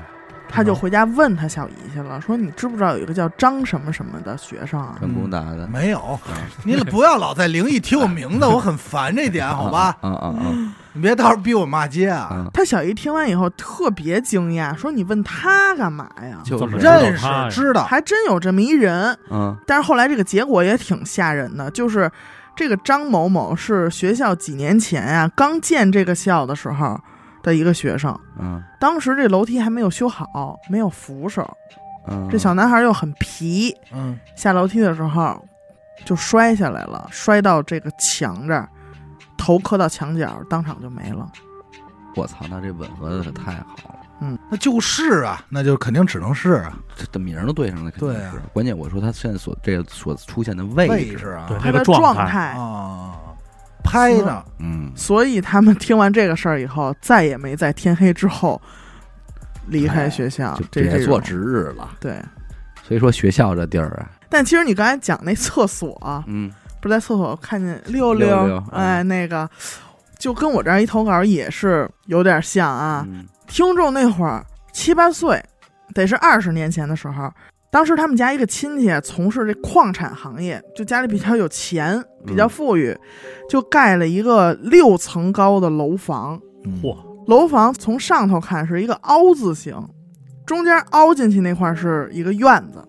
Speaker 3: 他就回家问他小姨去了，说你知不知道有一个叫张什么什么的学生啊？
Speaker 1: 成功达的，
Speaker 2: 没有，
Speaker 1: 啊
Speaker 2: 你不要老在灵异提我名字，我很烦这点，好吧？
Speaker 1: 啊啊啊
Speaker 2: 你别到时候逼我骂街啊！
Speaker 1: 啊！
Speaker 3: 他小姨听完以后特别惊讶，说你问他干嘛呀？
Speaker 1: 就
Speaker 4: 怎么
Speaker 1: 是
Speaker 4: 着
Speaker 2: 认
Speaker 4: 知道他呀
Speaker 2: 识知道，
Speaker 3: 还真有这么一人，
Speaker 1: 嗯
Speaker 3: 但是后来这个结果也挺吓人的，就是这个张某某是学校几年前啊刚建这个校的时候的一个学生，
Speaker 1: 嗯
Speaker 3: 当时这楼梯还没有修好，没有扶手，
Speaker 1: 嗯，
Speaker 3: 这小男孩又很皮，
Speaker 2: 嗯，
Speaker 3: 下楼梯的时候就摔下来了，摔到这个墙这儿，头磕到墙角，当场就没了。
Speaker 1: 我操，那这吻合的可太好了，
Speaker 2: 那就是啊，那就肯定只能是啊，
Speaker 1: 这这名儿都对上了，肯定
Speaker 2: 对
Speaker 1: 是
Speaker 2: 啊。
Speaker 1: 关键我说他现在所这个所出现的
Speaker 2: 位
Speaker 1: 位
Speaker 2: 置
Speaker 1: 置，
Speaker 2: 啊，
Speaker 4: 对
Speaker 3: 他
Speaker 4: 那
Speaker 3: 的
Speaker 4: 个
Speaker 3: 状
Speaker 4: 状
Speaker 3: 态，
Speaker 2: 啊，拍呢，
Speaker 1: 嗯，
Speaker 3: 所以他们听完这个事儿以后，再也没在天黑之后离开学校
Speaker 1: 就，
Speaker 3: 啊这
Speaker 1: 别
Speaker 3: 这
Speaker 1: 做
Speaker 3: 种
Speaker 1: 值日了。
Speaker 3: 对。
Speaker 1: 所以说学校这地儿啊，
Speaker 3: 但其实你刚才讲那厕所啊，
Speaker 1: 嗯，
Speaker 3: 不是在厕所看见溜
Speaker 1: 溜溜
Speaker 3: 哎，那个就跟我这儿一投稿也是有点像啊。
Speaker 1: 嗯
Speaker 3: 听众那会儿七八岁，得是二十年前的时候，当时他们家一个亲戚啊从事这矿产行业，就家里比较有钱，比
Speaker 1: 嗯
Speaker 3: 较富裕，就盖了一个六层高的楼房。
Speaker 2: 嗯
Speaker 4: 嚯
Speaker 3: 楼房从上头看是一个凹字形，中间凹进去那块是一个院子，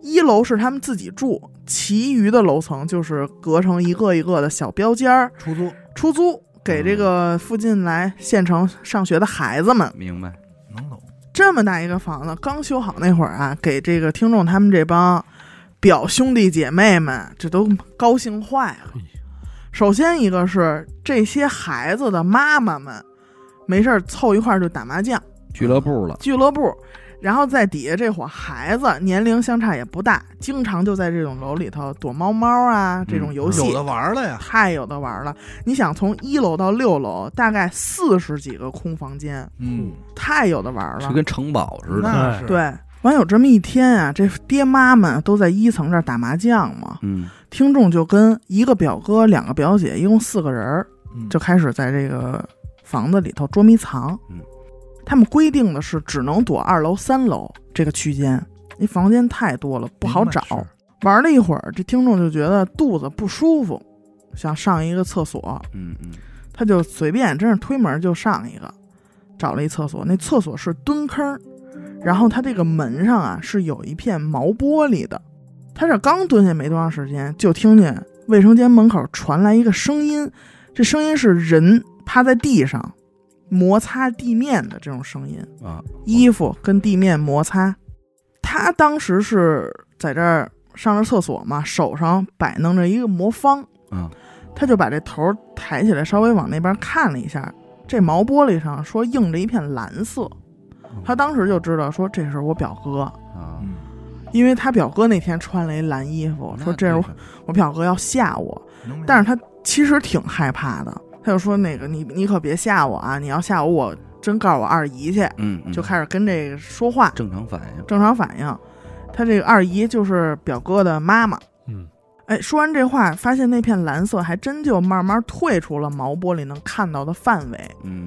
Speaker 3: 一楼是他们自己住，其余的楼层就是隔成一个一个的小标间儿
Speaker 2: 出租，
Speaker 3: 出租给这个附近来县城上学的孩子们。
Speaker 1: 明白，
Speaker 2: 能懂。
Speaker 3: 这么大一个房子，刚修好那会儿啊，给这个听众他们这帮表兄弟姐妹们，这都高兴坏了
Speaker 4: 嘿。
Speaker 3: 首先一个是这些孩子的妈妈们，没事儿凑一块儿就打麻将
Speaker 1: 俱乐部了，
Speaker 3: 俱乐部，然后在底下这伙孩子年龄相差也不大，经常就在这种楼里头躲猫猫啊这种游
Speaker 2: 嗯
Speaker 3: 戏。
Speaker 2: 有的玩了呀，
Speaker 3: 太有的玩了！你想从一楼到六楼，大概四十几个空房间，
Speaker 2: 嗯，
Speaker 3: 太有的玩了。
Speaker 1: 就跟城堡似的。
Speaker 2: 那是，
Speaker 3: 对，完有这么一天啊，这爹妈们都在一层这儿打麻将嘛，
Speaker 1: 嗯，
Speaker 3: 听众就跟一个表哥、两个表姐，一共四个人儿，
Speaker 2: 嗯
Speaker 3: 就开始在这个房子里头捉迷藏。
Speaker 1: 嗯，
Speaker 3: 他们规定的是只能躲二楼、三楼这个区间，因为房间太多了，不好找。
Speaker 2: 是
Speaker 3: 玩了一会儿，这听众就觉得肚子不舒服，想上一个厕所，
Speaker 1: 嗯嗯，
Speaker 3: 他就随便，真是推门就上一个，找了一厕所。那厕所是蹲坑儿，然后他这个门上啊是有一片毛玻璃的。他这刚蹲下没多长时间，就听见卫生间门口传来一个声音，这声音是人趴在地上摩擦地面的这种声音，
Speaker 1: 啊，
Speaker 3: 衣服跟地面摩擦。他当时是在这儿上着厕所嘛，手上摆弄着一个魔方，
Speaker 1: 啊，
Speaker 3: 他就把这头抬起来，稍微往那边看了一下，这毛玻璃上说映着一片蓝色。他当时就知道说这是我表哥，
Speaker 1: 啊，哦
Speaker 2: 嗯
Speaker 3: 因为他表哥那天穿了一蓝衣服，说这是我我表哥要吓我，
Speaker 2: 能
Speaker 3: 但是他其实挺害怕的，他就说那个你你可别吓我啊，你要吓我我真告诉我二姨去，
Speaker 1: 嗯，嗯
Speaker 3: 就开始跟这个说话，
Speaker 1: 正常反应。
Speaker 3: 正常反应。他这个二姨就是表哥的妈妈，
Speaker 4: 嗯，
Speaker 3: 哎，说完这话，发现那片蓝色还真就慢慢退出了毛玻璃能看到的范围。
Speaker 1: 嗯，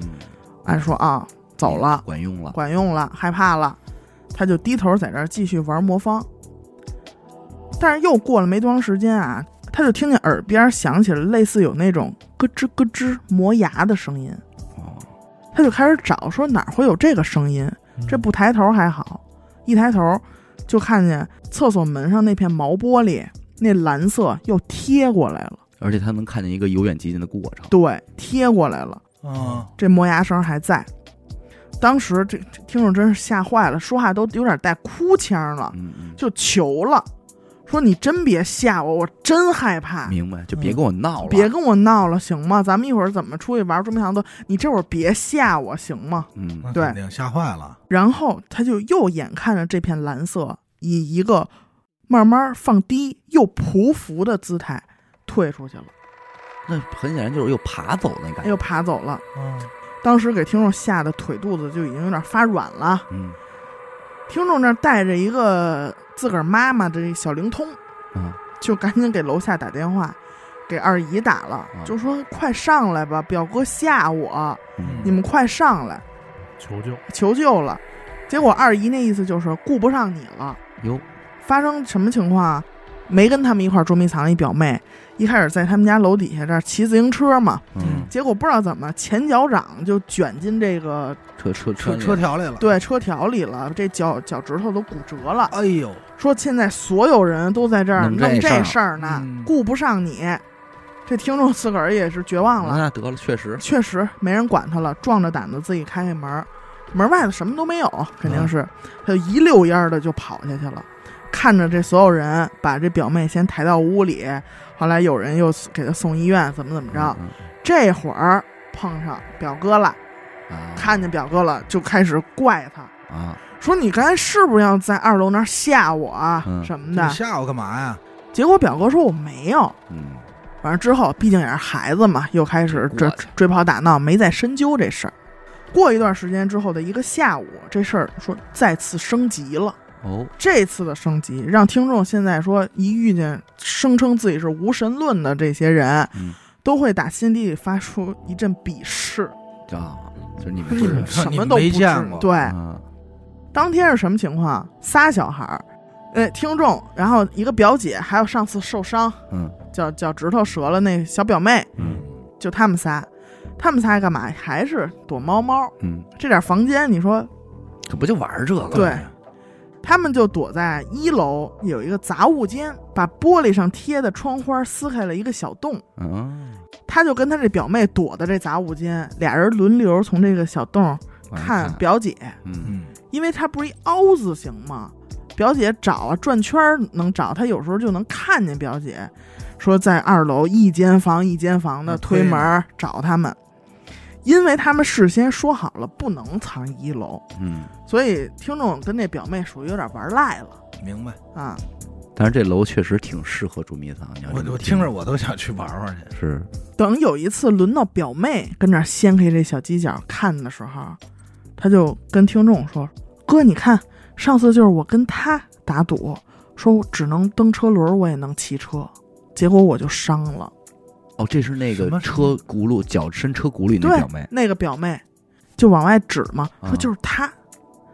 Speaker 3: 按说啊，走了，
Speaker 1: 管用了。
Speaker 3: 管用了，害怕了，他就低头在这儿继续玩魔方。但是又过了没多长时间啊，他就听见耳边响起了类似有那种咯吱咯吱磨牙的声音，
Speaker 1: 哦，
Speaker 3: 他就开始找，说哪儿会有这个声音？
Speaker 4: 嗯
Speaker 3: 这不抬头还好，一抬头就看见厕所门上那片毛玻璃，那蓝色又贴过来了。
Speaker 1: 而且他能看见一个由远及近的过程。
Speaker 3: 对，贴过来了，
Speaker 2: 啊，
Speaker 3: 这磨牙声还在。当时这这听众真是吓坏了，说话都有点带哭腔了，
Speaker 1: 嗯嗯，
Speaker 3: 就求了，说你真别吓我，我真害怕，
Speaker 1: 明白，就别跟我闹了。
Speaker 3: 啊
Speaker 1: 嗯
Speaker 3: 嗯别，跟我闹了，行吗？咱们一会儿怎么出去玩捉迷藏都，你这会儿别吓我，行吗？
Speaker 1: 嗯
Speaker 2: 那
Speaker 3: 对
Speaker 2: 肯定吓坏了，
Speaker 3: 然后他就又眼看着这片蓝色以一个慢慢放低又匍匐的姿态退出去了，
Speaker 1: 那很显然就是又爬走那感觉。
Speaker 3: 又爬走了。
Speaker 2: 嗯，
Speaker 3: 当时给听众吓得腿肚子就已经有点发软了。
Speaker 1: 嗯
Speaker 3: 听众那儿带着一个自个儿妈妈的小灵通，
Speaker 1: 啊，
Speaker 3: 就赶紧给楼下打电话，给二姨打了，就说快上来吧，表哥吓我，
Speaker 1: 嗯
Speaker 3: 你们快上来
Speaker 4: 求救，
Speaker 3: 求救了。结果二姨那意思就是顾不上你了。
Speaker 1: 哟，
Speaker 3: 发生什么情况啊？没跟他们一块儿捉迷藏一表妹，一开始在他们家楼底下这儿骑自行车嘛，
Speaker 1: 嗯，
Speaker 3: 结果不知道怎么前脚掌就卷进这个
Speaker 1: 车车
Speaker 2: 车
Speaker 1: 车
Speaker 2: 车条来了，，
Speaker 3: 对车条里了，这脚脚趾头都骨折了。
Speaker 2: 哎呦，
Speaker 3: 说现在所有人都在这儿
Speaker 1: 弄
Speaker 3: 弄
Speaker 1: 这事
Speaker 3: 这
Speaker 1: 儿
Speaker 3: 事儿呢
Speaker 2: 嗯，
Speaker 3: 顾不上你。这听众自个儿也是绝望了，
Speaker 1: 哦那得了，确实，
Speaker 3: 确实没人管他了，壮着胆子自己开开门儿，门外头什么都没有，肯
Speaker 1: 嗯
Speaker 3: 定是他就一溜烟儿的就跑下去了。看着这所有人把这表妹先抬到屋里，后来有人又给她送医院，怎么怎么着。
Speaker 1: 嗯
Speaker 3: 这会儿碰上表哥了，
Speaker 1: 嗯啊，
Speaker 3: 看见表哥了就开始怪他，
Speaker 1: 啊，
Speaker 3: 说你刚才是不是要在二楼那儿吓我啊
Speaker 1: 嗯
Speaker 3: 什么
Speaker 2: 你
Speaker 3: 的？
Speaker 2: 吓我干嘛呀？
Speaker 3: 结果表哥说我没有。
Speaker 1: 嗯，
Speaker 3: 完了之后，毕竟也是孩子嘛，又开始追
Speaker 1: 过去
Speaker 3: 追跑打闹，没再深究这事儿。过一段时间之后的一个下午，这事儿说再次升级了。
Speaker 1: 哦，
Speaker 3: 这次的升级让听众现在说，一遇见声称自己是无神论的这些人，
Speaker 1: 嗯
Speaker 3: 都会打心底里发出一阵鄙视。
Speaker 1: 啊，就是你们是
Speaker 3: 什么都不
Speaker 2: 你没
Speaker 3: 知
Speaker 2: 见过，
Speaker 3: 对，
Speaker 1: 啊，
Speaker 3: 当天是什么情况？仨小孩儿，呃，听众，然后一个表姐，还有上次受伤
Speaker 1: 嗯
Speaker 3: 脚脚趾头折了那小表妹，
Speaker 1: 嗯
Speaker 3: 就他们仨，他们仨干嘛？还是躲猫猫。
Speaker 1: 嗯，
Speaker 3: 这点房间，你说
Speaker 1: 这不就玩这个？
Speaker 3: 对，他们就躲在一楼有一个杂物间，把玻璃上贴的窗花撕开了一个小洞。
Speaker 1: 嗯，
Speaker 3: 他就跟他这表妹躲在这杂物间，俩人轮流从这个小洞
Speaker 1: 往上
Speaker 3: 看表姐，
Speaker 1: 嗯，
Speaker 2: 嗯，
Speaker 3: 因为她不是一凹字形吗？表姐找啊转圈儿能找，她有时候就能看见表姐，说在二楼一间房一间房的
Speaker 2: 嗯推
Speaker 3: 推
Speaker 2: 呢
Speaker 3: 门儿找他们，因为他们事先说好了不能藏一楼，
Speaker 1: 嗯，
Speaker 3: 所以听众跟那表妹属于有点玩赖了
Speaker 2: 明白。
Speaker 3: 啊。
Speaker 1: 但是这楼确实挺适合捉迷藏，你要
Speaker 2: 我
Speaker 1: 这么
Speaker 2: 我
Speaker 1: 听
Speaker 2: 听着我都想去玩玩去。
Speaker 1: 是，
Speaker 3: 等有一次轮到表妹跟那儿掀开这小犄角看的时候，她就跟听众说：“哥，你看上次就是我跟他打赌，说我只能蹬车轮，我也能骑车，结果我就伤了。
Speaker 1: 哦，这是那个
Speaker 2: 什么
Speaker 1: 车轱辘脚伸车轱辘那
Speaker 3: 对
Speaker 1: 表妹，
Speaker 3: 那个表妹就往外指嘛，说
Speaker 1: 啊
Speaker 3: 就是他，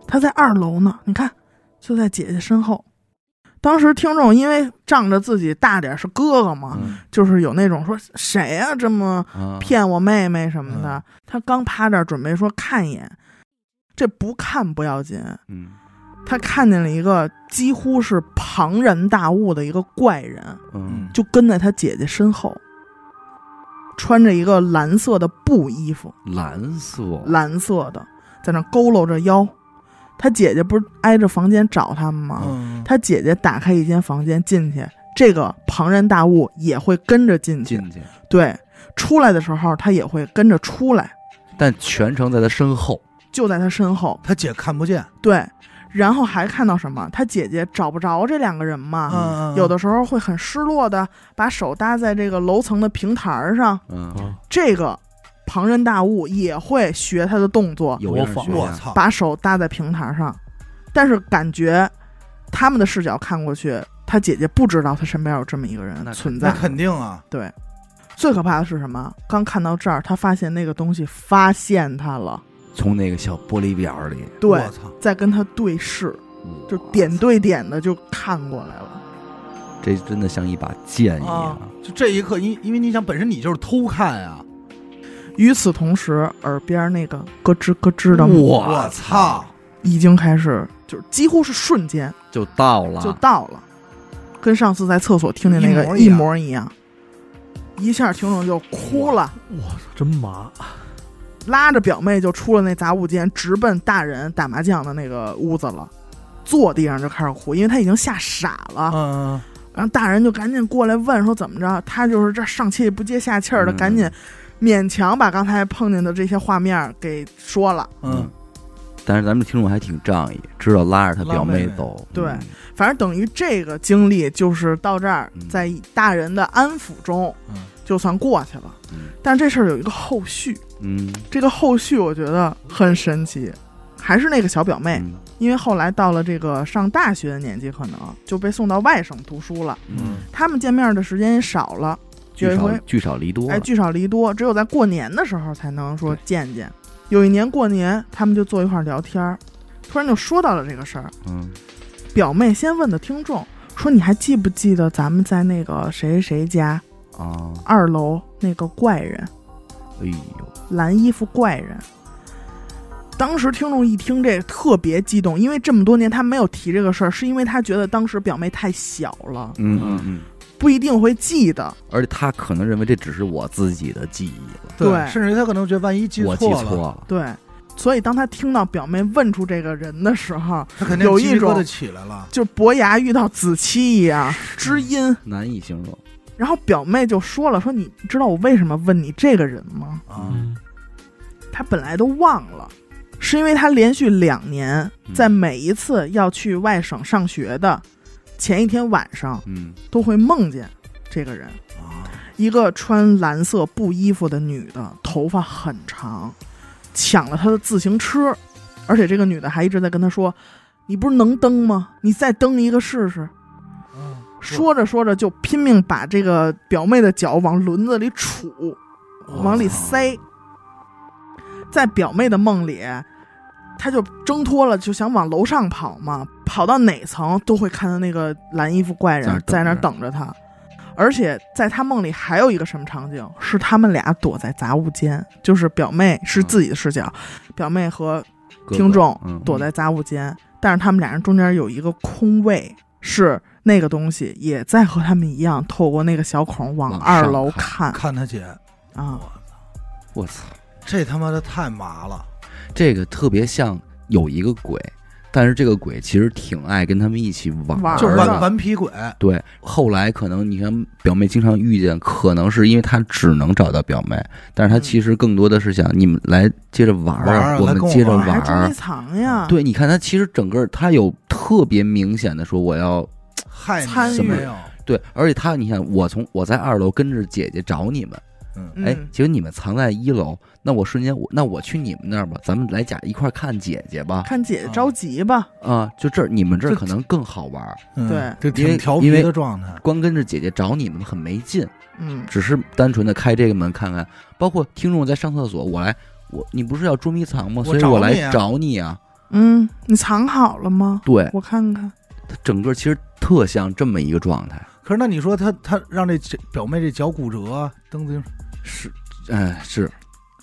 Speaker 3: 他在二楼呢，你看就在姐姐身后。”当时听众因为仗着自己大点儿是哥哥嘛，
Speaker 1: 嗯
Speaker 3: 就是有那种说谁呀、这么
Speaker 1: 啊，
Speaker 3: 骗我妹妹什么的。他刚趴这儿准备说看一眼，这不看不要紧，
Speaker 1: 嗯
Speaker 3: 他看见了一个几乎是庞然大物的一个怪人，
Speaker 1: 嗯
Speaker 3: 就跟在他姐姐身后，穿着一个蓝色的布衣服，
Speaker 1: 蓝色，
Speaker 3: 蓝色的，在那佝偻着腰。他姐姐不是挨着房间找他们吗？
Speaker 2: 嗯，
Speaker 3: 他姐姐打开一间房间进去，这个庞然大物也会跟着进去。
Speaker 1: 进去，
Speaker 3: 对，出来的时候他也会跟着出来。
Speaker 1: 但全程在他身后，
Speaker 3: 就在他身后。
Speaker 2: 他姐看不见，
Speaker 3: 对，然后还看到什么？他姐姐找不着这两个人嘛，
Speaker 2: 嗯，
Speaker 3: 有的时候会很失落的把手搭在这个楼层的平台儿上。
Speaker 1: 嗯，
Speaker 2: 哦
Speaker 4: 啊，
Speaker 3: 这个庞然大物也会学他的动作，
Speaker 1: 有样
Speaker 4: 模仿
Speaker 1: 学
Speaker 2: 嗯我
Speaker 1: 样，
Speaker 2: 操，
Speaker 3: 把手搭在平台上，但是感觉他们的视角看过去，他姐姐不知道他身边有这么一个人
Speaker 1: 那
Speaker 3: 存
Speaker 2: 那
Speaker 3: 在。
Speaker 2: 肯定啊，
Speaker 3: 对，最可怕的是什么？刚看到这儿，他发现那个东西发现他了，
Speaker 1: 从那个小玻璃表里，
Speaker 3: 对
Speaker 2: 我，操，
Speaker 3: 在跟他对视。就
Speaker 2: 哦
Speaker 3: 点对点的就看过来了。
Speaker 1: 这真的像一把剑一
Speaker 2: 啊
Speaker 1: 样，
Speaker 2: 就这一刻，因因为你想，本身你就是偷看啊，
Speaker 3: 与此同时，耳边那个咯吱咯吱的
Speaker 2: 我操，
Speaker 3: 已经开始，就是几乎是瞬间
Speaker 1: 就到了，
Speaker 3: 就到了，跟上次在厕所听见那个
Speaker 2: 一
Speaker 3: 一
Speaker 2: 模
Speaker 3: 模一样。一下，听众就哭了，
Speaker 4: 真麻，
Speaker 3: 拉着表妹就出了那杂物间，直奔大人打麻将的那个屋子了，坐地上就开始哭，因为他已经吓傻了。
Speaker 2: 嗯，
Speaker 3: 然后大人就赶紧过来问说怎么着，他就是这上气不接下气儿的，
Speaker 1: 嗯
Speaker 3: 赶紧勉强把刚才碰见的这些画面儿给说了。
Speaker 2: 嗯，
Speaker 1: 但是咱们听众还挺仗义，知道拉着他表妹走，
Speaker 3: 拉妹妹
Speaker 1: 嗯
Speaker 3: 反正等于这个经历就是到这儿
Speaker 1: 嗯，
Speaker 3: 在大人的安抚中
Speaker 2: 嗯
Speaker 3: 就算过去了
Speaker 1: 嗯。
Speaker 3: 但这事儿有一个后续，
Speaker 1: 嗯，
Speaker 3: 这个后续我觉得很神奇，还是那个小表妹，
Speaker 1: 嗯
Speaker 3: 因为后来到了这个上大学的年纪，可能就被送到外省读书了，
Speaker 1: 嗯，
Speaker 3: 他们见面的时间也少了。有
Speaker 1: 聚
Speaker 3: 一
Speaker 1: 少
Speaker 3: 回
Speaker 1: 聚少离多了，
Speaker 3: 哎，聚少离多，只有在过年的时候才能说见见。有一年过年，他们就坐一块儿聊天儿，突然就说到了这个事儿。
Speaker 1: 嗯
Speaker 3: 表妹先问的听众说：“你还记不记得咱们在那个谁谁谁家
Speaker 1: 啊，
Speaker 3: 二楼那个怪人，
Speaker 1: 哎呦，
Speaker 3: 蓝衣服怪人？”当时听众一听这特别激动，因为这么多年他没有提这个事儿，是因为他觉得当时表妹太小了，
Speaker 1: 嗯嗯嗯，
Speaker 3: 不一定会记得。
Speaker 1: 而且他可能认为这只是我自己的记忆了，
Speaker 3: 对
Speaker 2: 甚至于他可能觉得万一记
Speaker 1: 我记
Speaker 2: 错
Speaker 1: 错
Speaker 2: 了，
Speaker 1: 了，
Speaker 3: 对，所以当他听到表妹问出这个人的时候，
Speaker 2: 他肯定
Speaker 3: 有
Speaker 2: 鸡
Speaker 3: 一
Speaker 2: 皮疙瘩
Speaker 3: 种
Speaker 2: 起来了，
Speaker 3: 就伯牙遇到子期一样，知音。
Speaker 1: 难以形容，
Speaker 3: 然后表妹就说了：“说你知道我为什么问你这个人吗
Speaker 2: 啊，
Speaker 4: 嗯，？”
Speaker 3: 她本来都忘了，是因为她连续两年
Speaker 1: 嗯
Speaker 3: 在每一次要去外省上学的前一天晚上，
Speaker 1: 嗯
Speaker 3: 都会梦见这个人，
Speaker 2: 啊
Speaker 3: 一个穿蓝色布衣服的女的，头发很长，抢了她的自行车，而且这个女的还一直在跟她说：“你不是能蹬吗？你再蹬一个试试。”
Speaker 1: 嗯
Speaker 3: 说着说着就拼命把这个表妹的脚往轮子里杵，往里塞。在表妹的梦里，她就挣脱了，就想往楼上跑嘛，跑到哪层都会看到那个蓝衣服怪人
Speaker 1: 在那
Speaker 3: 在那
Speaker 1: 儿
Speaker 3: 儿等着她。而且在她梦里还有一个什么场景，是他们俩躲在杂物间，就是表妹是自己的视角，表妹和
Speaker 1: 嗯哥哥
Speaker 3: 听众
Speaker 1: 嗯
Speaker 3: 躲在杂物间，但是他们俩人中间有一个空位，是那个东西也在和他们一样，透过那个小孔往
Speaker 1: 往上
Speaker 3: 二楼
Speaker 1: 看
Speaker 3: 看。
Speaker 2: 看他姐，
Speaker 3: 啊，
Speaker 1: 我操，
Speaker 2: 这他妈的太麻了。
Speaker 1: 这个特别像有一个鬼，但是这个鬼其实挺爱跟他们一起玩
Speaker 3: 玩
Speaker 1: 儿
Speaker 3: 儿
Speaker 1: 的，
Speaker 2: 就是
Speaker 3: 玩
Speaker 2: 顽顽皮鬼，
Speaker 1: 对，后来可能你看表妹经常遇见，可能是因为她只能找到表妹，但是她
Speaker 3: 嗯
Speaker 1: 其实更多的是想你们来接着玩
Speaker 2: 玩
Speaker 1: 儿
Speaker 2: 儿
Speaker 1: 啊，
Speaker 2: 啊
Speaker 1: 我
Speaker 2: 来
Speaker 1: 们
Speaker 2: 跟我
Speaker 1: 接着
Speaker 2: 玩
Speaker 1: 玩
Speaker 3: 还啊捉
Speaker 1: 儿
Speaker 3: 迷。藏呀，
Speaker 1: 对，你看她其实整个她有特别明显的说我要
Speaker 2: 害
Speaker 3: 参
Speaker 2: 你
Speaker 3: 与
Speaker 2: 都没有。
Speaker 1: 对，而且她你看我从我在二楼跟着姐姐找你们，
Speaker 2: 嗯，
Speaker 3: 嗯，
Speaker 1: 哎，结果你们藏在一楼，那我瞬间我那我去你们那儿吧，咱们来家一块儿看姐姐吧，
Speaker 3: 看姐姐着急吧，
Speaker 1: 啊，就这儿你们这儿
Speaker 2: 这
Speaker 1: 可能更好玩儿，
Speaker 2: 嗯
Speaker 3: 对
Speaker 2: 这
Speaker 1: 因
Speaker 2: 挺
Speaker 1: 为
Speaker 2: 调皮的状态。
Speaker 1: 光跟着姐姐找你们很没劲。
Speaker 3: 嗯，
Speaker 1: 只是单纯的开这个门看看。包括听众在上厕所，我来，我你不是要捉迷藏吗？
Speaker 2: 我
Speaker 1: 所以
Speaker 2: 找
Speaker 1: 我来
Speaker 2: 你啊
Speaker 1: 找你啊。
Speaker 3: 嗯，你藏好了吗？
Speaker 1: 对，
Speaker 3: 我看看，
Speaker 1: 它整个其实特像这么一个状态。
Speaker 2: 可是那你说他他让这这表妹这脚骨折，蹬子
Speaker 1: 是，哎，是，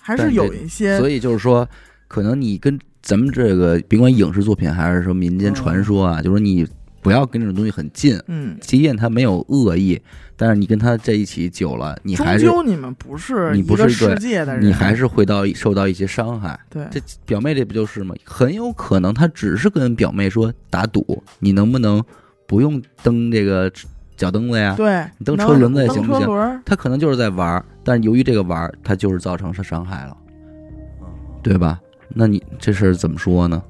Speaker 3: 还
Speaker 1: 但
Speaker 3: 是
Speaker 1: 这
Speaker 3: 有一些
Speaker 1: 所以就是说，可能你跟咱们这个，甭管影视作品还是说民间传说啊，就说你不要跟这种东西很近。
Speaker 3: 嗯，
Speaker 1: 即便他没有恶意，但是你跟他在一起久了，你
Speaker 3: 终
Speaker 1: 还是
Speaker 3: 究你们不是
Speaker 1: 你
Speaker 3: 一
Speaker 1: 不
Speaker 3: 个
Speaker 1: 是
Speaker 3: 世
Speaker 1: 对
Speaker 3: 界的人，
Speaker 1: 你还是会到受到一些伤害。
Speaker 3: 对，
Speaker 1: 这表妹这不就是吗？很有可能她只是跟表妹说打赌，你能不能不用蹬这个脚蹬子呀？
Speaker 3: 对，
Speaker 1: 啊你蹬
Speaker 3: 能
Speaker 1: 车轮子也
Speaker 3: 蹬
Speaker 1: 行不
Speaker 3: 车
Speaker 1: 行
Speaker 3: 轮儿
Speaker 1: 她可能就是在玩儿，但是由于这个玩儿，她就是造成是伤害了，
Speaker 2: 嗯
Speaker 1: 对吧？那你这事儿怎么说呢？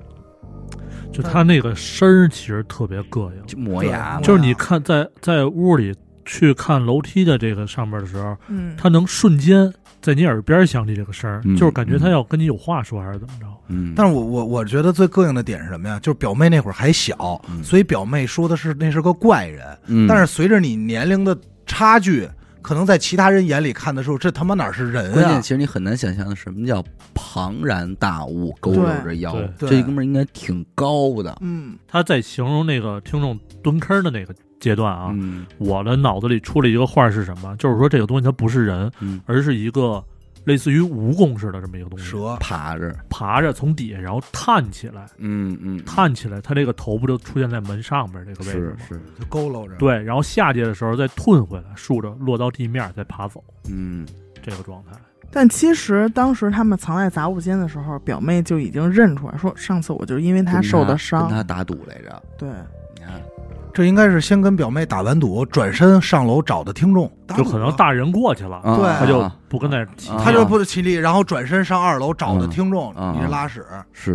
Speaker 4: 就他那个声儿其实特别膈应，
Speaker 1: 就磨
Speaker 2: 啊
Speaker 1: 牙嘛，
Speaker 4: 就是你看在在屋里去看楼梯的这个上面的时候，
Speaker 3: 嗯，
Speaker 4: 他能瞬间在你耳边响起这个声儿，
Speaker 1: 嗯
Speaker 4: 就是感觉他要跟你有话说还是怎么着？
Speaker 1: 嗯，
Speaker 2: 但是我我我觉得最膈应的点是什么呀？就是表妹那会儿还小，
Speaker 1: 嗯
Speaker 2: 所以表妹说的是那是个怪人。
Speaker 1: 嗯
Speaker 2: 但是随着你年龄的差距，可能在其他人眼里看的时候，这他妈哪是人
Speaker 1: 关键
Speaker 2: 啊
Speaker 1: 其？实你很难想象的是什么叫庞然大物佝偻着腰，
Speaker 2: 对
Speaker 1: 这哥们儿应该挺高的，
Speaker 3: 嗯
Speaker 4: 他在形容那个听众蹲坑的那个阶段啊，
Speaker 1: 嗯
Speaker 4: 我的脑子里出了一个画是什么？就是说这个东西它不是人，
Speaker 1: 嗯，
Speaker 4: 而是一个类似于蜈蚣似的这么一个东西，
Speaker 2: 蛇，
Speaker 1: 爬着，
Speaker 4: 爬着从底下然后探起来，
Speaker 1: 嗯嗯，
Speaker 4: 探起来，它这个头不就出现在门上面这个位置
Speaker 1: 是是，
Speaker 4: 吗？
Speaker 2: 就佝偻着。，
Speaker 4: 对，然后下界的时候再退回来，竖着落到地面再爬走，
Speaker 1: 嗯
Speaker 4: 这个状态。
Speaker 3: 但其实当时他们藏在杂物间的时候，表妹就已经认出来，说上次我就因为她受的伤
Speaker 1: 跟，他打赌来着，
Speaker 3: 对，
Speaker 1: 你看。
Speaker 2: 这应该是先跟表妹打完赌，转身上楼找的听众，
Speaker 4: 就可能大人过去了，
Speaker 1: 啊
Speaker 2: 对
Speaker 4: 他就不跟那儿提
Speaker 1: 啊
Speaker 2: 他就不起立，然后转身上二楼找的听众，
Speaker 1: 嗯嗯
Speaker 2: 你这拉屎，
Speaker 1: 是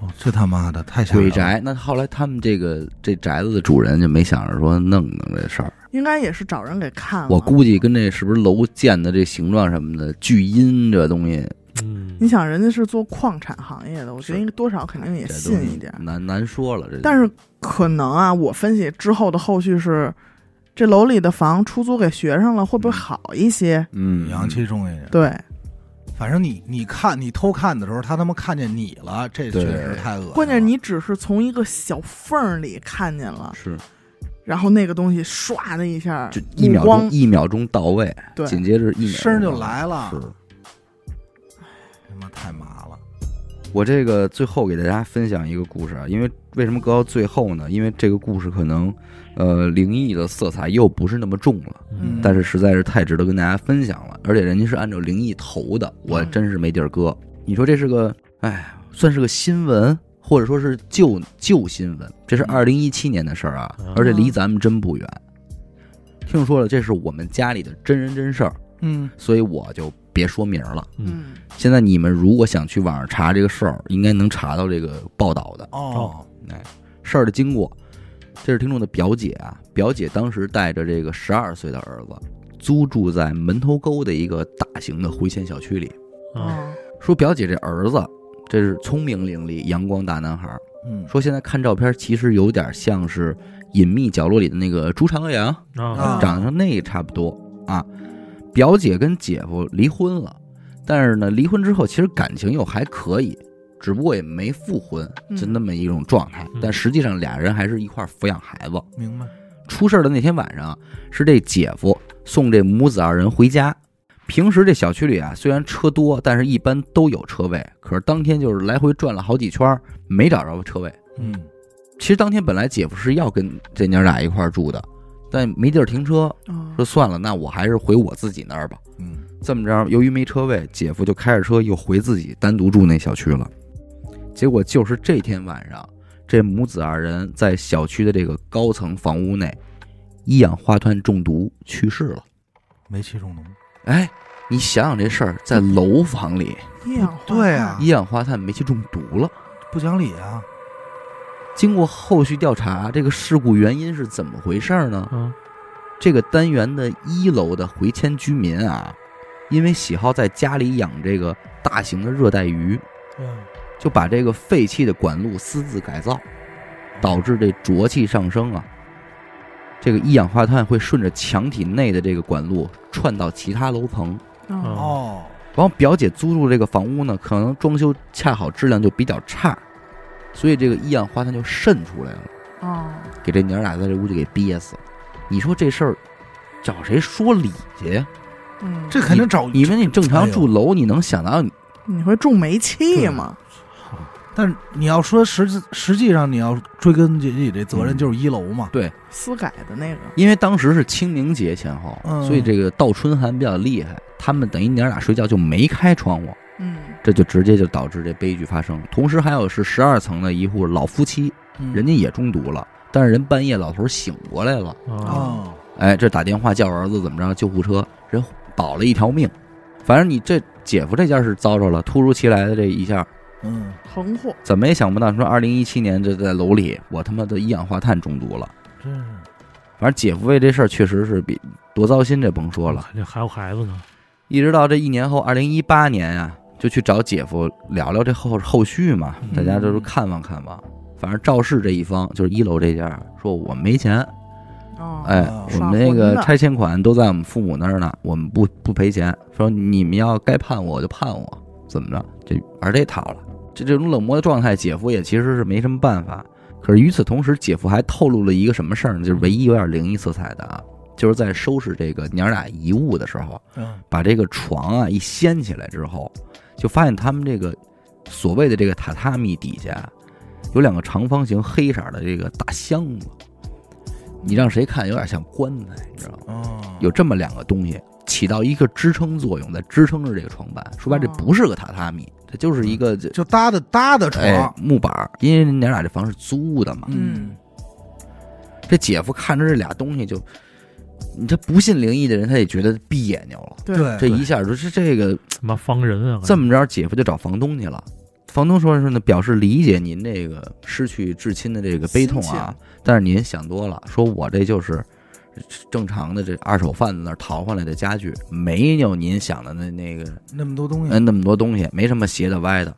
Speaker 2: 哦这他妈的太吓人
Speaker 1: 鬼
Speaker 2: 了。
Speaker 1: 宅。那后来他们这个这宅子的主人就没想着说弄弄这事儿，
Speaker 3: 应该也是找人给看了。
Speaker 1: 我估计跟这是不是楼建的这形状什么的巨阴这东西，
Speaker 3: 你
Speaker 4: 嗯，
Speaker 3: 想人家是做矿产行业的，我觉得
Speaker 1: 是
Speaker 3: 应该多少肯定也
Speaker 1: 这东
Speaker 3: 信
Speaker 1: 西嗯
Speaker 3: 一点。
Speaker 1: 难难说了。这
Speaker 3: 但是可能啊，我分析之后的后续是，这楼里的房出租给学生了，会不会好一些？
Speaker 1: 嗯，
Speaker 2: 阳气重一点，
Speaker 3: 对，
Speaker 2: 反正你你看你偷看的时候，他他妈看见你了，这确
Speaker 1: 对
Speaker 2: 实太恶心了。
Speaker 3: 关键你只是从一个小缝儿里看见了，
Speaker 1: 是
Speaker 3: 然后那个东西唰的一下，
Speaker 1: 就一秒
Speaker 3: 目光
Speaker 1: 钟一秒钟到位，
Speaker 3: 对
Speaker 1: 紧接着一秒钟
Speaker 2: 声儿就。来了，
Speaker 1: 是
Speaker 2: 他妈太麻了。
Speaker 1: 我这个最后给大家分享一个故事啊，因为为什么搁到最后呢？因为这个故事可能，呃，灵异的色彩又不是那么重了。
Speaker 3: 嗯
Speaker 1: 但是实在是太值得跟大家分享了，而且人家是按照灵异投的，我真是没地儿搁。你说这是个，哎，算是个新闻，或者说是旧旧新闻，这是二零一七年的事儿啊
Speaker 4: 嗯，
Speaker 1: 而且离咱们真不远。听说了，这是我们家里的真人真事儿，
Speaker 2: 嗯，
Speaker 1: 所以我就别说名儿了。
Speaker 3: 嗯，
Speaker 1: 现在你们如果想去网上查这个事儿，应该能查到这个报道的。
Speaker 2: 哦，
Speaker 1: 哎，事儿的经过，这是听众的表姐啊，表姐当时带着这个十二岁的儿子，租住在门头沟的一个大型的回迁小区里。
Speaker 4: 嗯
Speaker 3: 哦，
Speaker 1: 说表姐这儿子，这是聪明伶俐、阳光大男孩儿。
Speaker 2: 嗯，
Speaker 1: 说现在看照片，其实有点像是《隐秘角落》里的那个朱朝阳，
Speaker 4: 啊
Speaker 2: 啊
Speaker 1: 长得像那个差不多啊。表姐跟姐夫离婚了，但是呢，离婚之后其实感情又还可以，只不过也没复婚，
Speaker 3: 嗯
Speaker 1: 就那么一种状态
Speaker 4: 嗯。
Speaker 1: 但实际上俩人还是一块儿抚养孩子。
Speaker 2: 明白。
Speaker 1: 出事儿的那天晚上，啊是这姐夫送这母子二人回家。平时这小区里啊，虽然车多，但是一般都有车位。可是当天就是来回转了好几圈儿，没找着车位。
Speaker 2: 嗯
Speaker 1: 其实当天本来姐夫是要跟这娘俩一块儿住的，但没地儿停车，
Speaker 3: 嗯
Speaker 1: 说算了，那我还是回我自己那儿吧。
Speaker 2: 嗯，
Speaker 1: 这么着，由于没车位，姐夫就开着车又回自己单独住那小区了。结果就是这天晚上，这母子二人在小区的这个高层房屋内，一氧化碳中毒去世了。
Speaker 2: 煤气中毒，
Speaker 1: 哎，你想想这事儿，在楼房里，
Speaker 3: 一氧化碳
Speaker 2: 对啊
Speaker 1: 一氧化碳煤气中毒了。
Speaker 2: 不讲理啊！
Speaker 1: 经过后续调查，这个事故原因是怎么回事儿呢？
Speaker 4: 嗯，
Speaker 1: 这个单元的一楼的回迁居民啊，因为喜好在家里养这个大型的热带鱼，
Speaker 2: 啊
Speaker 4: 嗯
Speaker 1: 就把这个废弃的管路私自改造，导致这浊气上升啊。这个一氧化碳会顺着墙体内的这个管路串到其他楼层，
Speaker 3: 嗯
Speaker 4: 哦
Speaker 2: 哦，
Speaker 1: 然后表姐租住这个房屋呢，可能装修恰好质量就比较差，所以这个一氧化碳就渗出来了，
Speaker 3: 哦，
Speaker 1: 给这娘俩在这屋就给憋死了。你说这事儿找谁说理去呀？
Speaker 3: 嗯，
Speaker 2: 这肯定找
Speaker 1: 你们你正常住楼，你能想到你
Speaker 3: 你会中煤气吗？
Speaker 2: 但是你要说实际实际上你要追根结底，这责任
Speaker 1: 嗯
Speaker 2: 就是一楼嘛。
Speaker 3: 私改的那个，
Speaker 1: 因为当时是清明节前后，
Speaker 2: 嗯
Speaker 1: 所以这个倒春寒比较厉害，他们等于娘俩睡觉就没开窗户，
Speaker 3: 嗯，
Speaker 1: 这就直接就导致这悲剧发生。同时还有是十二层的一户老夫妻，
Speaker 2: 嗯
Speaker 1: 人家也中毒了，但是人半夜老头醒过来了，
Speaker 4: 啊，
Speaker 2: 哦，
Speaker 1: 哎，这打电话叫儿子怎么着救护车，人保了一条命。反正你这姐夫这家是遭着了，突如其来的这一下，
Speaker 2: 嗯，
Speaker 3: 横祸，
Speaker 1: 怎么也想不到，说二零一七年这在楼里，我他妈的一氧化碳中毒了。
Speaker 2: 真是
Speaker 1: 反正姐夫为这事儿确实是比多糟心，这甭说了。
Speaker 4: 肯定还有孩子呢，
Speaker 1: 一直到这一年后，二零一八年啊，就去找姐夫聊聊这后后续嘛，大家都是看望看望。反正赵氏这一方，就是一楼这家，说我没钱，
Speaker 3: 哦，
Speaker 1: 哎，
Speaker 2: 哦
Speaker 1: 我们那
Speaker 3: 耍混
Speaker 1: 个
Speaker 3: 的
Speaker 1: 拆迁款都在我们父母那儿呢，我们不不赔钱。说你们要该判我就判我，怎么着？这玩这套了。这这种冷漠的状态，姐夫也其实是没什么办法。可是与此同时，姐夫还透露了一个什么事儿呢？就是唯一有点灵异色彩的啊，就是在收拾这个娘俩遗物的时候，
Speaker 2: 嗯
Speaker 1: 把这个床啊一掀起来之后，就发现他们这个所谓的这个榻榻米底下有两个长方形黑色的这个大箱子，你让谁看有点像棺材，你知道吗？
Speaker 2: 哦，
Speaker 1: 有这么两个东西起到一个支撑作用，在支撑着这个床板。说白了，这
Speaker 3: 哦
Speaker 1: 不是个榻榻米，这就是一个这
Speaker 2: 就搭的搭的
Speaker 1: 哎
Speaker 2: 嗯床，
Speaker 1: 木板儿，因为娘俩这房是租的嘛。
Speaker 3: 嗯
Speaker 1: 这姐夫看着这俩东西就，你这不信灵异的人，他也觉得别扭了。
Speaker 3: 对
Speaker 2: 哎对，
Speaker 1: 这一下就是这个
Speaker 4: 他妈方人啊，
Speaker 1: 这么着，姐夫就找房东去了。房东说是呢，表示理解您这个失去至亲的这个悲痛
Speaker 3: 心
Speaker 1: 啊，但是您想多了，说我这就是正常的这二手贩子那儿淘换来的家具，没有您想的那那个
Speaker 2: 那么多东西，
Speaker 1: 嗯那么多东西，没什么斜的歪的。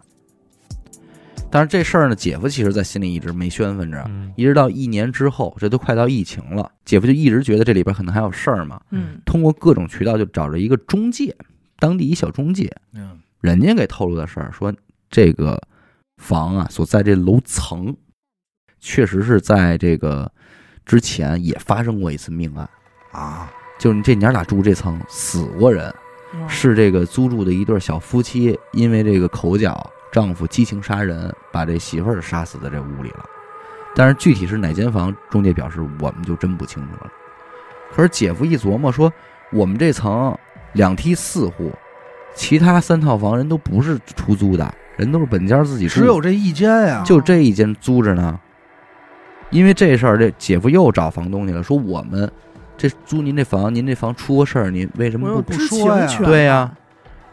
Speaker 1: 但是这事儿呢，姐夫其实在心里一直没宣愤着，
Speaker 4: 嗯
Speaker 1: 一直到一年之后，这都快到疫情了，姐夫就一直觉得这里边可能还有事儿嘛，
Speaker 3: 嗯
Speaker 1: 通过各种渠道就找着一个中介，当地一小中介，
Speaker 2: 嗯
Speaker 1: 人家给透露的事儿，说这个房啊所在这楼层，确实是在这个之前也发生过一次命案，
Speaker 2: 啊，
Speaker 1: 就是这娘俩住这层死过人，
Speaker 3: 哦
Speaker 1: 是这个租住的一对小夫妻，因为这个口角，丈夫激情杀人，把这媳妇儿杀死在这屋里了。但是具体是哪间房，中介表示我们就真不清楚了。可是姐夫一琢磨说，我们这层两梯四户，其他三套房人都不是出租的，人都是本家自己住，
Speaker 2: 只有这一间呀，
Speaker 1: 就这一间租着呢。因为这事儿，这姐夫又找房东去了，说我们这租您这房，您这房出过事儿，您为什
Speaker 3: 我
Speaker 1: 么
Speaker 3: 有
Speaker 1: 不
Speaker 2: 不
Speaker 3: 知情
Speaker 2: 说呀
Speaker 3: 权，
Speaker 1: 对呀，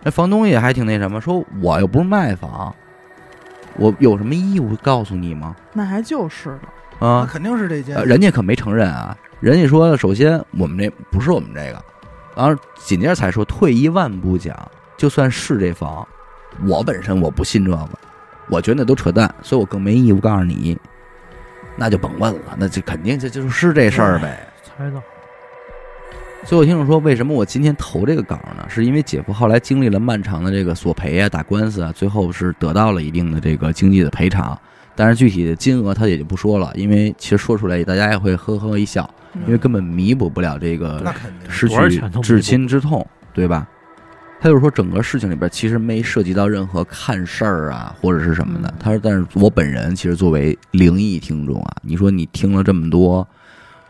Speaker 1: 那房东也还挺那什么，说我又不是卖房，我有什么义务告诉你吗？
Speaker 3: 那还就是了，
Speaker 2: 那
Speaker 1: 啊，
Speaker 2: 肯定是这间
Speaker 1: 呃，人家可没承认啊，人家说首先我们这不是我们这个，然后紧接着才说退一万步讲，就算是这房，我本身我不信这个，我觉得那都扯淡，所以我更没义务告诉你，那就甭问了，那就肯定这就是这事儿呗。
Speaker 4: 猜到，
Speaker 1: 最后听众说，为什么我今天投这个稿呢？是因为姐夫后来经历了漫长的这个索赔啊、打官司啊，最后是得到了一定的这个经济的赔偿，但是具体的金额他也就不说了，因为其实说出来大家也会呵呵一笑，因为
Speaker 3: 嗯
Speaker 1: 根本弥补不了这
Speaker 2: 那
Speaker 1: 个
Speaker 2: 肯定
Speaker 1: 失
Speaker 4: 多少
Speaker 1: 去
Speaker 4: 钱都弥补
Speaker 1: 至亲之痛，对吧？他就是说，整个事情里边其实没涉及到任何看事儿啊，或者是什么的
Speaker 3: 嗯。
Speaker 1: 他说，但是我本人其实作为灵异听众啊，你说你听了这么多，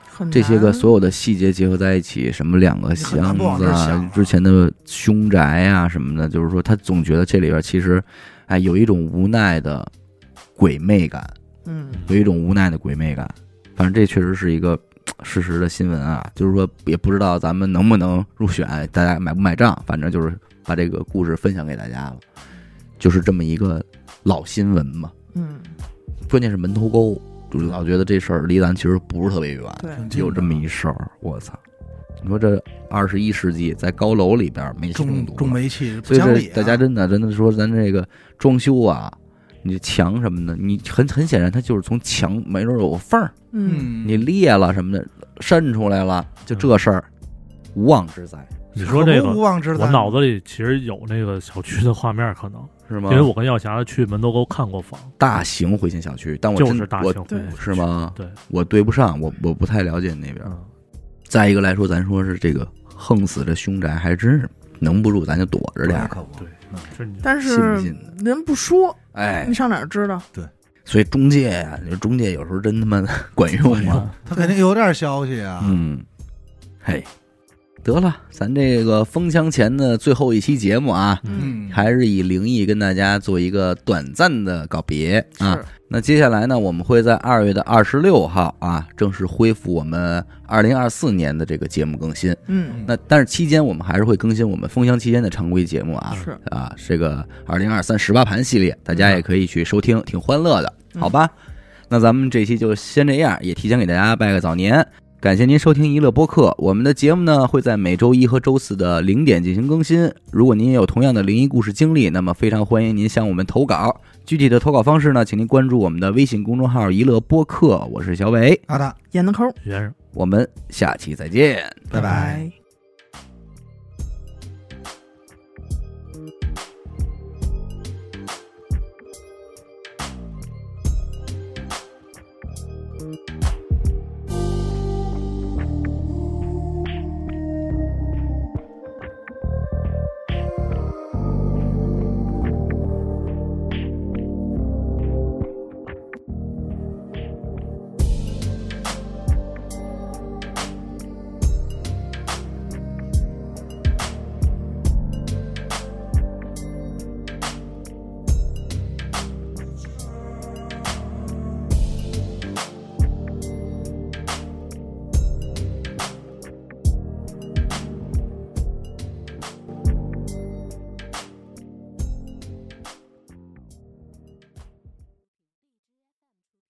Speaker 3: 很
Speaker 1: 这些个
Speaker 3: 难
Speaker 1: 所有的细节结合在一起，什么两个
Speaker 2: 很难
Speaker 1: 箱
Speaker 2: 不往
Speaker 1: 子
Speaker 2: 这儿想
Speaker 1: 啊
Speaker 2: 啊，
Speaker 1: 之前的凶宅啊什么的，就是说他总觉得这里边其实，哎，有一种无奈的鬼魅感，
Speaker 3: 嗯
Speaker 1: 有一种无奈的鬼魅感。反正这确实是一个事实的新闻啊，就是说也不知道咱们能不能入选，大家买不买账，反正就是把这个故事分享给大家了，就是这么一个老新闻嘛。
Speaker 3: 嗯，
Speaker 1: 关键是门头沟，就是老觉得这事儿离咱其实不是特别远。
Speaker 3: 对，嗯
Speaker 2: 挺近的
Speaker 1: 有这么一事儿，我操！你说这二十一世纪在高楼里边煤气中
Speaker 2: 重
Speaker 1: 毒了，啊
Speaker 2: 重煤气，不
Speaker 1: 所以
Speaker 2: 讲理
Speaker 1: 这
Speaker 2: 啊。
Speaker 1: 大家真的真的说咱这个装修啊，你墙什么的，你很很显然它就是从墙没准有缝儿，
Speaker 3: 嗯
Speaker 2: 嗯，
Speaker 1: 你裂了什么的渗出来了，就这事儿无妄之灾
Speaker 4: 你说这
Speaker 2: 可不无
Speaker 4: 个，
Speaker 2: 妄之灾，
Speaker 4: 我脑子里其实有那个小区的画面，可能
Speaker 1: 是吗
Speaker 4: 因？为我跟药匣子去门头沟看过房，
Speaker 1: 大型回迁小区，但我
Speaker 4: 就
Speaker 1: 真
Speaker 4: 是大
Speaker 1: 我
Speaker 4: 型
Speaker 3: 对
Speaker 4: 会
Speaker 1: 是吗？
Speaker 4: 对，
Speaker 1: 我对不上，我我不太了解那边。
Speaker 4: 嗯，
Speaker 1: 再一个来说，咱说是这个横死这凶宅，还真是能不住咱就躲着点
Speaker 2: 俩
Speaker 1: 儿，
Speaker 2: 可不
Speaker 4: 对
Speaker 1: 嗯
Speaker 4: 就是你
Speaker 3: 但
Speaker 1: 信不
Speaker 3: 是
Speaker 1: 信？
Speaker 3: 人不说，
Speaker 1: 哎
Speaker 3: 你，上哪儿知道？
Speaker 1: 所以中介呀、你说中介有时候真他妈的管用 啊。
Speaker 2: 他肯定有点消息啊。
Speaker 1: 嗯，嘿，得了，咱这个封箱前的最后一期节目啊，
Speaker 4: 嗯，
Speaker 1: 还是以灵异跟大家做一个短暂的告别啊。
Speaker 3: 是，
Speaker 1: 那接下来呢，我们会在二月的二十六号啊，正式恢复我们二零二四年的这个节目更新。
Speaker 3: 嗯，
Speaker 1: 那但是期间我们还是会更新我们封箱期间的常规节目啊。
Speaker 3: 是，
Speaker 1: 啊，这个二零二三十八盘系列，大家也可以去收听，挺欢乐的，好吧？那咱们这期就先这样，也提前给大家拜个早年。感谢您收听娱乐播客，我们的节目呢会在每周一和周四的零点进行更新。如果您也有同样的灵异故事经历，那么非常欢迎您向我们投稿。具体的投稿方式呢，请您关注我们的微信公众号“娱乐播客”，我是小伟，
Speaker 2: 阿达，
Speaker 3: 闫德抠，
Speaker 4: 先生。
Speaker 1: 我们下期再见。
Speaker 2: 拜拜。
Speaker 3: 拜。